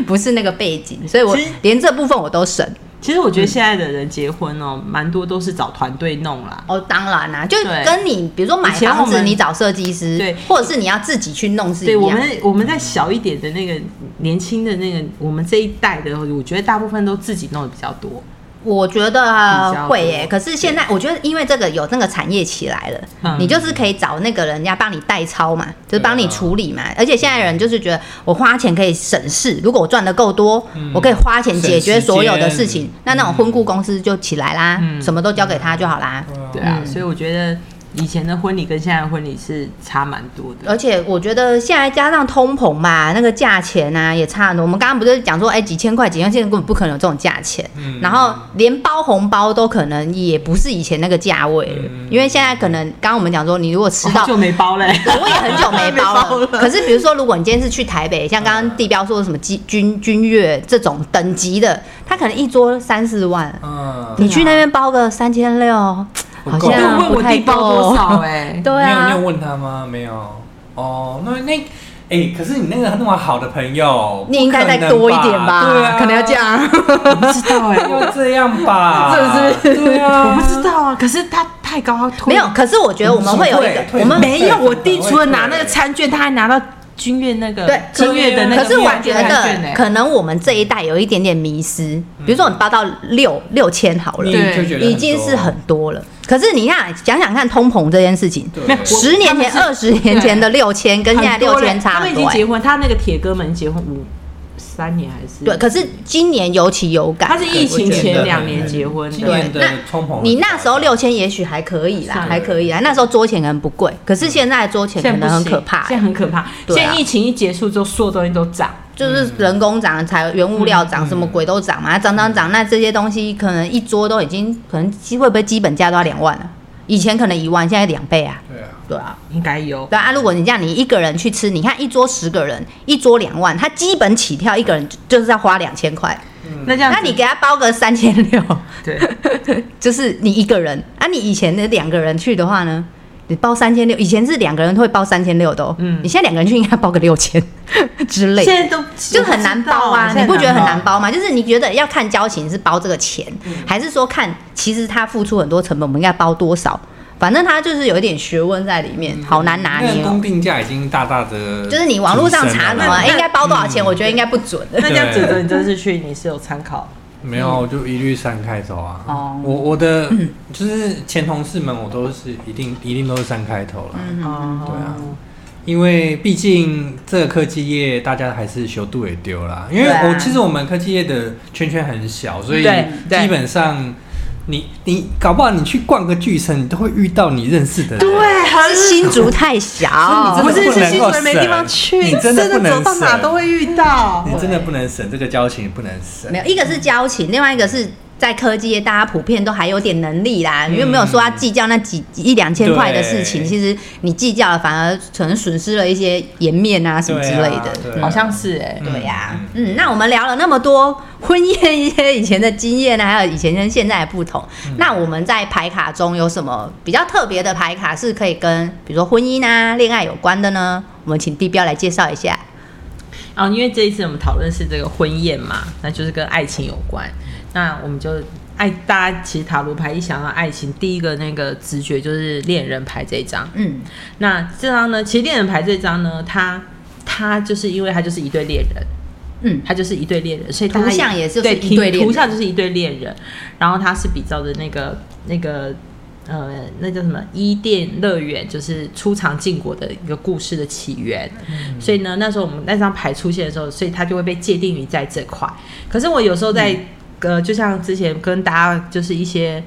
[SPEAKER 2] 不是那个背景，所以我
[SPEAKER 3] 其实
[SPEAKER 2] 连这部分我都省。
[SPEAKER 3] 其实我觉得现在的人结婚哦，蛮多都是找团队弄啦。
[SPEAKER 2] 哦，当然啦、就
[SPEAKER 3] 对
[SPEAKER 2] 跟你比如说买
[SPEAKER 3] 以前
[SPEAKER 2] 房
[SPEAKER 3] 我
[SPEAKER 2] 子，
[SPEAKER 3] 们
[SPEAKER 2] 你找设计师，
[SPEAKER 3] 对
[SPEAKER 2] 或者是你要自己去弄是一
[SPEAKER 3] 对我
[SPEAKER 2] 样。
[SPEAKER 3] 们，我们在小一点的那个年轻的那个，我们这一代的，我觉得大部分都自己弄的比较多。
[SPEAKER 2] 我觉得啊
[SPEAKER 3] 比较多
[SPEAKER 2] 会耶、可是现在我觉得因为这个有那个产业起来了，
[SPEAKER 3] 嗯
[SPEAKER 2] 你就是可以找那个人家帮你代操嘛，就
[SPEAKER 1] 对
[SPEAKER 2] 是
[SPEAKER 1] 啊
[SPEAKER 2] 帮你处理嘛。而且现在人就是觉得我花钱可以省事，如果我赚的够多，
[SPEAKER 3] 嗯
[SPEAKER 2] 我可以花钱解决所有的
[SPEAKER 1] 省
[SPEAKER 2] 事
[SPEAKER 1] 时
[SPEAKER 2] 情
[SPEAKER 1] 间。
[SPEAKER 2] 那那种婚顾公司就起来啦，
[SPEAKER 3] 嗯
[SPEAKER 2] 什么都交给他就好啦。
[SPEAKER 3] 啊对啊，所以我觉得以前的婚礼跟现在的婚礼是差蛮多的。
[SPEAKER 2] 而且我觉得现在加上通膨嘛，那个价钱啊也差很多。我们刚刚不是讲说，哎、几千块、几千块，现在根本不可能有这种价钱。
[SPEAKER 1] 嗯
[SPEAKER 2] 然后连包红包都可能也不是以前那个价位了，
[SPEAKER 1] 嗯
[SPEAKER 2] 因为现在可能刚刚我们讲说，你如果吃
[SPEAKER 1] 哦
[SPEAKER 2] 到
[SPEAKER 3] 好久没包欸嘞、
[SPEAKER 2] 我也很久没包
[SPEAKER 3] 没包
[SPEAKER 2] 了
[SPEAKER 1] (laughs)
[SPEAKER 3] 了。
[SPEAKER 2] 可是比如说，如果你今天是去台北，像刚刚地标说什么军军军乐这种等级的，他可能一桌三四万，
[SPEAKER 1] 嗯，
[SPEAKER 2] 你去那边包个三千六，
[SPEAKER 1] 不
[SPEAKER 2] 好
[SPEAKER 1] 够
[SPEAKER 3] 我
[SPEAKER 2] 像
[SPEAKER 3] 问
[SPEAKER 2] 啊不
[SPEAKER 3] 我
[SPEAKER 2] 太
[SPEAKER 3] 弟包多
[SPEAKER 2] 够。
[SPEAKER 3] 少哎、
[SPEAKER 2] 对
[SPEAKER 1] 你有你
[SPEAKER 2] 啊
[SPEAKER 1] 有，问他吗？没有。哦，那那哎、可是你那个那么好的朋友，
[SPEAKER 2] 你应该
[SPEAKER 1] 不可
[SPEAKER 2] 再
[SPEAKER 1] 能
[SPEAKER 2] 多一点吧？
[SPEAKER 1] 对啊，
[SPEAKER 2] 可能要这。样。
[SPEAKER 3] 我不知道哎、
[SPEAKER 1] 要这样
[SPEAKER 2] (laughs)
[SPEAKER 1] 吧？
[SPEAKER 3] 是不
[SPEAKER 1] 是？啊对啊，
[SPEAKER 3] 我不知道啊。可是他太高，他退
[SPEAKER 2] 没有，可是我觉得我们会有一个，
[SPEAKER 1] 嗯退
[SPEAKER 2] 我们
[SPEAKER 1] 退
[SPEAKER 3] 没有。我弟
[SPEAKER 1] 怎么会
[SPEAKER 3] 除了拿
[SPEAKER 1] 退
[SPEAKER 3] 那个餐券，他还拿到军乐那个
[SPEAKER 2] 对
[SPEAKER 3] 军乐的那个
[SPEAKER 2] 可是我
[SPEAKER 3] 餐
[SPEAKER 2] 觉
[SPEAKER 3] 券
[SPEAKER 2] 得，可能我们这一代有一点点迷失。
[SPEAKER 3] 嗯
[SPEAKER 2] 比如说，你包到六六千好了
[SPEAKER 1] 你，
[SPEAKER 3] 对
[SPEAKER 1] 就觉得
[SPEAKER 2] 已经是很多了。可是你看，想想看通膨这件事情，
[SPEAKER 1] 多
[SPEAKER 3] 没
[SPEAKER 1] 对
[SPEAKER 3] 有我
[SPEAKER 2] 十年前、
[SPEAKER 3] 他
[SPEAKER 2] 二
[SPEAKER 3] 们
[SPEAKER 2] 十年前的六千跟现在
[SPEAKER 3] 很多
[SPEAKER 2] 六千
[SPEAKER 3] 嘞
[SPEAKER 2] 差
[SPEAKER 3] 他们
[SPEAKER 2] 很
[SPEAKER 3] 已
[SPEAKER 2] 多、
[SPEAKER 3] 经结
[SPEAKER 2] 欸。
[SPEAKER 3] 婚，他那个铁哥们结婚五三年还是
[SPEAKER 2] 哎对，可是今年尤其有感。
[SPEAKER 3] 他是疫
[SPEAKER 1] 对
[SPEAKER 3] 情
[SPEAKER 1] 我觉得
[SPEAKER 3] 前两年结婚
[SPEAKER 1] 今
[SPEAKER 3] 的，
[SPEAKER 1] 年的通膨，
[SPEAKER 2] 你那时候六千也许还可以啦
[SPEAKER 3] 算，了
[SPEAKER 2] 还可以啦。那时候桌钱可能不贵，可是现在的桌钱
[SPEAKER 3] 现在
[SPEAKER 2] 可
[SPEAKER 3] 不
[SPEAKER 2] 能很
[SPEAKER 3] 行
[SPEAKER 2] 可怕、
[SPEAKER 3] 现在很可怕。
[SPEAKER 2] 对
[SPEAKER 3] 现
[SPEAKER 2] 啊
[SPEAKER 3] 在疫情一结束之后，所有东西都涨。嗯
[SPEAKER 2] 就是人工涨、材原物料涨，什么鬼都涨嘛，涨啊涨涨。那这些东西可能一桌都已经可能基会不会基本价都要两万了？以前可能一万，现在两倍啊。
[SPEAKER 1] 对啊，
[SPEAKER 2] 对啊，
[SPEAKER 3] 应该有，
[SPEAKER 2] 对啊。如果你这样，你一个人去吃，你看一桌十个人，一桌两万，他基本起跳一个人就就是要花两千块。
[SPEAKER 1] 嗯
[SPEAKER 3] 那这样子
[SPEAKER 2] 那你给他包个三千六， (laughs)
[SPEAKER 3] 对，
[SPEAKER 2] 就是你一个人啊，你以前的两个人去的话呢，你包三千六，以前是两个人会包三千六的、哦，嗯，你现在两个人去应该包个六千 (laughs) 之类的
[SPEAKER 3] 现在都
[SPEAKER 2] 就很难包啊，你不觉得很难
[SPEAKER 3] 包？
[SPEAKER 2] 包吗？就是你觉得要看交情是包这个钱，
[SPEAKER 1] 嗯
[SPEAKER 2] 还是说看其实他付出很多成本，我们应该包多少？反正他就是有一点学问在里面，好难拿
[SPEAKER 1] 嗯那
[SPEAKER 2] 捏
[SPEAKER 1] 个
[SPEAKER 2] 哦
[SPEAKER 1] 公。定价已经大大的，
[SPEAKER 2] 就是你网络上查什
[SPEAKER 1] 了
[SPEAKER 2] 么
[SPEAKER 1] 嘛
[SPEAKER 2] 哎，应该包多少
[SPEAKER 1] 嗯
[SPEAKER 2] 钱，我觉得应该不准
[SPEAKER 1] (laughs)
[SPEAKER 2] 的。
[SPEAKER 3] 那这样子的，你这次去你是有参考，
[SPEAKER 1] 没有，我就一律三开头啊。
[SPEAKER 3] 哦
[SPEAKER 1] 我我的
[SPEAKER 2] 嗯
[SPEAKER 1] 就是前同事们，我都是一定一定都是三开头啦。
[SPEAKER 2] 嗯
[SPEAKER 3] 哦，
[SPEAKER 1] 对啊因为毕竟这个科技业，大家还是修度也丢啦。因为
[SPEAKER 2] 对啊
[SPEAKER 1] 我、其实我们科技业的圈圈很小，所以
[SPEAKER 3] 对对
[SPEAKER 1] 基本上你你搞不好你去逛个巨城，你都会遇到你认识的人。
[SPEAKER 3] 对，很
[SPEAKER 2] 是新竹太小，
[SPEAKER 1] 啊所
[SPEAKER 3] 我
[SPEAKER 1] 以你真的不
[SPEAKER 3] 是去
[SPEAKER 1] 能
[SPEAKER 3] 新
[SPEAKER 1] 够
[SPEAKER 3] 竹没地方去，
[SPEAKER 1] 省你真的不能
[SPEAKER 3] 走到哪
[SPEAKER 1] 省
[SPEAKER 3] 都会遇到。
[SPEAKER 1] 你真的不能省这个交情，不能省
[SPEAKER 2] 没。有一个是交情，另外一个是。在科技业，大家普遍都还有点能力啦，
[SPEAKER 1] 嗯
[SPEAKER 2] 因为没有说要计较那几几一两千块的事情，
[SPEAKER 1] 对
[SPEAKER 2] 其实你计较了，反而可能损失了一些颜面啊什么之类的。
[SPEAKER 1] 对啊对啊
[SPEAKER 3] 好像是哎，
[SPEAKER 2] 对呀、嗯，那我们聊了那么多婚宴一些以前的经验呢，还有以前跟现在的不同。
[SPEAKER 3] 嗯
[SPEAKER 2] 那我们在牌卡中有什么比较特别的牌卡是可以跟比如说婚姻啊、恋爱有关的呢？我们请地标来介绍一下。
[SPEAKER 3] 啊，因为这一次我们讨论是这个婚宴嘛，那就是跟爱情有关。那我们就爱大家其实塔罗牌一想到爱情，第一个那个直觉就是恋人牌这一张。
[SPEAKER 2] 嗯，
[SPEAKER 3] 那这张呢，其实恋人牌这张呢，它它就是因为它就是一对恋人，
[SPEAKER 2] 嗯
[SPEAKER 3] 它就是一对恋人，所以大家
[SPEAKER 2] 图像也就是
[SPEAKER 3] 对
[SPEAKER 2] 一对恋人
[SPEAKER 3] 图像就是一对恋人，然后它是比较的那个那个呃，那叫什么伊甸乐园，就是出场禁果的一个故事的起源。所以呢，那时候我们那张牌出现的时候，所以它就会被界定于在这块。可是我有时候在、呃，就像之前跟大家就是一些。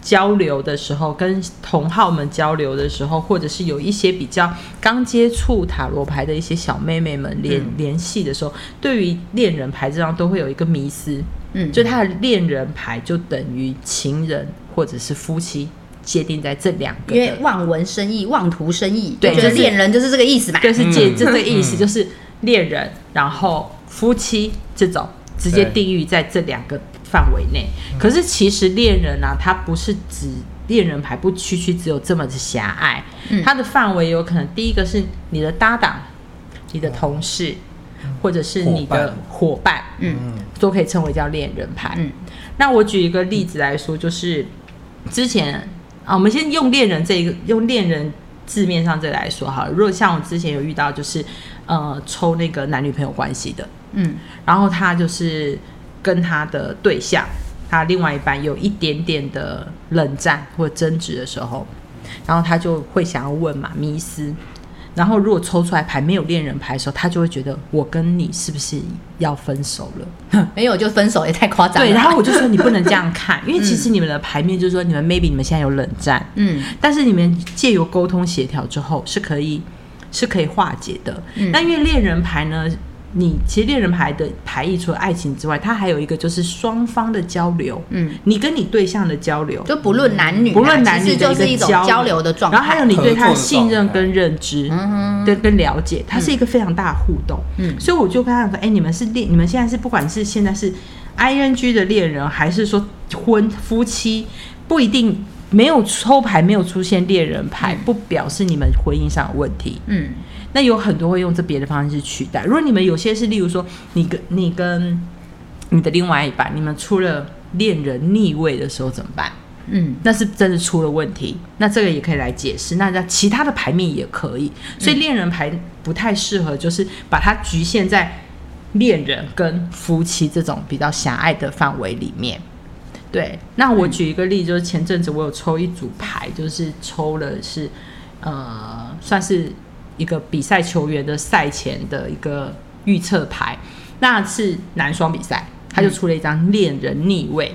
[SPEAKER 3] 交流的时候，跟同好们交流的时候，或者是有一些比较刚接触塔罗牌的一些小妹妹们联
[SPEAKER 2] 嗯
[SPEAKER 3] 联系的时候，对于恋人牌这张都会有一个迷思，
[SPEAKER 2] 嗯
[SPEAKER 3] 就他的恋人牌就等于情人或者是夫妻，界定在这两个
[SPEAKER 2] 因为
[SPEAKER 3] 的，
[SPEAKER 2] 望文生义、望图生义，
[SPEAKER 3] 对
[SPEAKER 2] 就觉得
[SPEAKER 3] 就是
[SPEAKER 2] 恋人就是这个意思嘛。
[SPEAKER 3] 对，是界
[SPEAKER 1] 嗯
[SPEAKER 3] 这这个意思，
[SPEAKER 1] 嗯
[SPEAKER 3] 就是恋人，然后夫妻这种直接
[SPEAKER 1] 对
[SPEAKER 3] 定义在这两个范围内。可是其实恋人啊，它不是指恋人牌不区区只有这么的狭隘，
[SPEAKER 2] 嗯
[SPEAKER 3] 它的范围有可能第一个是你的搭档、你的同事，
[SPEAKER 1] 嗯
[SPEAKER 3] 或者是你的伙伴，
[SPEAKER 2] 嗯
[SPEAKER 3] 都可以称为叫恋人牌。
[SPEAKER 2] 嗯
[SPEAKER 3] 那我举一个例子来说，就是之前啊，我们先用恋人这一个，用恋人字面上这来说好了。如果像我之前有遇到，就是呃抽那个男女朋友关系的，
[SPEAKER 2] 嗯
[SPEAKER 3] 然后他就是跟他的对象，他另外一半有一点点的冷战或争执的时候，然后他就会想要问嘛，迷思。然后如果抽出来牌没有恋人牌的时候，他就会觉得我跟你是不是要分手了？
[SPEAKER 2] 没有就分手也太夸张了。
[SPEAKER 3] (laughs) 对，然后我就说你不能这
[SPEAKER 2] (laughs)
[SPEAKER 3] 样看，因为其实你们的牌面就是说你们 maybe 你们现在有冷战，
[SPEAKER 2] 嗯
[SPEAKER 3] 但是你们借由沟通协调之后是可以是可以化解的。
[SPEAKER 2] 嗯
[SPEAKER 3] 那因为恋人牌呢，你其实恋人牌的牌意除了爱情之外，它还有一个就是双方的交流，
[SPEAKER 2] 嗯，
[SPEAKER 3] 你跟你对象的交流，
[SPEAKER 2] 就不论男女啊，
[SPEAKER 3] 不论男
[SPEAKER 2] 其
[SPEAKER 3] 女
[SPEAKER 2] 实
[SPEAKER 3] 的
[SPEAKER 2] 就
[SPEAKER 3] 一
[SPEAKER 2] 是一
[SPEAKER 3] 个
[SPEAKER 2] 种
[SPEAKER 3] 交
[SPEAKER 2] 交流的状态。
[SPEAKER 3] 然后还有你对他
[SPEAKER 1] 合作的
[SPEAKER 3] 的信
[SPEAKER 1] 状
[SPEAKER 3] 任
[SPEAKER 1] 态
[SPEAKER 3] 跟认知，
[SPEAKER 2] 嗯
[SPEAKER 3] 对跟了解，它是一个非常大的互动。
[SPEAKER 2] 嗯
[SPEAKER 3] 所以我就跟他讲说，哎、你们是恋，你们现在是不管是现在是 I N G 的恋人，还是说婚夫妻，不一定没有抽牌，没有出现恋人牌，不表示你们婚姻上有问题。
[SPEAKER 2] 嗯
[SPEAKER 3] 那有很多会用这别的方式去取代。如果你们有些是，例如说你跟你跟你的另外一半，你们出了恋人逆位的时候怎么办？
[SPEAKER 2] 嗯
[SPEAKER 3] 那是真的出了问题，那这个也可以来解释。那在其他的牌面也可以，所以恋人牌不太适合，就是把它局限在恋人跟夫妻这种比较狭隘的范围里面。对，那我举一个例，就是前阵子我有抽一组牌，就是抽了是呃，算是一个比赛球员的赛前的一个预测牌，那是男双比赛，他就出了一张恋人逆位。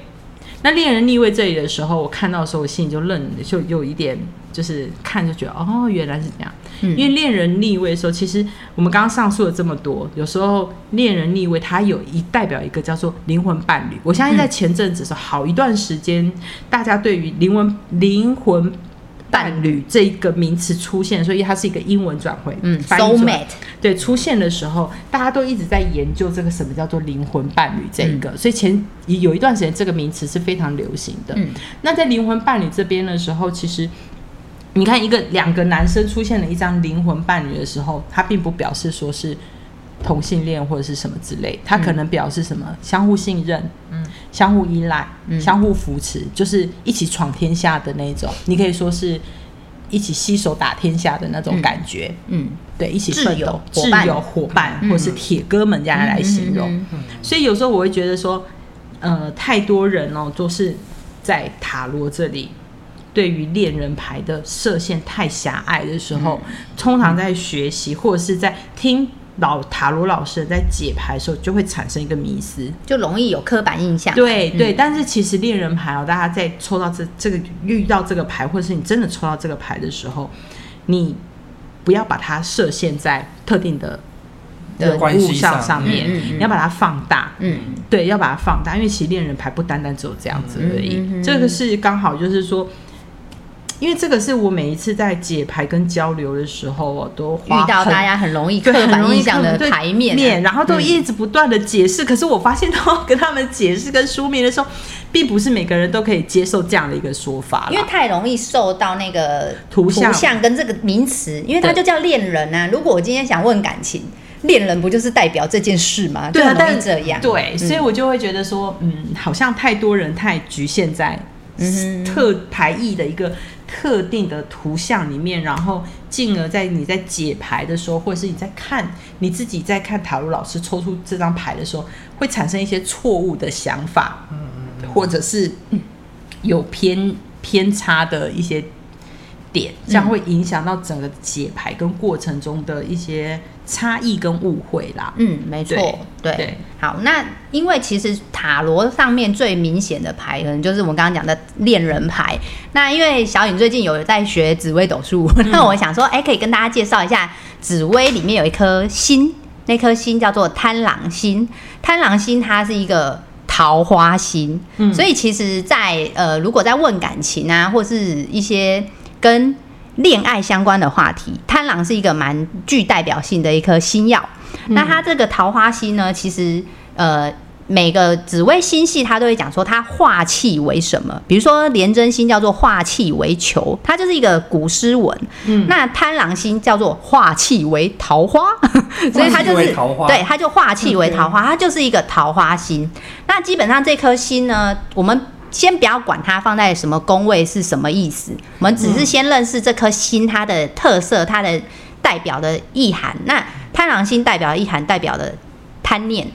[SPEAKER 3] 那恋人逆位这里的时候，我看到的时候，我心里就愣，就有一点就是看就觉得哦，原来是这样。
[SPEAKER 2] 嗯
[SPEAKER 3] 因为恋人逆位的时候，其实我们刚刚上述了这么多，有时候恋人逆位它有一代表一个叫做灵魂伴侣。我相信在前阵子的时候，好一段时间，大家对于灵魂灵魂伴侣这一个名词出现，所以它是一个英文转回，
[SPEAKER 2] 嗯
[SPEAKER 3] 翻译
[SPEAKER 2] ，soul
[SPEAKER 3] 出来
[SPEAKER 2] mate，
[SPEAKER 3] 对出现的时候，大家都一直在研究这个什么叫做灵魂伴侣这一
[SPEAKER 2] 嗯
[SPEAKER 3] 个，所以前有一段时间这个名词是非常流行的。
[SPEAKER 2] 嗯
[SPEAKER 3] 那在灵魂伴侣这边的时候，其实你看一个两个男生出现了一张灵魂伴侣的时候，他并不表示说是同性恋或者是什么之类，他可能表示什么、相互信任，嗯，相互依赖，
[SPEAKER 2] 嗯
[SPEAKER 3] 相互扶持，就是一起闯天下的那种。你可以说是一起携手打天下的那种
[SPEAKER 2] 嗯
[SPEAKER 3] 感觉。
[SPEAKER 2] 嗯，
[SPEAKER 3] 对，一起
[SPEAKER 2] 挚
[SPEAKER 3] 奋
[SPEAKER 2] 友
[SPEAKER 3] 斗、
[SPEAKER 2] 伙
[SPEAKER 3] 挚
[SPEAKER 2] 伴
[SPEAKER 3] 友、伙伴，
[SPEAKER 2] 嗯
[SPEAKER 3] 或是铁哥们这样来形容。
[SPEAKER 2] 嗯
[SPEAKER 3] 所以有时候我会觉得说，呃，太多人哦，都是在塔罗这里对于恋人牌的射线太狭隘的时候，
[SPEAKER 2] 嗯
[SPEAKER 3] 通常在学习或者是在听老塔罗老师在解牌的时候，就会产生一个迷思。
[SPEAKER 2] 就容易有刻板印象。
[SPEAKER 3] 对
[SPEAKER 2] 嗯
[SPEAKER 3] 对，但是其实恋人牌哦，大家在抽到这这个遇到这个牌，或者是你真的抽到这个牌的时候，你不要把它设限在特定的
[SPEAKER 2] 对
[SPEAKER 3] 人
[SPEAKER 1] 关
[SPEAKER 3] 物
[SPEAKER 1] 系
[SPEAKER 3] 上
[SPEAKER 1] 上
[SPEAKER 3] 上面，
[SPEAKER 2] 嗯嗯嗯
[SPEAKER 3] 你要把它放大。
[SPEAKER 2] 嗯
[SPEAKER 3] 对，要把它放大，因为其实恋人牌不单单只有这样子而
[SPEAKER 2] 嗯
[SPEAKER 3] 已，
[SPEAKER 2] 嗯嗯
[SPEAKER 3] 这个是刚好就是说，因为这个是我每一次在解牌跟交流的时候，我都
[SPEAKER 2] 遇
[SPEAKER 3] 花
[SPEAKER 2] 到
[SPEAKER 3] 很
[SPEAKER 2] 大家很容易刻
[SPEAKER 3] 对，很
[SPEAKER 2] 板
[SPEAKER 3] 容易
[SPEAKER 2] 印象
[SPEAKER 3] 看
[SPEAKER 2] 的
[SPEAKER 3] 对
[SPEAKER 2] 牌面啊，
[SPEAKER 3] 面，然后都
[SPEAKER 2] 嗯
[SPEAKER 3] 一直不断的解释。可是我发现，当跟他们解释跟说明的时候，并不是每个人都可以接受这样的一个说法啦，
[SPEAKER 2] 因为太容易受到那个
[SPEAKER 3] 图像
[SPEAKER 2] 跟这个名词，因为它就叫恋人啊。如果我今天想问感情，恋人不就是代表这件事吗？
[SPEAKER 3] 对啊，
[SPEAKER 2] 就很
[SPEAKER 3] 但
[SPEAKER 2] 容易这样。
[SPEAKER 3] 对，
[SPEAKER 2] 嗯
[SPEAKER 3] 所以我就会觉得说，嗯，好像太多人太局限在
[SPEAKER 2] 嗯哼
[SPEAKER 3] 特牌意的一个特定的图像里面，然后进而在你在解牌的时候，或者是你在看你自己在看塔罗老师抽出这张牌的时候，会产生一些错误的想法，
[SPEAKER 2] 嗯
[SPEAKER 3] 或者是嗯有偏偏差的一些点，这样会影响到整个解牌跟过程中的一些差异跟误会啦。
[SPEAKER 2] 嗯，没错
[SPEAKER 3] 对，
[SPEAKER 2] 对。
[SPEAKER 3] 对
[SPEAKER 2] 好，那因为其实塔罗上面最明显的牌，可能就是我们刚刚讲的恋人牌。那因为小颖最近有在学紫微斗
[SPEAKER 3] (laughs)
[SPEAKER 2] 数，那我想说，哎、可以跟大家介绍一下，紫微里面有一颗星，那颗星叫做贪狼星。贪狼星它是一个桃花星，
[SPEAKER 3] 嗯
[SPEAKER 2] 所以其实在，呃，如果在问感情啊，或是一些跟恋爱相关的话题，贪狼是一个蛮具代表性的一颗星耀。那它这个桃花星呢，其实呃。每个紫微星系，它都会讲说它化气为什么，比如说廉贞星叫做化气为球，它就是一个古诗文。嗯，那贪狼星叫做化气为桃花， (laughs) 所以它
[SPEAKER 1] 化气
[SPEAKER 2] 就是
[SPEAKER 1] 为桃花
[SPEAKER 2] 对，它就化气为桃花，它就是一个桃花星。那基本上这颗星呢，我们先不要管它放在什么宫位是什么意思，我们只是先认识这颗星它的特色，它的代表的意涵。那贪狼星代表
[SPEAKER 1] 嗯
[SPEAKER 2] 的意涵代表的贪念、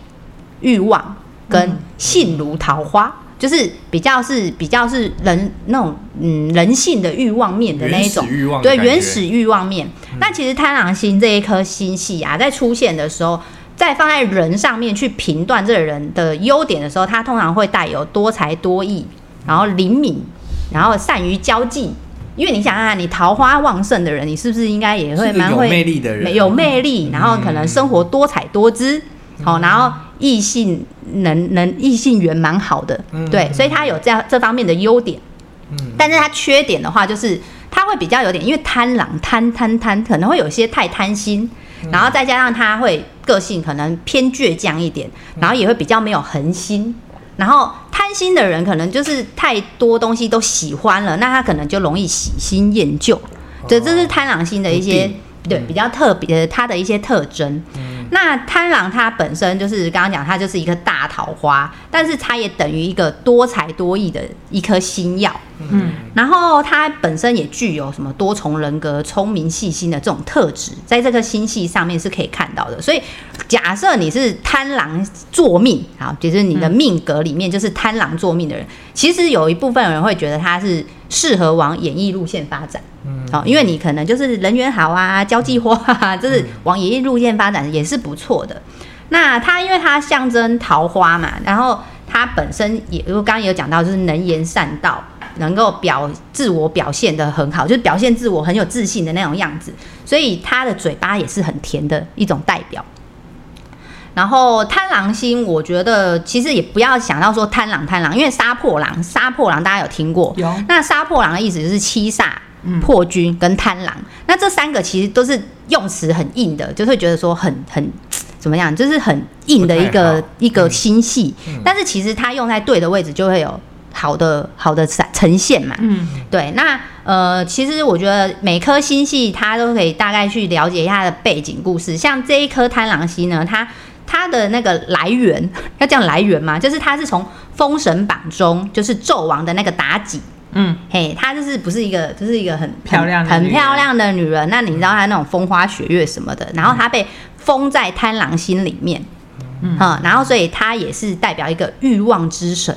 [SPEAKER 2] 欲望跟性如桃花。就是比较是比较是人那种嗯人性的欲望面的那一种
[SPEAKER 1] 原始欲望的
[SPEAKER 2] 对
[SPEAKER 1] 感觉嗯
[SPEAKER 2] 原始欲望面。那其实贪狼星这一颗星系啊，在出现的时候。在放在人上面去评断这个人的优点的时候，他通常会带有多才多艺，然后灵敏，然后善于交际。因为你想想、看，你桃花旺盛的人，你是不是应该也会
[SPEAKER 1] 是个
[SPEAKER 2] 蛮
[SPEAKER 1] 有
[SPEAKER 2] 会
[SPEAKER 1] 魅力的人嗯
[SPEAKER 2] 有魅力，然后可能生活多彩多姿，好、然后异性能能异性缘蛮好的，
[SPEAKER 1] 嗯
[SPEAKER 2] 对，所以他有这样这方面的优点。但是他缺点的话，就是他会比较有点，因为贪狼贪贪贪，可能会有些太贪心，然后再加上他会个性可能偏倔强一点，然后也会比较没有恒心。然后贪心的人可能就是太多东西都喜欢了，那他可能就容易喜新厌旧。对，这是贪狼星的一些
[SPEAKER 1] 不定
[SPEAKER 2] 对比较特别的它的一些特征。那贪狼它本身就是刚刚讲，它就是一颗大桃花，但是它也等于一个多才多艺的一颗星耀。
[SPEAKER 3] 嗯，
[SPEAKER 2] 然后它本身也具有什么多重人格、聪明细心的这种特质，在这个星系上面是可以看到的。所以，假设你是贪狼坐命啊，就是你的命格里面就是贪狼坐命的人，其实有一部分人会觉得他是适合往演艺路线发展。
[SPEAKER 1] 嗯
[SPEAKER 2] 哦，因为你可能就是人缘好啊，交际花啊，就是往演艺路线发展也是不错的。那它因为它象征桃花嘛，然后它本身也，我刚刚也有讲到，就是能言善道，能够表自我表现的很好，就是表现自我很有自信的那种样子，所以它的嘴巴也是很甜的一种代表。然后贪狼星，我觉得其实也不要想到说贪狼贪狼，因为杀破狼杀破狼大家有听过，
[SPEAKER 3] 有
[SPEAKER 2] 那杀破狼的意思就是七煞、
[SPEAKER 1] 嗯
[SPEAKER 2] 破军跟贪狼。那这三个其实都是用词很硬的，就是会觉得说很很怎么样，就是很硬的一
[SPEAKER 1] 不太
[SPEAKER 2] 个
[SPEAKER 1] 好
[SPEAKER 2] 一个星系。
[SPEAKER 1] 嗯
[SPEAKER 2] 但是其实它用在对的位置，就会有好的好的展呈现嘛。
[SPEAKER 3] 嗯，
[SPEAKER 2] 对。那呃，其实我觉得每颗星系它都可以大概去了解一下它的背景故事。像这一颗贪狼星呢，它它的那个来源 (laughs) 要讲来源嘛，就是它是从《封神榜》中，就是纣王的那个妲己。
[SPEAKER 3] 嗯，
[SPEAKER 2] 嘿，她就是不是一个，就是一个很
[SPEAKER 3] 漂亮的
[SPEAKER 2] 很
[SPEAKER 3] 女
[SPEAKER 2] 很
[SPEAKER 3] 人嗯
[SPEAKER 2] 漂亮的女人。那你知道她那种风花雪月什么的，然后她被封在贪狼星里面，嗯，然后所以她也是代表一个欲望之神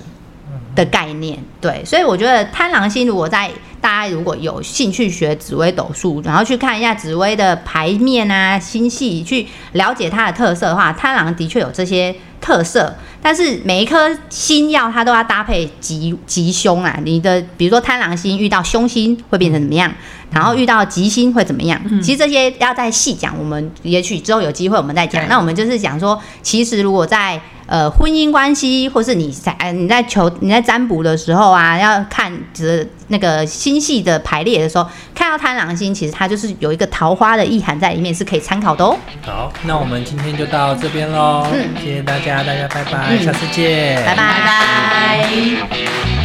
[SPEAKER 3] 嗯
[SPEAKER 2] 的概念，对。所以我觉得贪狼星如果在大家如果有兴趣学紫微斗数，然后去看一下紫微的牌面啊、星系，去了解它的特色的话，贪狼的确有这些特色。但是每一颗星耀它都要搭配吉吉凶啊，你的比如说贪狼星遇到凶星会变成怎么样，然后遇到吉星会怎么样？其实这些要再细讲，我们也许之后有机会我们再讲。
[SPEAKER 3] 对
[SPEAKER 2] 那我们就是讲说，其实如果在呃婚姻关系，或是你在呃你在求你在占卜的时候啊，要看这那个星系的排列的时候，看到贪狼星，其实它就是有一个桃花的意涵在里面，是可以参考的哦。
[SPEAKER 1] 好，那我们今天就到这边喽，
[SPEAKER 2] 嗯
[SPEAKER 1] 谢谢大家，大家拜拜，
[SPEAKER 2] 嗯
[SPEAKER 1] 下次见，
[SPEAKER 2] 拜拜。
[SPEAKER 3] 拜。